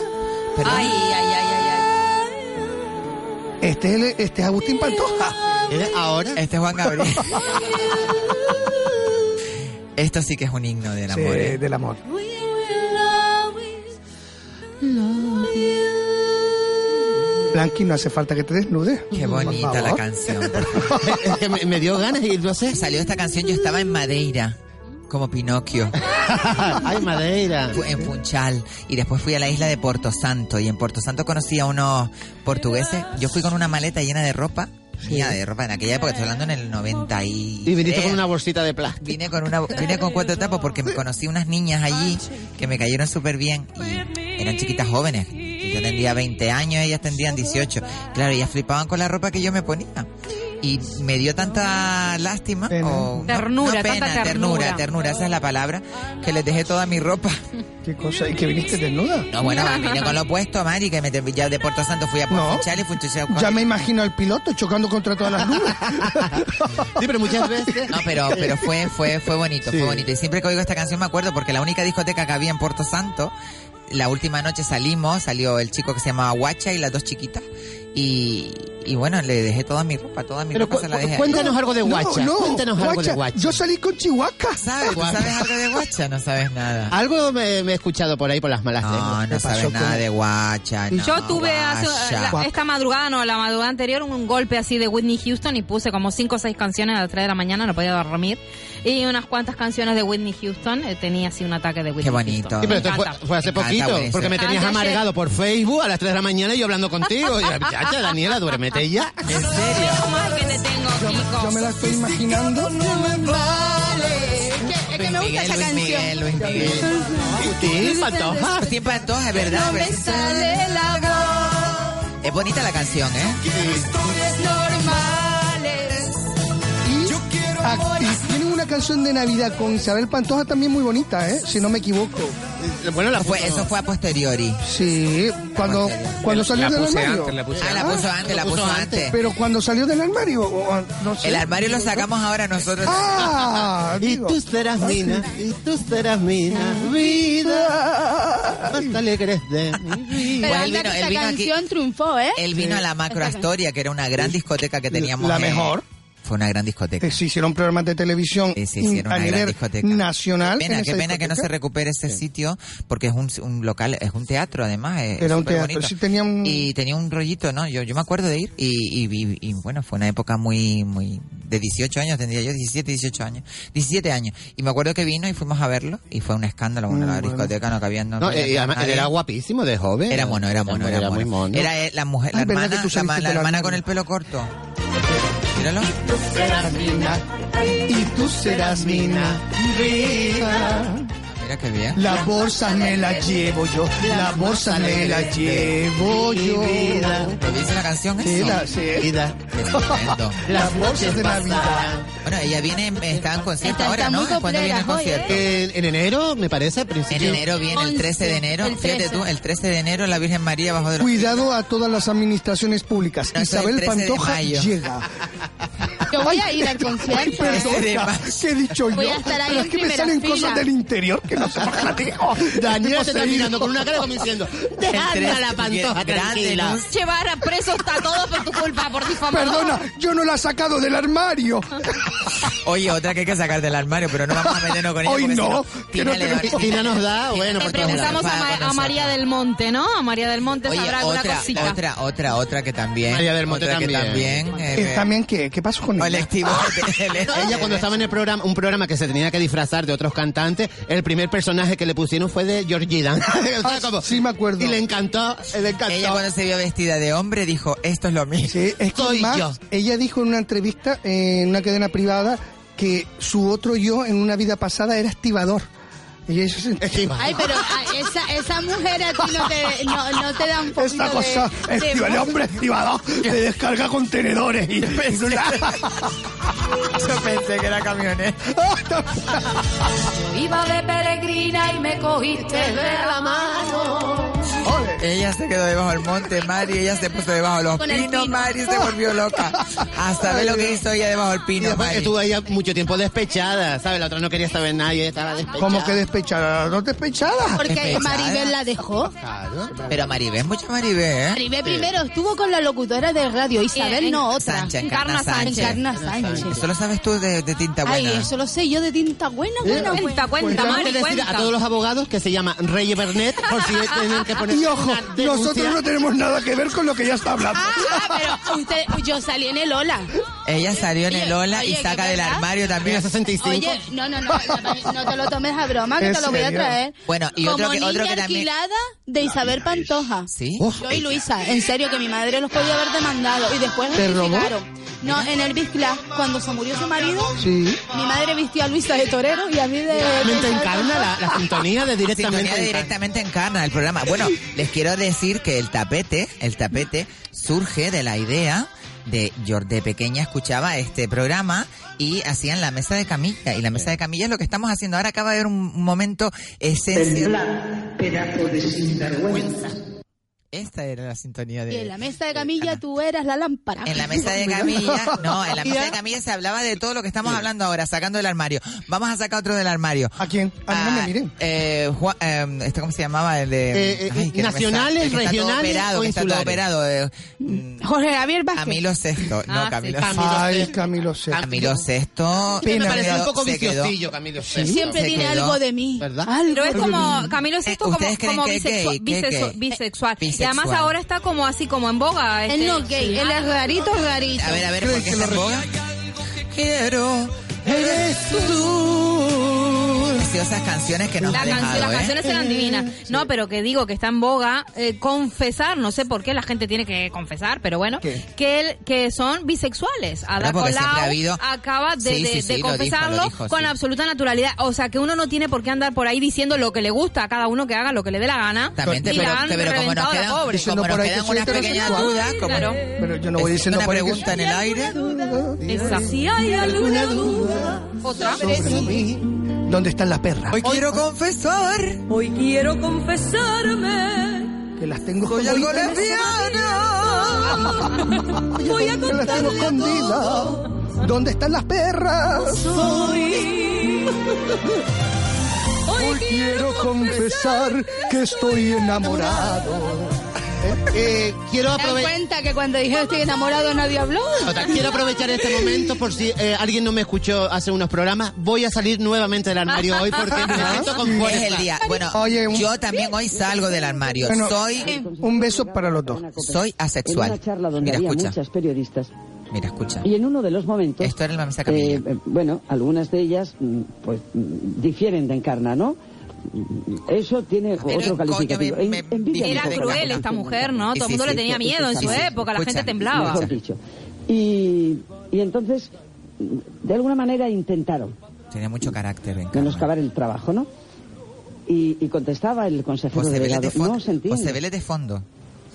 [SPEAKER 3] Perdón.
[SPEAKER 4] Ay, ay, ay, ay,
[SPEAKER 5] Este, es el- este es Agustín Pantoja.
[SPEAKER 7] ¿Eh? Ahora.
[SPEAKER 3] Este es Juan Gabriel. Esto sí que es un himno del
[SPEAKER 5] Sí,
[SPEAKER 3] amor. ¿eh?
[SPEAKER 5] del amor. Blanqui, no hace falta que te desnudes.
[SPEAKER 3] Qué
[SPEAKER 5] Por
[SPEAKER 3] bonita la
[SPEAKER 5] favor.
[SPEAKER 3] canción. por favor.
[SPEAKER 7] Es que me, me dio ganas y lo sé.
[SPEAKER 3] Salió esta canción, yo estaba en Madeira, como Pinocchio,
[SPEAKER 7] Ay, Madeira.
[SPEAKER 3] fu- en Funchal, y después fui a la isla de Porto Santo, y en Porto Santo conocí a unos portugueses. Yo fui con una maleta llena de ropa, llena de ropa en aquella época, estoy hablando en el 90 y...
[SPEAKER 7] Y viniste con una bolsita de plástico.
[SPEAKER 3] Vine con, una, vine con cuatro tapos porque me conocí unas niñas allí que me cayeron súper bien y eran chiquitas jóvenes. Yo tendría 20 años, ellas tendrían 18. Claro, ellas flipaban con la ropa que yo me ponía. Y me dio tanta lástima,
[SPEAKER 5] Pena.
[SPEAKER 3] o no-
[SPEAKER 4] Ternura,
[SPEAKER 3] no pena,
[SPEAKER 4] tanta
[SPEAKER 3] ternura,
[SPEAKER 4] ternura.
[SPEAKER 3] ternura, esa es la palabra, que les dejé toda mi ropa.
[SPEAKER 5] Qué cosa. ¿Y que viniste desnuda?
[SPEAKER 3] No, bueno, vine con lo puesto, Mari, que me te- ya de Puerto Santo fui a
[SPEAKER 5] No.
[SPEAKER 3] Funchal y Funchal.
[SPEAKER 5] Ya me imagino al piloto chocando contra todas las nubes.
[SPEAKER 7] Sí, pero muchas veces.
[SPEAKER 3] No, pero, pero fue, fue, fue bonito, fue bonito. Y siempre que oigo esta canción me acuerdo porque la única discoteca que había en Puerto Santo, la última noche salimos, salió el chico que se llamaba Guacha y las dos chiquitas. Y, y bueno, le dejé toda mi ropa, toda mi
[SPEAKER 7] Pero
[SPEAKER 3] ropa
[SPEAKER 7] cu-
[SPEAKER 3] se la
[SPEAKER 7] cu-
[SPEAKER 3] dejé. ahí.
[SPEAKER 7] cuéntanos algo de Guacha.
[SPEAKER 5] No, no,
[SPEAKER 7] cuéntanos algo de Guacha.
[SPEAKER 5] Yo salí con Chihuahua.
[SPEAKER 3] ¿Sabes? Ah, ¿Tú sabes algo de Guacha? No sabes nada.
[SPEAKER 7] Algo me, me he escuchado por ahí por las malas lenguas.
[SPEAKER 3] No, no sabes
[SPEAKER 5] pasó
[SPEAKER 3] nada
[SPEAKER 5] con-
[SPEAKER 3] de Guacha. no,
[SPEAKER 4] Yo tuve hace,
[SPEAKER 3] Guacha.
[SPEAKER 4] la- esta madrugada, no, la madrugada anterior, un, un golpe así de Whitney Houston y puse como cinco o seis canciones a las 3 de la mañana, no podía dormir. Y unas cuantas canciones de Whitney Houston, eh, tenía así un ataque de Whitney
[SPEAKER 3] Qué bonito.
[SPEAKER 4] Houston.
[SPEAKER 7] Sí,
[SPEAKER 4] Me
[SPEAKER 7] pero esto
[SPEAKER 4] encanta.
[SPEAKER 7] fue, fue hace
[SPEAKER 3] Me encanta,
[SPEAKER 7] poquito,
[SPEAKER 3] buenísimo.
[SPEAKER 7] porque me tenías
[SPEAKER 4] Antes
[SPEAKER 7] amargado por Facebook a las 3 de la mañana y yo hablando contigo. Y yo, muchacha, Daniela, duérmete ya.
[SPEAKER 3] ¿En serio?
[SPEAKER 4] Qué mal que te tengo, Kiko.
[SPEAKER 5] Yo me la estoy imaginando.
[SPEAKER 6] Es que me
[SPEAKER 3] Luis Miguel,
[SPEAKER 6] gusta esa
[SPEAKER 3] Luis
[SPEAKER 6] canción.
[SPEAKER 3] Miguel, Luis Miguel.
[SPEAKER 7] Sí, Pantoja.
[SPEAKER 3] Tiempo para todos,
[SPEAKER 5] Ah,
[SPEAKER 3] es verdad.
[SPEAKER 6] Me
[SPEAKER 5] Pues, eh,
[SPEAKER 6] sale la voz.
[SPEAKER 3] Es bonita la canción, ¿eh?
[SPEAKER 6] Historias normales.
[SPEAKER 5] Y, ah, y tienen una canción de Navidad con Isabel Pantoja también muy bonita, ¿eh? Si no me equivoco.
[SPEAKER 7] Bueno, la
[SPEAKER 3] Fue, eso fue a posteriori.
[SPEAKER 5] Sí, cuando, cuando salió
[SPEAKER 1] la
[SPEAKER 5] del
[SPEAKER 1] puse
[SPEAKER 5] armario.
[SPEAKER 1] antes, la puse
[SPEAKER 3] Ah, la
[SPEAKER 1] antes.
[SPEAKER 3] puso antes, la puso antes.
[SPEAKER 5] Pero cuando salió del armario, o- o- no sé.
[SPEAKER 3] El armario lo sacamos ahora nosotros.
[SPEAKER 5] Ah,
[SPEAKER 7] Y
[SPEAKER 5] digo.
[SPEAKER 7] tú serás mina, y tú serás mina, vida. Más alegres de mi vida.
[SPEAKER 3] él
[SPEAKER 6] Pero anda
[SPEAKER 3] vino-
[SPEAKER 6] que
[SPEAKER 3] él
[SPEAKER 6] esta
[SPEAKER 3] vino aquí.
[SPEAKER 6] canción triunfó, ¿eh?
[SPEAKER 3] Él vino a la Macro Astoria, que era una gran discoteca que teníamos.
[SPEAKER 5] La
[SPEAKER 3] en-
[SPEAKER 5] mejor.
[SPEAKER 3] Fue una gran discoteca.
[SPEAKER 5] Eh, se hicieron programas de televisión
[SPEAKER 3] Sí, sí, sí, era
[SPEAKER 5] a
[SPEAKER 3] una gran
[SPEAKER 5] nivel
[SPEAKER 3] discoteca.
[SPEAKER 5] nacional.
[SPEAKER 3] Qué pena,
[SPEAKER 5] en
[SPEAKER 3] qué
[SPEAKER 5] esa
[SPEAKER 3] pena que no se
[SPEAKER 5] discoteca.
[SPEAKER 3] recupere ese sitio, porque es un, un local, es un teatro además. es- es
[SPEAKER 5] Era un
[SPEAKER 3] súper
[SPEAKER 5] teatro,
[SPEAKER 3] bonito.
[SPEAKER 5] sí tenía un-
[SPEAKER 3] Y tenía un rollito, ¿no? Yo, yo me acuerdo de ir y, y- y- y, bueno, fue una época muy, muy... De 18 años tendría yo, 17, 18 años. 17 años. Y me acuerdo que vino y fuimos a verlo y fue un escándalo. Bueno,
[SPEAKER 5] Mm,
[SPEAKER 3] la
[SPEAKER 5] bueno.
[SPEAKER 3] discoteca no cabía... No,
[SPEAKER 7] No,
[SPEAKER 3] cabía
[SPEAKER 7] eh, y además, él
[SPEAKER 3] nadie.
[SPEAKER 7] era guapísimo de joven.
[SPEAKER 3] Era mono, era mono, era, mono.
[SPEAKER 7] muy mono.
[SPEAKER 3] Era, eh, la mujer, la
[SPEAKER 5] Ay, verdad
[SPEAKER 3] hermana,
[SPEAKER 5] que tú
[SPEAKER 3] la, ma-
[SPEAKER 5] saliste
[SPEAKER 3] la
[SPEAKER 5] del
[SPEAKER 3] hermana
[SPEAKER 5] armario.
[SPEAKER 3] con el pelo corto. Míralo.
[SPEAKER 5] Y tú serás mina.
[SPEAKER 3] Mira qué bien.
[SPEAKER 5] Las bolsas me las llevo yo. Las bolsas me las llevo yo.
[SPEAKER 3] ¿Lo dice la canción
[SPEAKER 5] Sí,
[SPEAKER 3] eso?
[SPEAKER 5] la- sí. eh.
[SPEAKER 3] Qué estupendo.
[SPEAKER 5] Las bolsas de Navidad.
[SPEAKER 3] Bueno, ella viene, en- está en concierto
[SPEAKER 6] Está-
[SPEAKER 3] ahora,
[SPEAKER 6] está
[SPEAKER 3] ¿no?
[SPEAKER 6] muy
[SPEAKER 3] ¿Cuándo viene el
[SPEAKER 6] coplera, oye,
[SPEAKER 3] concierto?
[SPEAKER 5] ¿eh?
[SPEAKER 7] En, en enero, me parece, al
[SPEAKER 3] En
[SPEAKER 7] principio.
[SPEAKER 3] enero viene, el 13 de enero.
[SPEAKER 6] El
[SPEAKER 3] Fíjate
[SPEAKER 6] 13.
[SPEAKER 3] tú, el 13 de enero la Virgen María bajo de los...
[SPEAKER 5] Cuidado a todas las administraciones públicas.
[SPEAKER 3] No, eso es el
[SPEAKER 5] Isabel
[SPEAKER 3] 13 de
[SPEAKER 5] Pantoja
[SPEAKER 3] mayo.
[SPEAKER 5] llega.
[SPEAKER 6] Yo voy a ir al concierto. ¿eh?
[SPEAKER 3] perdón. 13 de
[SPEAKER 5] Perdona,
[SPEAKER 3] mayo.
[SPEAKER 5] ¿qué he dicho yo?
[SPEAKER 6] Voy a estar ahí
[SPEAKER 5] Pero
[SPEAKER 6] en
[SPEAKER 5] es que me
[SPEAKER 6] primera
[SPEAKER 5] salen
[SPEAKER 6] fila.
[SPEAKER 5] cosas del interior que no se bajan.
[SPEAKER 7] Daniela se está mirando con una cara como diciendo, dejadme a la pantoja
[SPEAKER 3] Grande,
[SPEAKER 7] tranquila.
[SPEAKER 3] ¿no?
[SPEAKER 4] Llevar a presos está todo por tu culpa, por difamar.
[SPEAKER 5] Perdona, yo no la he sacado del armario.
[SPEAKER 3] Oye, otra que hay que sacar del armario, pero no vamos a meternos con ella.
[SPEAKER 5] Hoy
[SPEAKER 3] porque si
[SPEAKER 5] no, que no
[SPEAKER 3] Tina le da-
[SPEAKER 5] tenemos-
[SPEAKER 7] Tina nos da, bueno, pues,
[SPEAKER 4] Le
[SPEAKER 7] por todos lados.
[SPEAKER 4] preguntamos a,
[SPEAKER 3] Vamos
[SPEAKER 4] Ma-
[SPEAKER 3] con
[SPEAKER 4] a María
[SPEAKER 3] nosotros.
[SPEAKER 4] del Monte, ¿no? A María del Monte
[SPEAKER 3] Oye,
[SPEAKER 4] sabrá alguna
[SPEAKER 3] otra,
[SPEAKER 4] cosita.
[SPEAKER 3] otra, otra, otra que también.
[SPEAKER 7] María del Monte
[SPEAKER 3] otra que
[SPEAKER 7] también.
[SPEAKER 3] también. eh,
[SPEAKER 5] Eh, también, ¿qué, ¿qué pasó con
[SPEAKER 7] Eleni.
[SPEAKER 3] Colectivo.
[SPEAKER 7] Ella cuando estaba en el programa, un programa que se tenía que disfrazar de otros cantantes, el primer personaje que le pusieron fue de Georgie Dan.
[SPEAKER 5] Ah, sí, me acuerdo.
[SPEAKER 7] Y le encantó, le encantó.
[SPEAKER 3] Ella cuando se vio vestida de hombre dijo, esto es lo mío.
[SPEAKER 5] Sí, es que además, ella dijo en una entrevista eh, en una cadena privada que su otro yo en una vida pasada era estibador. Y eso se-
[SPEAKER 6] Ay, pero ay, esa, esa mujer a ti no te, no, no te da un poquito
[SPEAKER 5] Esta cosa,
[SPEAKER 6] de...
[SPEAKER 5] es
[SPEAKER 6] de-
[SPEAKER 5] el hombre estibador que descarga contenedores y
[SPEAKER 3] Yo pensé que era camionero.
[SPEAKER 13] Yo iba de peregrina y me cogiste de la mano.
[SPEAKER 3] Ella se quedó debajo del monte, Mari, ella se puso debajo de los
[SPEAKER 13] Con el
[SPEAKER 3] pinos,
[SPEAKER 13] pino.
[SPEAKER 3] Mari se volvió loca. A saber lo que hizo ella debajo del
[SPEAKER 7] Y
[SPEAKER 3] pino,
[SPEAKER 7] después
[SPEAKER 3] Mari.
[SPEAKER 7] estuvo ella mucho tiempo despechada, ¿sabes? La otra no quería saber nadie, estaba despechada.
[SPEAKER 5] Como que despechada, no despechada.
[SPEAKER 6] Porque Maribel la dejó. ¿Eh?
[SPEAKER 3] Pero Maribel, mucha Maribel, ¿eh?
[SPEAKER 6] Maribel primero estuvo con la locutora de radio, Isabel
[SPEAKER 3] Eh,
[SPEAKER 6] no otra.
[SPEAKER 3] Sánchez, Encarna Encarna Sánchez. Sánchez.
[SPEAKER 6] Encarna Sánchez.
[SPEAKER 3] Eso lo sabes tú de, de tinta
[SPEAKER 6] Ay,
[SPEAKER 3] buena. Pues
[SPEAKER 6] eso lo sé yo de tinta buena,
[SPEAKER 7] ¿Eh?
[SPEAKER 6] buena,
[SPEAKER 7] Pues,
[SPEAKER 4] Cuenta,
[SPEAKER 6] buena.
[SPEAKER 4] cuenta,
[SPEAKER 7] Vamos a decir a todos los abogados que se llama Rey Bernet por si tienen que poner
[SPEAKER 5] Y ojo,
[SPEAKER 7] una denuncia.
[SPEAKER 5] nosotros no tenemos nada que ver con lo que ella está hablando.
[SPEAKER 6] Ah, pero usted, yo salí en el Ola.
[SPEAKER 3] Ella salió en el Ola y
[SPEAKER 6] oye,
[SPEAKER 3] saca
[SPEAKER 6] ¿qué
[SPEAKER 3] del
[SPEAKER 5] Ah.
[SPEAKER 6] verdad?
[SPEAKER 3] armario también.
[SPEAKER 6] Oye, no, no, no, no, no te lo tomes a broma, que
[SPEAKER 3] ¿En
[SPEAKER 6] te lo voy a
[SPEAKER 3] serio?
[SPEAKER 6] traer.
[SPEAKER 3] Bueno, y
[SPEAKER 6] Como
[SPEAKER 3] otro que-
[SPEAKER 6] niña
[SPEAKER 3] otro que también-
[SPEAKER 6] alquilada de Isabel Pantoja.
[SPEAKER 3] ¿Sí?
[SPEAKER 6] Yo y Luisa, en serio, que mi madre los podía haber demandado y después
[SPEAKER 5] ¿Te robó?
[SPEAKER 6] notificaron. No, en el Biscla, cuando se murió su marido,
[SPEAKER 5] Sí.
[SPEAKER 6] mi madre vistió a Luisa de torero y a mí de...
[SPEAKER 7] Directamente
[SPEAKER 6] de-
[SPEAKER 7] encarna la, la sintonía de directamente.
[SPEAKER 3] Sintonía de directamente en carne el programa. Bueno, les quiero decir que el tapete, el tapete surge de la idea de yo de pequeña escuchaba este programa y hacían la mesa de camilla y la mesa de camilla es lo que estamos haciendo ahora acaba de haber un momento esencial
[SPEAKER 18] pedazo de sinvergüenza.
[SPEAKER 3] esta era la sintonía
[SPEAKER 6] Y en la
[SPEAKER 3] de
[SPEAKER 6] mesa de camilla tú eras la lámpara.
[SPEAKER 3] en la mesa de camilla no en la mesa de camilla se hablaba de todo lo que estamos hablando ahora sacando del armario vamos a sacar otro del armario
[SPEAKER 5] a quién
[SPEAKER 3] a no me miren eh, Juan, eh, este cómo se llamaba el de
[SPEAKER 7] Eh, eh,
[SPEAKER 3] ay, que no me sale,
[SPEAKER 7] nacionales,
[SPEAKER 3] el que está todo
[SPEAKER 7] regionales
[SPEAKER 3] operado,
[SPEAKER 7] o
[SPEAKER 3] que está todo
[SPEAKER 7] insulares.
[SPEAKER 3] operado eh,
[SPEAKER 6] Jorge Javier Vázquez.
[SPEAKER 3] Camilo Sexto,
[SPEAKER 6] Ah,
[SPEAKER 3] no
[SPEAKER 6] sí,
[SPEAKER 3] Camilo
[SPEAKER 6] Camilo
[SPEAKER 5] Ay, Camilo Sesto.
[SPEAKER 3] Camilo Sexto.
[SPEAKER 7] Me pareció un
[SPEAKER 3] quedó-
[SPEAKER 7] poco
[SPEAKER 3] se quedó-
[SPEAKER 7] viciosillo, Camilo.
[SPEAKER 3] Sí,
[SPEAKER 6] Siempre
[SPEAKER 3] se
[SPEAKER 6] tiene
[SPEAKER 3] quedó.
[SPEAKER 6] algo de mí.
[SPEAKER 7] ¿Verdad?
[SPEAKER 6] Algo
[SPEAKER 4] Pero es
[SPEAKER 6] de
[SPEAKER 4] como,
[SPEAKER 6] mí.
[SPEAKER 4] Camilo es
[SPEAKER 3] Eh,
[SPEAKER 4] esto como,
[SPEAKER 3] ¿ustedes creen
[SPEAKER 4] como
[SPEAKER 3] que es
[SPEAKER 4] bisexua-
[SPEAKER 3] gay? ¿Que es
[SPEAKER 4] bisexua-
[SPEAKER 3] gay?
[SPEAKER 4] bisexual. Y
[SPEAKER 3] Bisexual.
[SPEAKER 4] además ahora está como así como en boga.
[SPEAKER 6] Él
[SPEAKER 4] este-
[SPEAKER 6] no es gay, él es rarito, es rarito.
[SPEAKER 3] A ver, a ver, ¿por qué se boga? Quiero.
[SPEAKER 5] Eres tú.
[SPEAKER 3] Preciosas canciones que nos
[SPEAKER 4] La
[SPEAKER 3] han
[SPEAKER 4] can-
[SPEAKER 3] dejado,
[SPEAKER 4] las
[SPEAKER 3] ¿eh?
[SPEAKER 4] canciones eran divinas. No, pero que digo que está en boga eh, confesar, no sé por qué la gente tiene que confesar, pero bueno,
[SPEAKER 3] ¿Qué?
[SPEAKER 4] que él, que son bisexuales. Ada
[SPEAKER 3] porque siempre ha
[SPEAKER 4] Colau
[SPEAKER 3] habido-
[SPEAKER 4] acaba de,
[SPEAKER 3] Sí,
[SPEAKER 4] de-
[SPEAKER 3] sí,
[SPEAKER 4] de
[SPEAKER 3] sí, lo dijo,
[SPEAKER 4] confesarlo
[SPEAKER 3] lo dijo,
[SPEAKER 4] con
[SPEAKER 3] sí.
[SPEAKER 4] absoluta naturalidad. O sea, que uno no tiene por qué andar por ahí diciendo lo que le gusta a cada uno que haga lo que le dé la gana.
[SPEAKER 3] También te
[SPEAKER 4] y la
[SPEAKER 3] pero-
[SPEAKER 4] han
[SPEAKER 3] te- pero como nos
[SPEAKER 4] reventado la
[SPEAKER 3] quedan,
[SPEAKER 4] pobre.
[SPEAKER 3] como
[SPEAKER 5] Diciendo por
[SPEAKER 3] nos
[SPEAKER 5] ahí que
[SPEAKER 3] quedan
[SPEAKER 5] soy
[SPEAKER 3] unas pequeñas
[SPEAKER 5] heterosexual.
[SPEAKER 3] dudas, como
[SPEAKER 4] Claro.
[SPEAKER 5] Pero yo no voy
[SPEAKER 3] es
[SPEAKER 5] diciendo
[SPEAKER 3] una
[SPEAKER 5] por ahí que
[SPEAKER 3] pregunta en el aire.
[SPEAKER 4] Esa.
[SPEAKER 5] soy-
[SPEAKER 4] Si hay alguna duda, otra.
[SPEAKER 5] sobre mí. ¿Dónde están las perras?
[SPEAKER 3] Hoy quiero confesar
[SPEAKER 4] Hoy quiero confesarme.
[SPEAKER 5] Que las tengo
[SPEAKER 3] soy algo
[SPEAKER 5] escondidas.
[SPEAKER 3] lesbiana.
[SPEAKER 4] Voy a
[SPEAKER 5] Que las tengo escondidas. ¿Dónde están las perras?
[SPEAKER 4] Soy.
[SPEAKER 5] Hoy quiero confesar que estoy enamorado.
[SPEAKER 7] Eh, quiero
[SPEAKER 6] ¿Te das
[SPEAKER 7] aprovechar.
[SPEAKER 6] cuenta que cuando dije estoy enamorado nadie habló?
[SPEAKER 7] Otra, Quiero aprovechar este momento por si eh, alguien no me escuchó hace unos programas. Voy a salir nuevamente del armario hoy porque me siento con
[SPEAKER 3] Es el día. Bueno,
[SPEAKER 5] Oye, un-
[SPEAKER 3] yo también hoy salgo del armario.
[SPEAKER 5] Bueno,
[SPEAKER 3] Soy,
[SPEAKER 5] Un beso para los dos.
[SPEAKER 3] soy
[SPEAKER 19] En
[SPEAKER 3] asexual.
[SPEAKER 19] una charla donde
[SPEAKER 3] Mira,
[SPEAKER 19] había
[SPEAKER 3] escucha.
[SPEAKER 19] muchas periodistas.
[SPEAKER 3] Mira, escucha.
[SPEAKER 19] Y en uno de los momentos.
[SPEAKER 3] Esto era la mesa camilla.
[SPEAKER 19] eh, eh, bueno, algunas de ellas, mm, pues, mm, difieren de Encarna, ¿no? Mm, Eso tiene
[SPEAKER 3] coño,
[SPEAKER 19] otro calificativo.
[SPEAKER 3] me-
[SPEAKER 19] En-
[SPEAKER 3] me-
[SPEAKER 19] envidia
[SPEAKER 3] me-
[SPEAKER 4] Era
[SPEAKER 19] me
[SPEAKER 3] me-
[SPEAKER 19] provoca.
[SPEAKER 4] cruel esta mujer, ¿no?
[SPEAKER 3] Sí,
[SPEAKER 4] Todo
[SPEAKER 3] sí,
[SPEAKER 4] el mundo le
[SPEAKER 3] sí,
[SPEAKER 4] tenía
[SPEAKER 3] sí,
[SPEAKER 4] miedo en
[SPEAKER 3] sí,
[SPEAKER 4] su
[SPEAKER 3] sí,
[SPEAKER 4] época, la
[SPEAKER 3] escucha,
[SPEAKER 4] gente temblaba.
[SPEAKER 19] Mejor dicho. Y, y entonces, mm, de alguna manera intentaron
[SPEAKER 3] Tenía mucho carácter. ¿eh?
[SPEAKER 19] menoscabar el trabajo, ¿no? Y, y contestaba el consejero
[SPEAKER 3] José Vélez
[SPEAKER 19] delegado.
[SPEAKER 3] de fondo.
[SPEAKER 19] No se entiende.
[SPEAKER 3] José Vélez de fondo.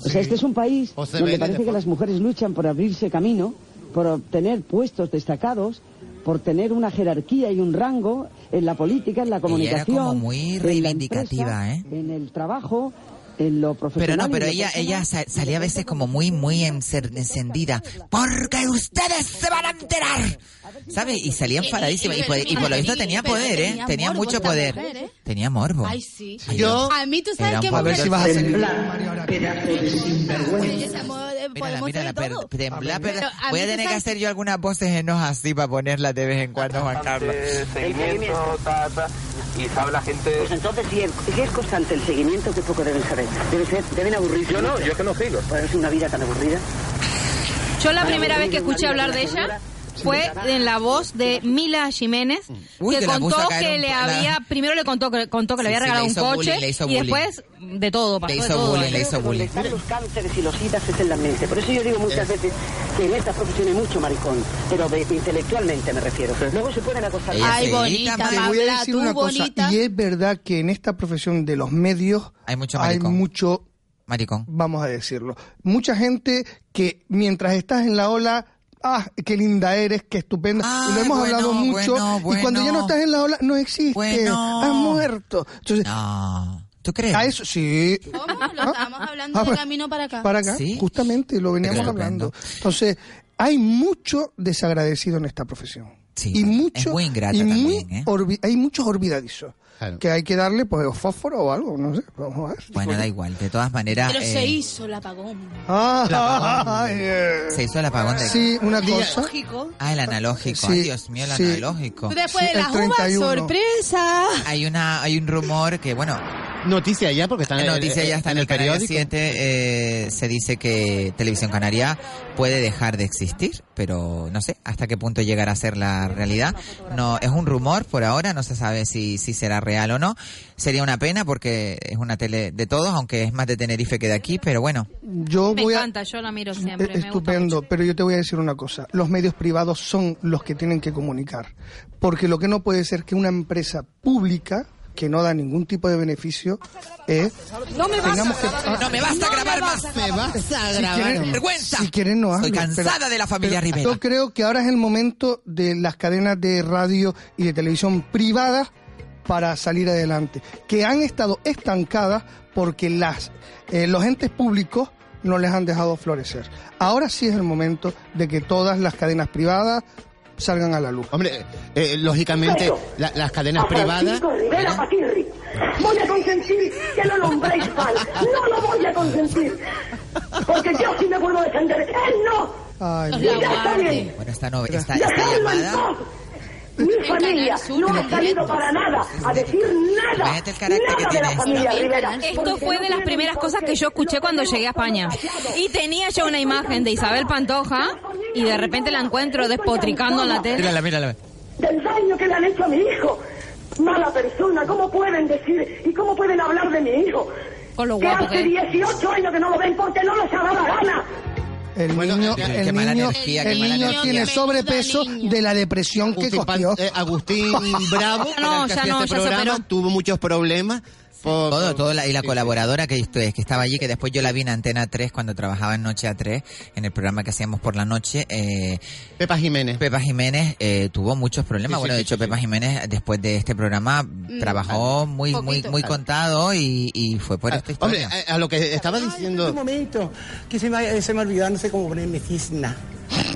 [SPEAKER 19] O sea, este es un país
[SPEAKER 7] José
[SPEAKER 19] donde
[SPEAKER 7] Vélez de
[SPEAKER 19] parece que
[SPEAKER 7] Foz.
[SPEAKER 19] las mujeres luchan por abrirse camino, por obtener puestos destacados, por tener una jerarquía y un rango en la política, en la comunicación.
[SPEAKER 3] como muy
[SPEAKER 19] en la
[SPEAKER 3] reivindicativa, ¿eh?
[SPEAKER 19] empresa, En el trabajo, en lo
[SPEAKER 3] Pero
[SPEAKER 19] profesional.
[SPEAKER 3] no,
[SPEAKER 19] y
[SPEAKER 3] pero
[SPEAKER 19] en lo
[SPEAKER 3] ella
[SPEAKER 19] personal.
[SPEAKER 3] ella sa- salía a veces como muy muy encer- encendida. Porque ustedes se van a enterar. ¿Sabe? Y salía enfadadísima. Y por, y por lo visto tenía poder, ¿eh? Tenía mucho poder. Tenía morbo.
[SPEAKER 6] Ay, sí.
[SPEAKER 7] Yo,
[SPEAKER 6] A mí tú
[SPEAKER 3] Era
[SPEAKER 6] sabes
[SPEAKER 3] un
[SPEAKER 6] que
[SPEAKER 3] poco-
[SPEAKER 5] A ver si vas a salir.
[SPEAKER 3] Mírala, mírala, per- tembla,
[SPEAKER 6] Pero
[SPEAKER 3] pero
[SPEAKER 6] a
[SPEAKER 3] voy a
[SPEAKER 6] mí,
[SPEAKER 3] tener que
[SPEAKER 6] ¿sabes?
[SPEAKER 3] hacer yo algunas voces enojas así para ponerlas de vez en cuando, Juan Carlos.
[SPEAKER 20] seguimiento, ta, ta, y sabe la gente...
[SPEAKER 19] Pues entonces, si es, si es constante el seguimiento, qué poco deben saber. Debe ser, deben aburrirse.
[SPEAKER 20] Yo no, yo que no sigo.
[SPEAKER 19] Pues es una vida tan aburrida.
[SPEAKER 4] Yo la
[SPEAKER 19] Tan
[SPEAKER 4] primera vez
[SPEAKER 19] aburrida,
[SPEAKER 4] que
[SPEAKER 19] una
[SPEAKER 4] escuché
[SPEAKER 19] vida
[SPEAKER 4] hablar
[SPEAKER 19] tan
[SPEAKER 4] de ella,
[SPEAKER 19] aburrida.
[SPEAKER 4] fue en la voz de Mila Jiménez,
[SPEAKER 3] Uy,
[SPEAKER 4] que
[SPEAKER 3] que la puso
[SPEAKER 4] contó
[SPEAKER 3] a caer
[SPEAKER 4] que
[SPEAKER 3] un-
[SPEAKER 4] le
[SPEAKER 3] la-
[SPEAKER 4] había, primero le contó que, contó que le
[SPEAKER 3] Sí,
[SPEAKER 4] había
[SPEAKER 3] sí,
[SPEAKER 4] regalado
[SPEAKER 3] le
[SPEAKER 4] un
[SPEAKER 3] hizo bullying,
[SPEAKER 4] coche
[SPEAKER 3] le hizo
[SPEAKER 4] y
[SPEAKER 3] bullying.
[SPEAKER 4] después de todo, pasó
[SPEAKER 3] Le
[SPEAKER 4] de
[SPEAKER 3] hizo
[SPEAKER 4] todo.
[SPEAKER 3] bullying, le hizo bullying.
[SPEAKER 19] Están los cánceres y los idas es en la mente. Por eso yo digo muchas veces que en esta profesión hay mucho maricón, pero de- intelectualmente me refiero. Luego se pueden acosar.
[SPEAKER 3] Ella Ay, se bonita, dedica
[SPEAKER 5] Te voy a decir una cosa, y es verdad que en esta profesión de los medios
[SPEAKER 3] Hay mucho
[SPEAKER 5] hay
[SPEAKER 3] maricón.
[SPEAKER 5] mucho,
[SPEAKER 3] maricón.
[SPEAKER 5] vamos a decirlo, mucha gente que mientras estás en la ola, ah, qué linda eres, qué estupenda, y lo
[SPEAKER 3] Ay,
[SPEAKER 5] hemos
[SPEAKER 3] bueno,
[SPEAKER 5] hablado mucho,
[SPEAKER 3] bueno,
[SPEAKER 5] y cuando ya no
[SPEAKER 3] bueno.
[SPEAKER 5] estás en la ola, no existe,
[SPEAKER 3] Bueno.
[SPEAKER 5] has muerto. Entonces,
[SPEAKER 3] ¿Tú crees?
[SPEAKER 5] A eso sí.
[SPEAKER 6] Lo estábamos hablando
[SPEAKER 5] Ah,
[SPEAKER 6] de
[SPEAKER 5] bueno.
[SPEAKER 6] camino para acá.
[SPEAKER 5] Para acá, justamente lo veníamos
[SPEAKER 3] Estupendo.
[SPEAKER 5] hablando. Entonces, hay mucho desagradecido en esta profesión.
[SPEAKER 3] Sí,
[SPEAKER 5] y
[SPEAKER 3] es
[SPEAKER 5] mucho,
[SPEAKER 3] muy ingrata
[SPEAKER 5] y
[SPEAKER 3] también, ¿eh?
[SPEAKER 5] muy olvi- hay muchos olvidadizos.
[SPEAKER 3] Claro.
[SPEAKER 5] Que hay que darle, pues, o fósforo o algo, no sé. Vamos a ver. Eh,
[SPEAKER 3] Bueno, da igual, de todas maneras.
[SPEAKER 6] Pero
[SPEAKER 3] eh,
[SPEAKER 6] se hizo el apagón.
[SPEAKER 5] Ah,
[SPEAKER 3] apagón.
[SPEAKER 5] eh.
[SPEAKER 3] se hizo el apagón de.
[SPEAKER 5] Sí, una
[SPEAKER 3] Mira,
[SPEAKER 5] cosa.
[SPEAKER 3] Ah, el analógico.
[SPEAKER 5] Sí,
[SPEAKER 3] Ay, Dios mío, el
[SPEAKER 5] sí.
[SPEAKER 3] analógico.
[SPEAKER 6] Después de
[SPEAKER 5] el
[SPEAKER 6] las uvas,
[SPEAKER 5] 31.
[SPEAKER 6] sorpresa.
[SPEAKER 3] Hay una, hay un rumor que, bueno,
[SPEAKER 7] Noticia ya, porque está en,
[SPEAKER 3] noticia ya está en el periódico. 7, eh, se dice que Televisión Canaria puede dejar de existir, pero no sé hasta qué punto llegará a ser la realidad. No, es un rumor por ahora, no se sabe si, si será real o no. Sería una pena porque es una tele de todos, aunque es más de Tenerife que de aquí, pero bueno.
[SPEAKER 5] Yo
[SPEAKER 4] Me
[SPEAKER 5] voy a...
[SPEAKER 4] encanta, yo la miro siempre.
[SPEAKER 5] Eh,
[SPEAKER 4] me gusta
[SPEAKER 5] Estupendo, pero yo te voy a decir una cosa. Los medios privados son los que tienen que comunicar. Porque lo que no puede ser que una empresa pública, que no da ningún tipo de beneficio, eh,
[SPEAKER 3] No me vas a
[SPEAKER 5] tengamos que-
[SPEAKER 3] grabar. No me vas a No me grabar vas más. a grabar. Me vas a grabar. Vergüenza.
[SPEAKER 5] Si quieren, no
[SPEAKER 3] Estoy
[SPEAKER 5] hablo,
[SPEAKER 3] cansada de la familia
[SPEAKER 5] pero
[SPEAKER 3] Rivera.
[SPEAKER 5] Yo creo que ahora es el momento de las cadenas de radio y de televisión privadas para salir adelante, que han estado estancadas porque las, eh, los entes públicos no les han dejado florecer. Ahora sí es el momento de que todas las cadenas privadas salgan a la luz.
[SPEAKER 7] Hombre, eh, lógicamente, la- las cadenas privadas.
[SPEAKER 21] Rivera Patirri. Voy a consentir que lo nombréis mal. No lo voy a consentir. Porque yo sí me puedo defender. Él no.
[SPEAKER 5] Ay,
[SPEAKER 21] Y
[SPEAKER 3] mira.
[SPEAKER 21] ya está bien.
[SPEAKER 3] Bueno, esta, no, esta, esta
[SPEAKER 21] Dejadlo en
[SPEAKER 3] llamada.
[SPEAKER 21] paz. Mi familia no ha salido para nada a decir nada.
[SPEAKER 3] Imagínate el carácter
[SPEAKER 21] nada
[SPEAKER 3] que
[SPEAKER 21] de
[SPEAKER 3] tiene
[SPEAKER 21] la
[SPEAKER 3] esta.
[SPEAKER 21] familia Rivera.
[SPEAKER 4] mucho. Esto fue de las primeras cosas que yo escuché cuando llegué a España. Y tenía yo una imagen de Isabel Pantoja y de repente la encuentro despotricando en la tele.
[SPEAKER 3] Mírala, mírala.
[SPEAKER 21] del daño que le han hecho a mi hijo. Mala persona, ¿cómo pueden decir y cómo pueden hablar de mi hijo? que
[SPEAKER 4] guapo
[SPEAKER 21] hace
[SPEAKER 4] que
[SPEAKER 21] 18 años que no lo ven porque no les ha dado la gana.
[SPEAKER 5] El niño,
[SPEAKER 7] eh, qué-
[SPEAKER 5] el
[SPEAKER 7] qué mala
[SPEAKER 5] niño-
[SPEAKER 7] energía,
[SPEAKER 5] el
[SPEAKER 7] qué mala
[SPEAKER 5] niño
[SPEAKER 7] energía.
[SPEAKER 5] tiene sobrepeso de la depresión que
[SPEAKER 7] Agustín, Pan-
[SPEAKER 5] cogió.
[SPEAKER 7] eh, Agustín Bravo, que era el que hacía este programa, tuvo muchos problemas.
[SPEAKER 3] todo, todo la- y la colaboradora que, estu- que estaba allí, que después yo la vi en Antena 3 cuando trabajaba en Noche a 3, en el programa que hacíamos por la noche. eh,
[SPEAKER 7] Pepa Jiménez.
[SPEAKER 3] Pepa Jiménez eh, tuvo muchos problemas.
[SPEAKER 7] Sí, sí,
[SPEAKER 3] bueno, de
[SPEAKER 7] sí,
[SPEAKER 3] hecho,
[SPEAKER 7] sí, Mm,
[SPEAKER 3] Pepa Jiménez, después de este programa, trabajó muy, muy,
[SPEAKER 7] poquito.
[SPEAKER 3] muy contado y, y fue por esta
[SPEAKER 7] Hombre, eh,
[SPEAKER 3] historia.
[SPEAKER 7] a, a lo que estaba diciendo.
[SPEAKER 22] momento, que se me, eh, se me olvidó, no sé cómo ponerme cisna.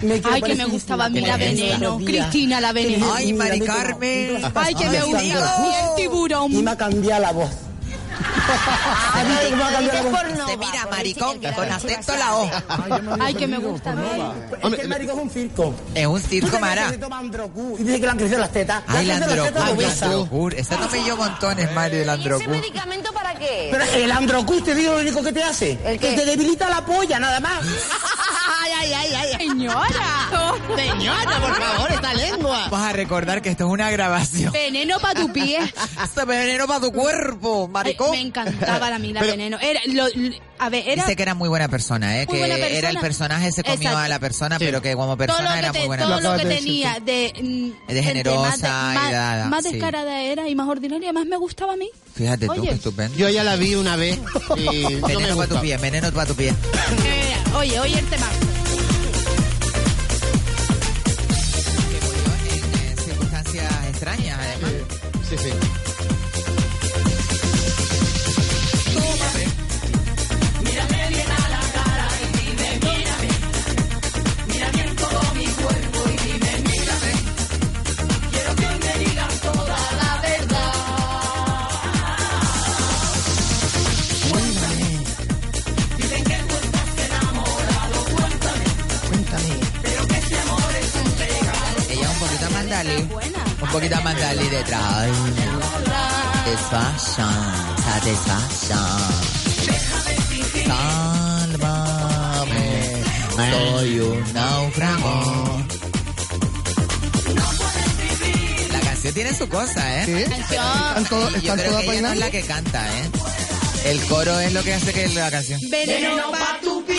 [SPEAKER 22] Me
[SPEAKER 6] Ay, que me gustaba Mira Veneno. Cristina la Veneno.
[SPEAKER 22] Ay, Mari Carmen. Ay, que me gustaba.
[SPEAKER 6] El tiburón.
[SPEAKER 22] Y me ha cambiado la voz. ¿Has visto cómo ha cambiado la voz?
[SPEAKER 3] mira, maricón, con acento la hoja.
[SPEAKER 6] Ay, que me gusta.
[SPEAKER 22] Es que el
[SPEAKER 7] eh,
[SPEAKER 22] marico es un circo.
[SPEAKER 3] Es un
[SPEAKER 22] ¿Tú
[SPEAKER 3] circo,
[SPEAKER 22] te crees
[SPEAKER 3] Mara.
[SPEAKER 22] que se toma Androcur Y dice que le han crecido las tetas. Le han
[SPEAKER 3] Ay, la
[SPEAKER 22] crecido las tetas de
[SPEAKER 3] Androcur, la
[SPEAKER 22] obesa.
[SPEAKER 3] Androcur. Esta tomé yo
[SPEAKER 6] Eh,
[SPEAKER 3] montones, Mario, el Androcur.
[SPEAKER 23] medicamento para qué?
[SPEAKER 22] Pero eh, el androcus te digo lo único que te hace.
[SPEAKER 23] ¿El qué?
[SPEAKER 22] Que te debilita la polla, nada más.
[SPEAKER 6] Ay, ay, ay, ay. Señora.
[SPEAKER 22] Señora, por favor, esta lengua.
[SPEAKER 3] Vamos a recordar que esto es una grabación.
[SPEAKER 6] Veneno para tu pie.
[SPEAKER 3] Este veneno para tu cuerpo, maricón.
[SPEAKER 6] me encantaba la Mila
[SPEAKER 3] Pero-
[SPEAKER 6] Veneno. Era, lo- lo- a ver, era...
[SPEAKER 3] Dice que era muy buena persona, ¿eh?
[SPEAKER 6] Muy
[SPEAKER 3] que
[SPEAKER 6] buena
[SPEAKER 3] era el
[SPEAKER 6] persona.
[SPEAKER 3] personaje, se comió
[SPEAKER 6] Exacto.
[SPEAKER 3] a la persona,
[SPEAKER 6] Sí.
[SPEAKER 3] pero que como
[SPEAKER 6] todo lo
[SPEAKER 3] persona
[SPEAKER 6] que,
[SPEAKER 3] era
[SPEAKER 6] te-
[SPEAKER 3] muy buena
[SPEAKER 6] todo
[SPEAKER 3] persona.
[SPEAKER 6] lo que tenía de, mm,
[SPEAKER 3] De
[SPEAKER 6] gente
[SPEAKER 3] generosa
[SPEAKER 6] más,
[SPEAKER 3] y
[SPEAKER 6] de- más-
[SPEAKER 3] dada,
[SPEAKER 6] más
[SPEAKER 3] sí.
[SPEAKER 6] descarada era y más ordinaria más me gustaba a mí
[SPEAKER 3] Fíjate tú,
[SPEAKER 6] Oye.
[SPEAKER 3] qué estupendo.
[SPEAKER 7] Yo ya la vi una vez. Y no me
[SPEAKER 3] veneno para tu
[SPEAKER 7] gustó.
[SPEAKER 3] pie, veneno para tu pie.
[SPEAKER 6] Eh, oye oye el tema
[SPEAKER 3] Circunstancias extrañas, además.
[SPEAKER 7] Sí, sí.
[SPEAKER 3] Ella un poquito mandalí. Un poquito mandalí detrás. Satisfaction, satisfaction. Sálvame, soy un náufrago. tiene su cosa, ¿eh?
[SPEAKER 5] Sí. Están todas-
[SPEAKER 3] Y yo
[SPEAKER 5] están
[SPEAKER 3] creo
[SPEAKER 5] todas
[SPEAKER 3] que ella no es
[SPEAKER 5] bailando.
[SPEAKER 3] la que canta, ¿eh? El coro es lo que hace que la canción.
[SPEAKER 13] Veneno pa' tu piel.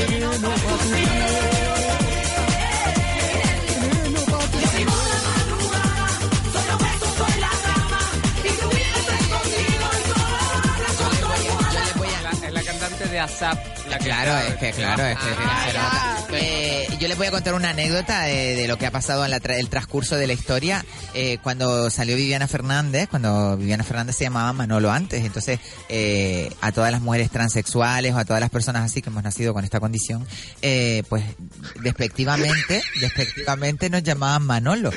[SPEAKER 13] Veneno pa' tu piel. Yo vivo la madrugada, solo beso por la cama. Y tú vives escondido y sola, la soy tu iguala.
[SPEAKER 1] Es la cantante de ASAP. La que
[SPEAKER 3] Claro, es que, claro, es que.
[SPEAKER 1] Ah,
[SPEAKER 3] se nota. Eh, yo les voy a contar una anécdota de, de lo que ha pasado en la tra- el transcurso de la historia. Eh, cuando salió Viviana Fernández, cuando Viviana Fernández se llamaba Manolo antes, entonces eh, a todas las mujeres transexuales o a todas las personas así que hemos nacido con esta condición, eh, pues despectivamente, despectivamente nos llamaban Manolo.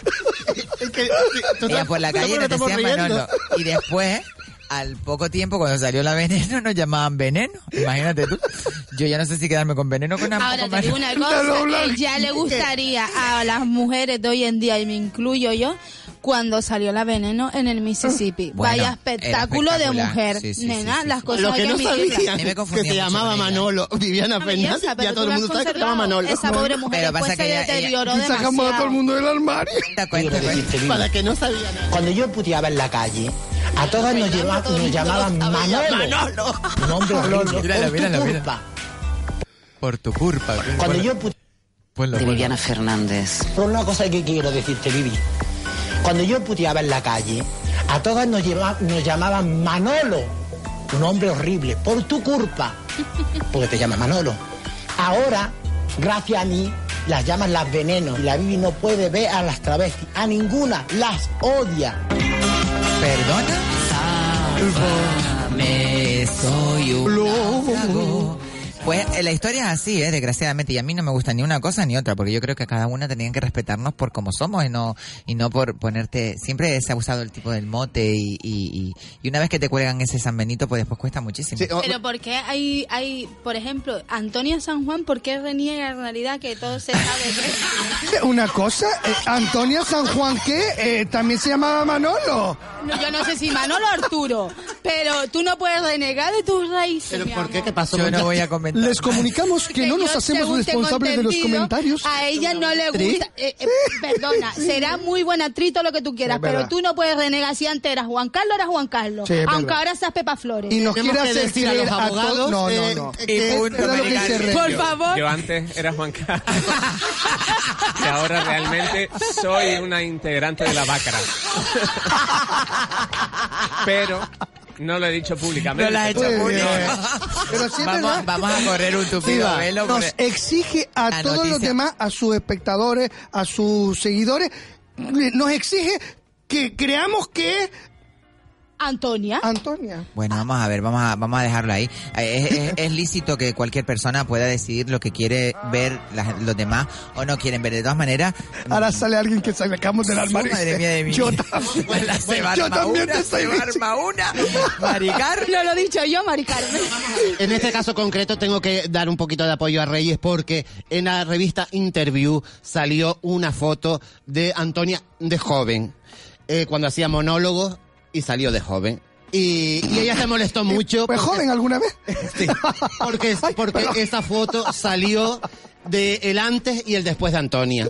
[SPEAKER 3] Ella por la
[SPEAKER 13] tú
[SPEAKER 3] calle
[SPEAKER 13] tampoco
[SPEAKER 3] nos decía
[SPEAKER 13] te estamos riendo.
[SPEAKER 3] Manolo. Y después, al poco tiempo, cuando salió la veneno, nos llamaban veneno. Imagínate tú. Yo ya no sé si quedarme con veneno o con am-
[SPEAKER 6] Ahora
[SPEAKER 3] con
[SPEAKER 6] te digo una
[SPEAKER 3] Manolo.
[SPEAKER 6] cosa que ya le gustaría a las mujeres de hoy en día, y me incluyo yo, cuando salió la veneno en el Mississippi.
[SPEAKER 3] Bueno,
[SPEAKER 6] Vaya espectáculo
[SPEAKER 3] era
[SPEAKER 6] de
[SPEAKER 3] espectacular.
[SPEAKER 6] mujer.
[SPEAKER 3] Sí, sí,
[SPEAKER 6] Nena,
[SPEAKER 3] sí, sí,
[SPEAKER 6] las
[SPEAKER 3] sí.
[SPEAKER 6] cosas
[SPEAKER 7] Los
[SPEAKER 6] hay
[SPEAKER 7] que no
[SPEAKER 6] admitirlas.
[SPEAKER 7] sabían que se llamaba Manolo, Viviana
[SPEAKER 10] Pues
[SPEAKER 6] Maravillosa,
[SPEAKER 7] Fernández, ya
[SPEAKER 6] pero tú
[SPEAKER 7] todo el
[SPEAKER 6] la
[SPEAKER 7] mundo sabe que se llama
[SPEAKER 6] conservado.
[SPEAKER 7] Manolo.
[SPEAKER 6] Esa pobre mujer
[SPEAKER 3] Pero
[SPEAKER 6] después
[SPEAKER 3] pasa
[SPEAKER 6] se
[SPEAKER 3] que ella-
[SPEAKER 6] deterioró
[SPEAKER 3] ella-
[SPEAKER 5] Y sacamos a todo el
[SPEAKER 6] demasiado.
[SPEAKER 5] mundo del armario.
[SPEAKER 3] Te cuento, cuento.
[SPEAKER 7] Para que no sabían.
[SPEAKER 2] Cuando yo puteaba en la calle, a todas nos, lleva-
[SPEAKER 7] todo
[SPEAKER 2] nos
[SPEAKER 7] el mundo
[SPEAKER 2] llamaban
[SPEAKER 7] lo sabía.
[SPEAKER 2] Manolo.
[SPEAKER 7] Manolo.
[SPEAKER 2] Un hombre horrible.
[SPEAKER 3] Manolo. Mírala,
[SPEAKER 2] por tu
[SPEAKER 3] mírala, mírala.
[SPEAKER 2] culpa.
[SPEAKER 3] Por tu culpa.
[SPEAKER 2] Cuando
[SPEAKER 3] Bueno,
[SPEAKER 2] yo puteaba...
[SPEAKER 5] Pues
[SPEAKER 3] De
[SPEAKER 2] Viviana Fernández. Por una cosa que quiero decirte, Vivi. Cuando yo puteaba en la calle, a todas nos, lleva- nos llamaban Manolo. Un hombre horrible, por tu culpa. Porque te llama Manolo. Ahora, gracias a mí, las llaman las venenos. Y la Vivi no puede ver a las travestis. A ninguna. Las odia.
[SPEAKER 3] ¿Perdona? Me soy un náufrago. Pues eh, la historia es así, ¿eh? desgraciadamente, y a mí no me gusta ni una cosa ni otra, porque yo creo que a cada una tenían que respetarnos por como somos y no y no por ponerte... Siempre se ha usado el tipo del mote y, y, y- y una vez que te cuelgan ese San Benito, pues después cuesta muchísimo.
[SPEAKER 6] Pero ¿por qué hay, hay, por ejemplo, Antonia San Juan, por qué reniega en realidad que todo se sabe?
[SPEAKER 5] Una cosa, eh, Antonia San Juan, que eh, también se llamaba Manolo.
[SPEAKER 6] No, yo no sé si Manolo o Arturo, pero tú no puedes renegar de tus raíces. mi amor.
[SPEAKER 7] ¿Qué pasó?
[SPEAKER 3] Yo no voy a comentar.
[SPEAKER 5] Les comunicamos que no
[SPEAKER 6] yo,
[SPEAKER 5] nos hacemos
[SPEAKER 6] según tengo
[SPEAKER 5] responsables de los
[SPEAKER 6] entendido,
[SPEAKER 5] comentarios.
[SPEAKER 6] A ella no le
[SPEAKER 5] ¿Tri?
[SPEAKER 6] gusta. eh, eh, perdona, será muy buena actriz todo lo que tú quieras,
[SPEAKER 5] Es
[SPEAKER 6] pero
[SPEAKER 5] verdad.
[SPEAKER 6] tú no puedes renegar si antes eras Juan Carlos, eras Juan Carlos.
[SPEAKER 5] Sí, es
[SPEAKER 6] aunque
[SPEAKER 5] verdad.
[SPEAKER 6] ahora seas Pepa Flores.
[SPEAKER 5] Y nos
[SPEAKER 7] Tenemos
[SPEAKER 5] quiere
[SPEAKER 7] que
[SPEAKER 5] hacer
[SPEAKER 7] decir a
[SPEAKER 5] creer
[SPEAKER 7] los
[SPEAKER 5] a to-
[SPEAKER 7] abogados,
[SPEAKER 5] No,
[SPEAKER 7] eh,
[SPEAKER 5] no, no.
[SPEAKER 7] que
[SPEAKER 5] Que
[SPEAKER 7] esto
[SPEAKER 5] era lo que dice
[SPEAKER 1] Yo-
[SPEAKER 5] Renio.
[SPEAKER 1] Yo antes era Juan Carlos. y ahora realmente soy una integrante de la Bácara. Pero no lo he dicho públicamente.
[SPEAKER 3] No la he hecho
[SPEAKER 1] Muy
[SPEAKER 3] pública.
[SPEAKER 1] bien.
[SPEAKER 5] Pero sí es
[SPEAKER 3] vamos,
[SPEAKER 5] verdad.
[SPEAKER 3] vamos a correr un tupido
[SPEAKER 5] Diva,
[SPEAKER 3] velo.
[SPEAKER 5] nos
[SPEAKER 3] porque-
[SPEAKER 5] exige a
[SPEAKER 3] La
[SPEAKER 5] todos los
[SPEAKER 3] noticia.
[SPEAKER 5] demás, a sus espectadores, a sus seguidores, nos exige que creamos que es
[SPEAKER 6] Antonia.
[SPEAKER 5] Antonia.
[SPEAKER 3] Bueno, vamos a ver, vamos a, vamos a dejarlo ahí. Eh, Es, es- es lícito que cualquier persona pueda decidir lo que quiere ver las- los demás o no quieren ver. De todas maneras,
[SPEAKER 7] Mm.
[SPEAKER 5] Ahora sale alguien que sacamos del
[SPEAKER 3] Sí,
[SPEAKER 5] armario. y
[SPEAKER 3] madre
[SPEAKER 5] dice,
[SPEAKER 3] mía de mí.
[SPEAKER 5] Yo también.
[SPEAKER 3] Bueno, se va
[SPEAKER 5] yo
[SPEAKER 3] arma
[SPEAKER 5] también
[SPEAKER 3] una,
[SPEAKER 5] te
[SPEAKER 3] se
[SPEAKER 5] estoy
[SPEAKER 3] va arma una. Maricar.
[SPEAKER 6] No lo he dicho yo, Maricar.
[SPEAKER 7] En este caso concreto tengo que dar un poquito de apoyo a Reyes porque en la revista Interview salió una foto de Antonia de joven, eh, cuando hacía monólogos y salió de joven. Y, y ella se molestó mucho.
[SPEAKER 5] Eh, ¿Fue
[SPEAKER 7] porque-
[SPEAKER 5] joven alguna vez?
[SPEAKER 7] Sí, porque, porque esa foto salió de el antes y el después de Antonia.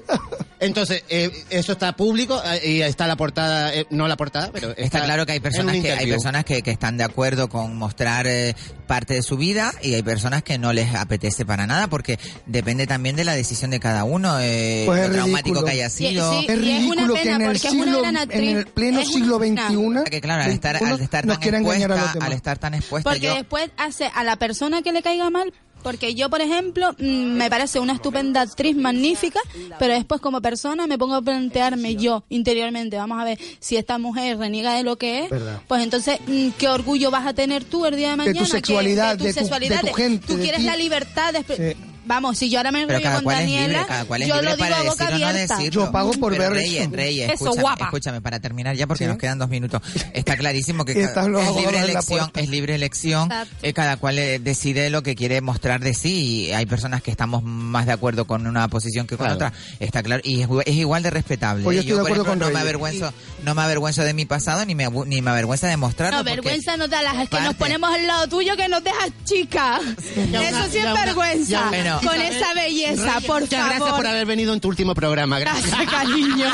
[SPEAKER 7] Entonces, eh, eso está público eh, y está la portada, eh, no la portada, pero está,
[SPEAKER 3] Está claro que hay personas
[SPEAKER 7] en un
[SPEAKER 3] que hay
[SPEAKER 7] interview.
[SPEAKER 3] personas que, que están de acuerdo con mostrar eh, parte de su vida y hay personas que no les apetece para nada porque depende también de la decisión de cada uno, eh,
[SPEAKER 5] Pues es
[SPEAKER 3] lo traumático
[SPEAKER 5] ridículo.
[SPEAKER 3] que haya
[SPEAKER 6] Sí,
[SPEAKER 3] sido.
[SPEAKER 6] sí,
[SPEAKER 5] es
[SPEAKER 6] y es una
[SPEAKER 5] ridículo que
[SPEAKER 6] pena
[SPEAKER 5] en el,
[SPEAKER 6] porque es una
[SPEAKER 5] siglo,
[SPEAKER 6] gran actriz.
[SPEAKER 5] en el pleno
[SPEAKER 6] Es una
[SPEAKER 5] siglo
[SPEAKER 6] pena.
[SPEAKER 5] XXI
[SPEAKER 3] Que claro, al estar, al estar
[SPEAKER 5] nos
[SPEAKER 3] tan
[SPEAKER 5] quiere engañar a los
[SPEAKER 3] expuesta,
[SPEAKER 5] demás.
[SPEAKER 3] al estar tan expuesta,
[SPEAKER 6] Porque
[SPEAKER 3] yo-
[SPEAKER 6] después hace a la persona que le caiga mal. Porque yo, por ejemplo, mm, me parece una estupenda actriz magnífica, pero después como persona me pongo a plantearme yo interiormente, vamos a ver, si esta mujer reniega de lo que es,
[SPEAKER 5] Verdad.
[SPEAKER 6] pues entonces, mm, ¿qué orgullo vas a tener tú el día de mañana?
[SPEAKER 5] tu
[SPEAKER 6] Que-
[SPEAKER 5] sexualidad, de tu- de tu
[SPEAKER 6] de-
[SPEAKER 5] gente,
[SPEAKER 6] Tú
[SPEAKER 5] de
[SPEAKER 6] quieres
[SPEAKER 5] ti.
[SPEAKER 6] la libertad de... expre-
[SPEAKER 5] Sí.
[SPEAKER 6] Vamos, si yo ahora me
[SPEAKER 3] Pero
[SPEAKER 6] enrollo
[SPEAKER 3] cada
[SPEAKER 6] con
[SPEAKER 3] cual es
[SPEAKER 6] Daniela,
[SPEAKER 3] libre, cada cual es
[SPEAKER 6] yo
[SPEAKER 3] libre
[SPEAKER 6] lo digo
[SPEAKER 3] para
[SPEAKER 6] a boca
[SPEAKER 3] decir o no
[SPEAKER 6] abierta.
[SPEAKER 3] decirlo.
[SPEAKER 5] Yo pago por
[SPEAKER 3] Pero
[SPEAKER 5] ver
[SPEAKER 3] Reyes,
[SPEAKER 5] eso.
[SPEAKER 3] Reyes,
[SPEAKER 6] Eso,
[SPEAKER 3] escúchame,
[SPEAKER 6] guapa.
[SPEAKER 3] escúchame, para terminar ya porque
[SPEAKER 5] Sí.
[SPEAKER 3] nos quedan dos minutos. Está clarísimo que
[SPEAKER 5] Y están los
[SPEAKER 3] es libre
[SPEAKER 5] abogados en la
[SPEAKER 3] elección,
[SPEAKER 5] puerta.
[SPEAKER 3] es libre elección, eh, cada cual eh, decide lo que quiere mostrar de sí y hay personas que estamos más de acuerdo con una posición que con
[SPEAKER 7] Claro.
[SPEAKER 3] otra. Está claro, y es, es igual de respetable.
[SPEAKER 5] Pues yo
[SPEAKER 3] ¿eh?
[SPEAKER 5] estoy de
[SPEAKER 3] por
[SPEAKER 5] acuerdo
[SPEAKER 3] ejemplo,
[SPEAKER 5] con
[SPEAKER 3] no me
[SPEAKER 5] Reyes.
[SPEAKER 3] avergüenzo, no me avergüenzo de mi pasado ni me abu- ni me avergüenza de mostrarlo
[SPEAKER 6] No,
[SPEAKER 3] porque-
[SPEAKER 6] vergüenza nos da las que nos
[SPEAKER 3] parte.
[SPEAKER 6] ponemos al lado tuyo que nos dejas chica.
[SPEAKER 7] Y a
[SPEAKER 6] Eso
[SPEAKER 7] una-
[SPEAKER 6] sí
[SPEAKER 7] y a
[SPEAKER 6] es
[SPEAKER 7] una- y a
[SPEAKER 6] vergüenza.
[SPEAKER 7] una-
[SPEAKER 3] Bueno, Bueno.
[SPEAKER 6] con esa belleza,
[SPEAKER 7] Reyes,
[SPEAKER 6] por
[SPEAKER 7] muchas
[SPEAKER 6] favor.
[SPEAKER 7] gracias por haber venido en tu último programa. Gracias.
[SPEAKER 6] Gracias, cariño.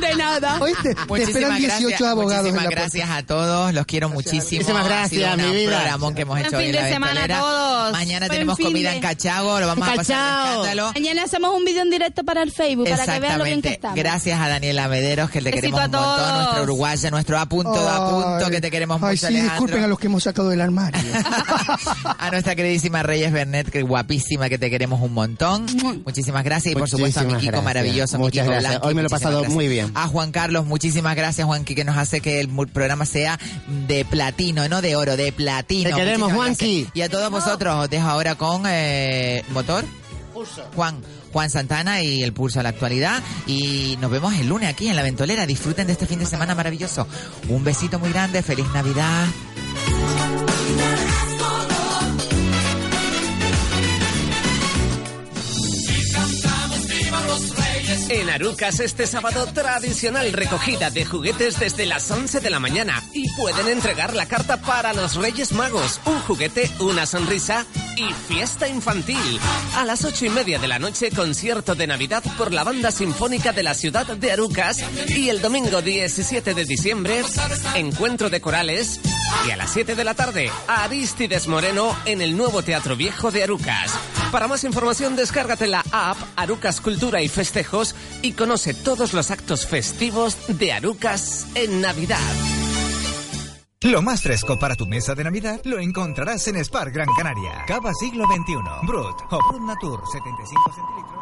[SPEAKER 6] De nada.
[SPEAKER 5] Oíste,
[SPEAKER 3] Muchísimas gracias, Muchísimas gracias a todos, los quiero muchísimo.
[SPEAKER 7] Muchísimas
[SPEAKER 3] Ha
[SPEAKER 7] gracias,
[SPEAKER 3] sido
[SPEAKER 7] mi
[SPEAKER 3] un
[SPEAKER 7] vida.
[SPEAKER 3] programón que hemos
[SPEAKER 6] Buen
[SPEAKER 3] hecho
[SPEAKER 6] fin
[SPEAKER 3] hoy en La
[SPEAKER 6] de semana a
[SPEAKER 3] Ventolera.
[SPEAKER 6] todos.
[SPEAKER 3] Mañana
[SPEAKER 6] Buen
[SPEAKER 3] tenemos
[SPEAKER 6] fin
[SPEAKER 3] comida
[SPEAKER 6] de-
[SPEAKER 3] en Cachago, lo vamos a pasar de
[SPEAKER 6] Cachao.
[SPEAKER 3] escándalo.
[SPEAKER 6] Mañana hacemos un vídeo en directo para el Facebook, para que vean lo bien
[SPEAKER 3] Exactamente.
[SPEAKER 6] que estamos.
[SPEAKER 3] Gracias a Daniela Mederos, que te
[SPEAKER 6] Besito
[SPEAKER 3] queremos
[SPEAKER 6] a
[SPEAKER 3] un montón,
[SPEAKER 6] todos.
[SPEAKER 3] nuestra uruguaya, nuestro a punto, a punto, que te queremos
[SPEAKER 5] Ay,
[SPEAKER 3] mucho,
[SPEAKER 5] sí,
[SPEAKER 3] Alejandro.
[SPEAKER 5] disculpen a los que hemos sacado del armario.
[SPEAKER 3] A nuestra queridísima Reyes Bernet, que guapísima, que te queremos un montón. Muchísimas gracias. Y por supuesto a mi
[SPEAKER 7] Muchísimas
[SPEAKER 3] Kiko
[SPEAKER 7] gracias.
[SPEAKER 3] maravilloso, mi
[SPEAKER 7] Muchas
[SPEAKER 3] Kiko
[SPEAKER 7] gracias.
[SPEAKER 3] Blanqui,
[SPEAKER 7] Hoy me lo he
[SPEAKER 3] muchísimas
[SPEAKER 7] pasado
[SPEAKER 3] gracias.
[SPEAKER 7] muy bien.
[SPEAKER 3] A Juan Carlos, muchísimas gracias, Juanqui, que nos hace que el mu- programa sea de platino, no de oro, de platino.
[SPEAKER 7] Te queremos,
[SPEAKER 3] Muchísimas
[SPEAKER 7] Juanqui.
[SPEAKER 3] gracias. Y a todos vosotros, os dejo ahora con eh, Motor. Juan, Juan Santana y el pulso a la actualidad. Y nos vemos el lunes aquí en La Ventolera. Disfruten de este fin de semana maravilloso. Un besito muy grande, feliz Navidad.
[SPEAKER 17] En Arucas este sábado tradicional recogida de juguetes desde las 11 de la mañana y pueden entregar la carta para los Reyes Magos, un juguete, una sonrisa y fiesta infantil. A las ocho y media de la noche concierto de Navidad por la banda sinfónica de la ciudad de Arucas y el domingo 17 de diciembre encuentro de corales y a las 7 de la tarde Aristides Moreno en el nuevo Teatro Viejo de Arucas. Para más información descárgate la app Arucas Cultura y Festejos y conoce todos los actos festivos de Arucas en Navidad.
[SPEAKER 8] Lo más fresco para tu mesa de Navidad lo encontrarás en Spar Gran Canaria. Cava siglo XXI. Brut o Brut Natur 75 centímetros.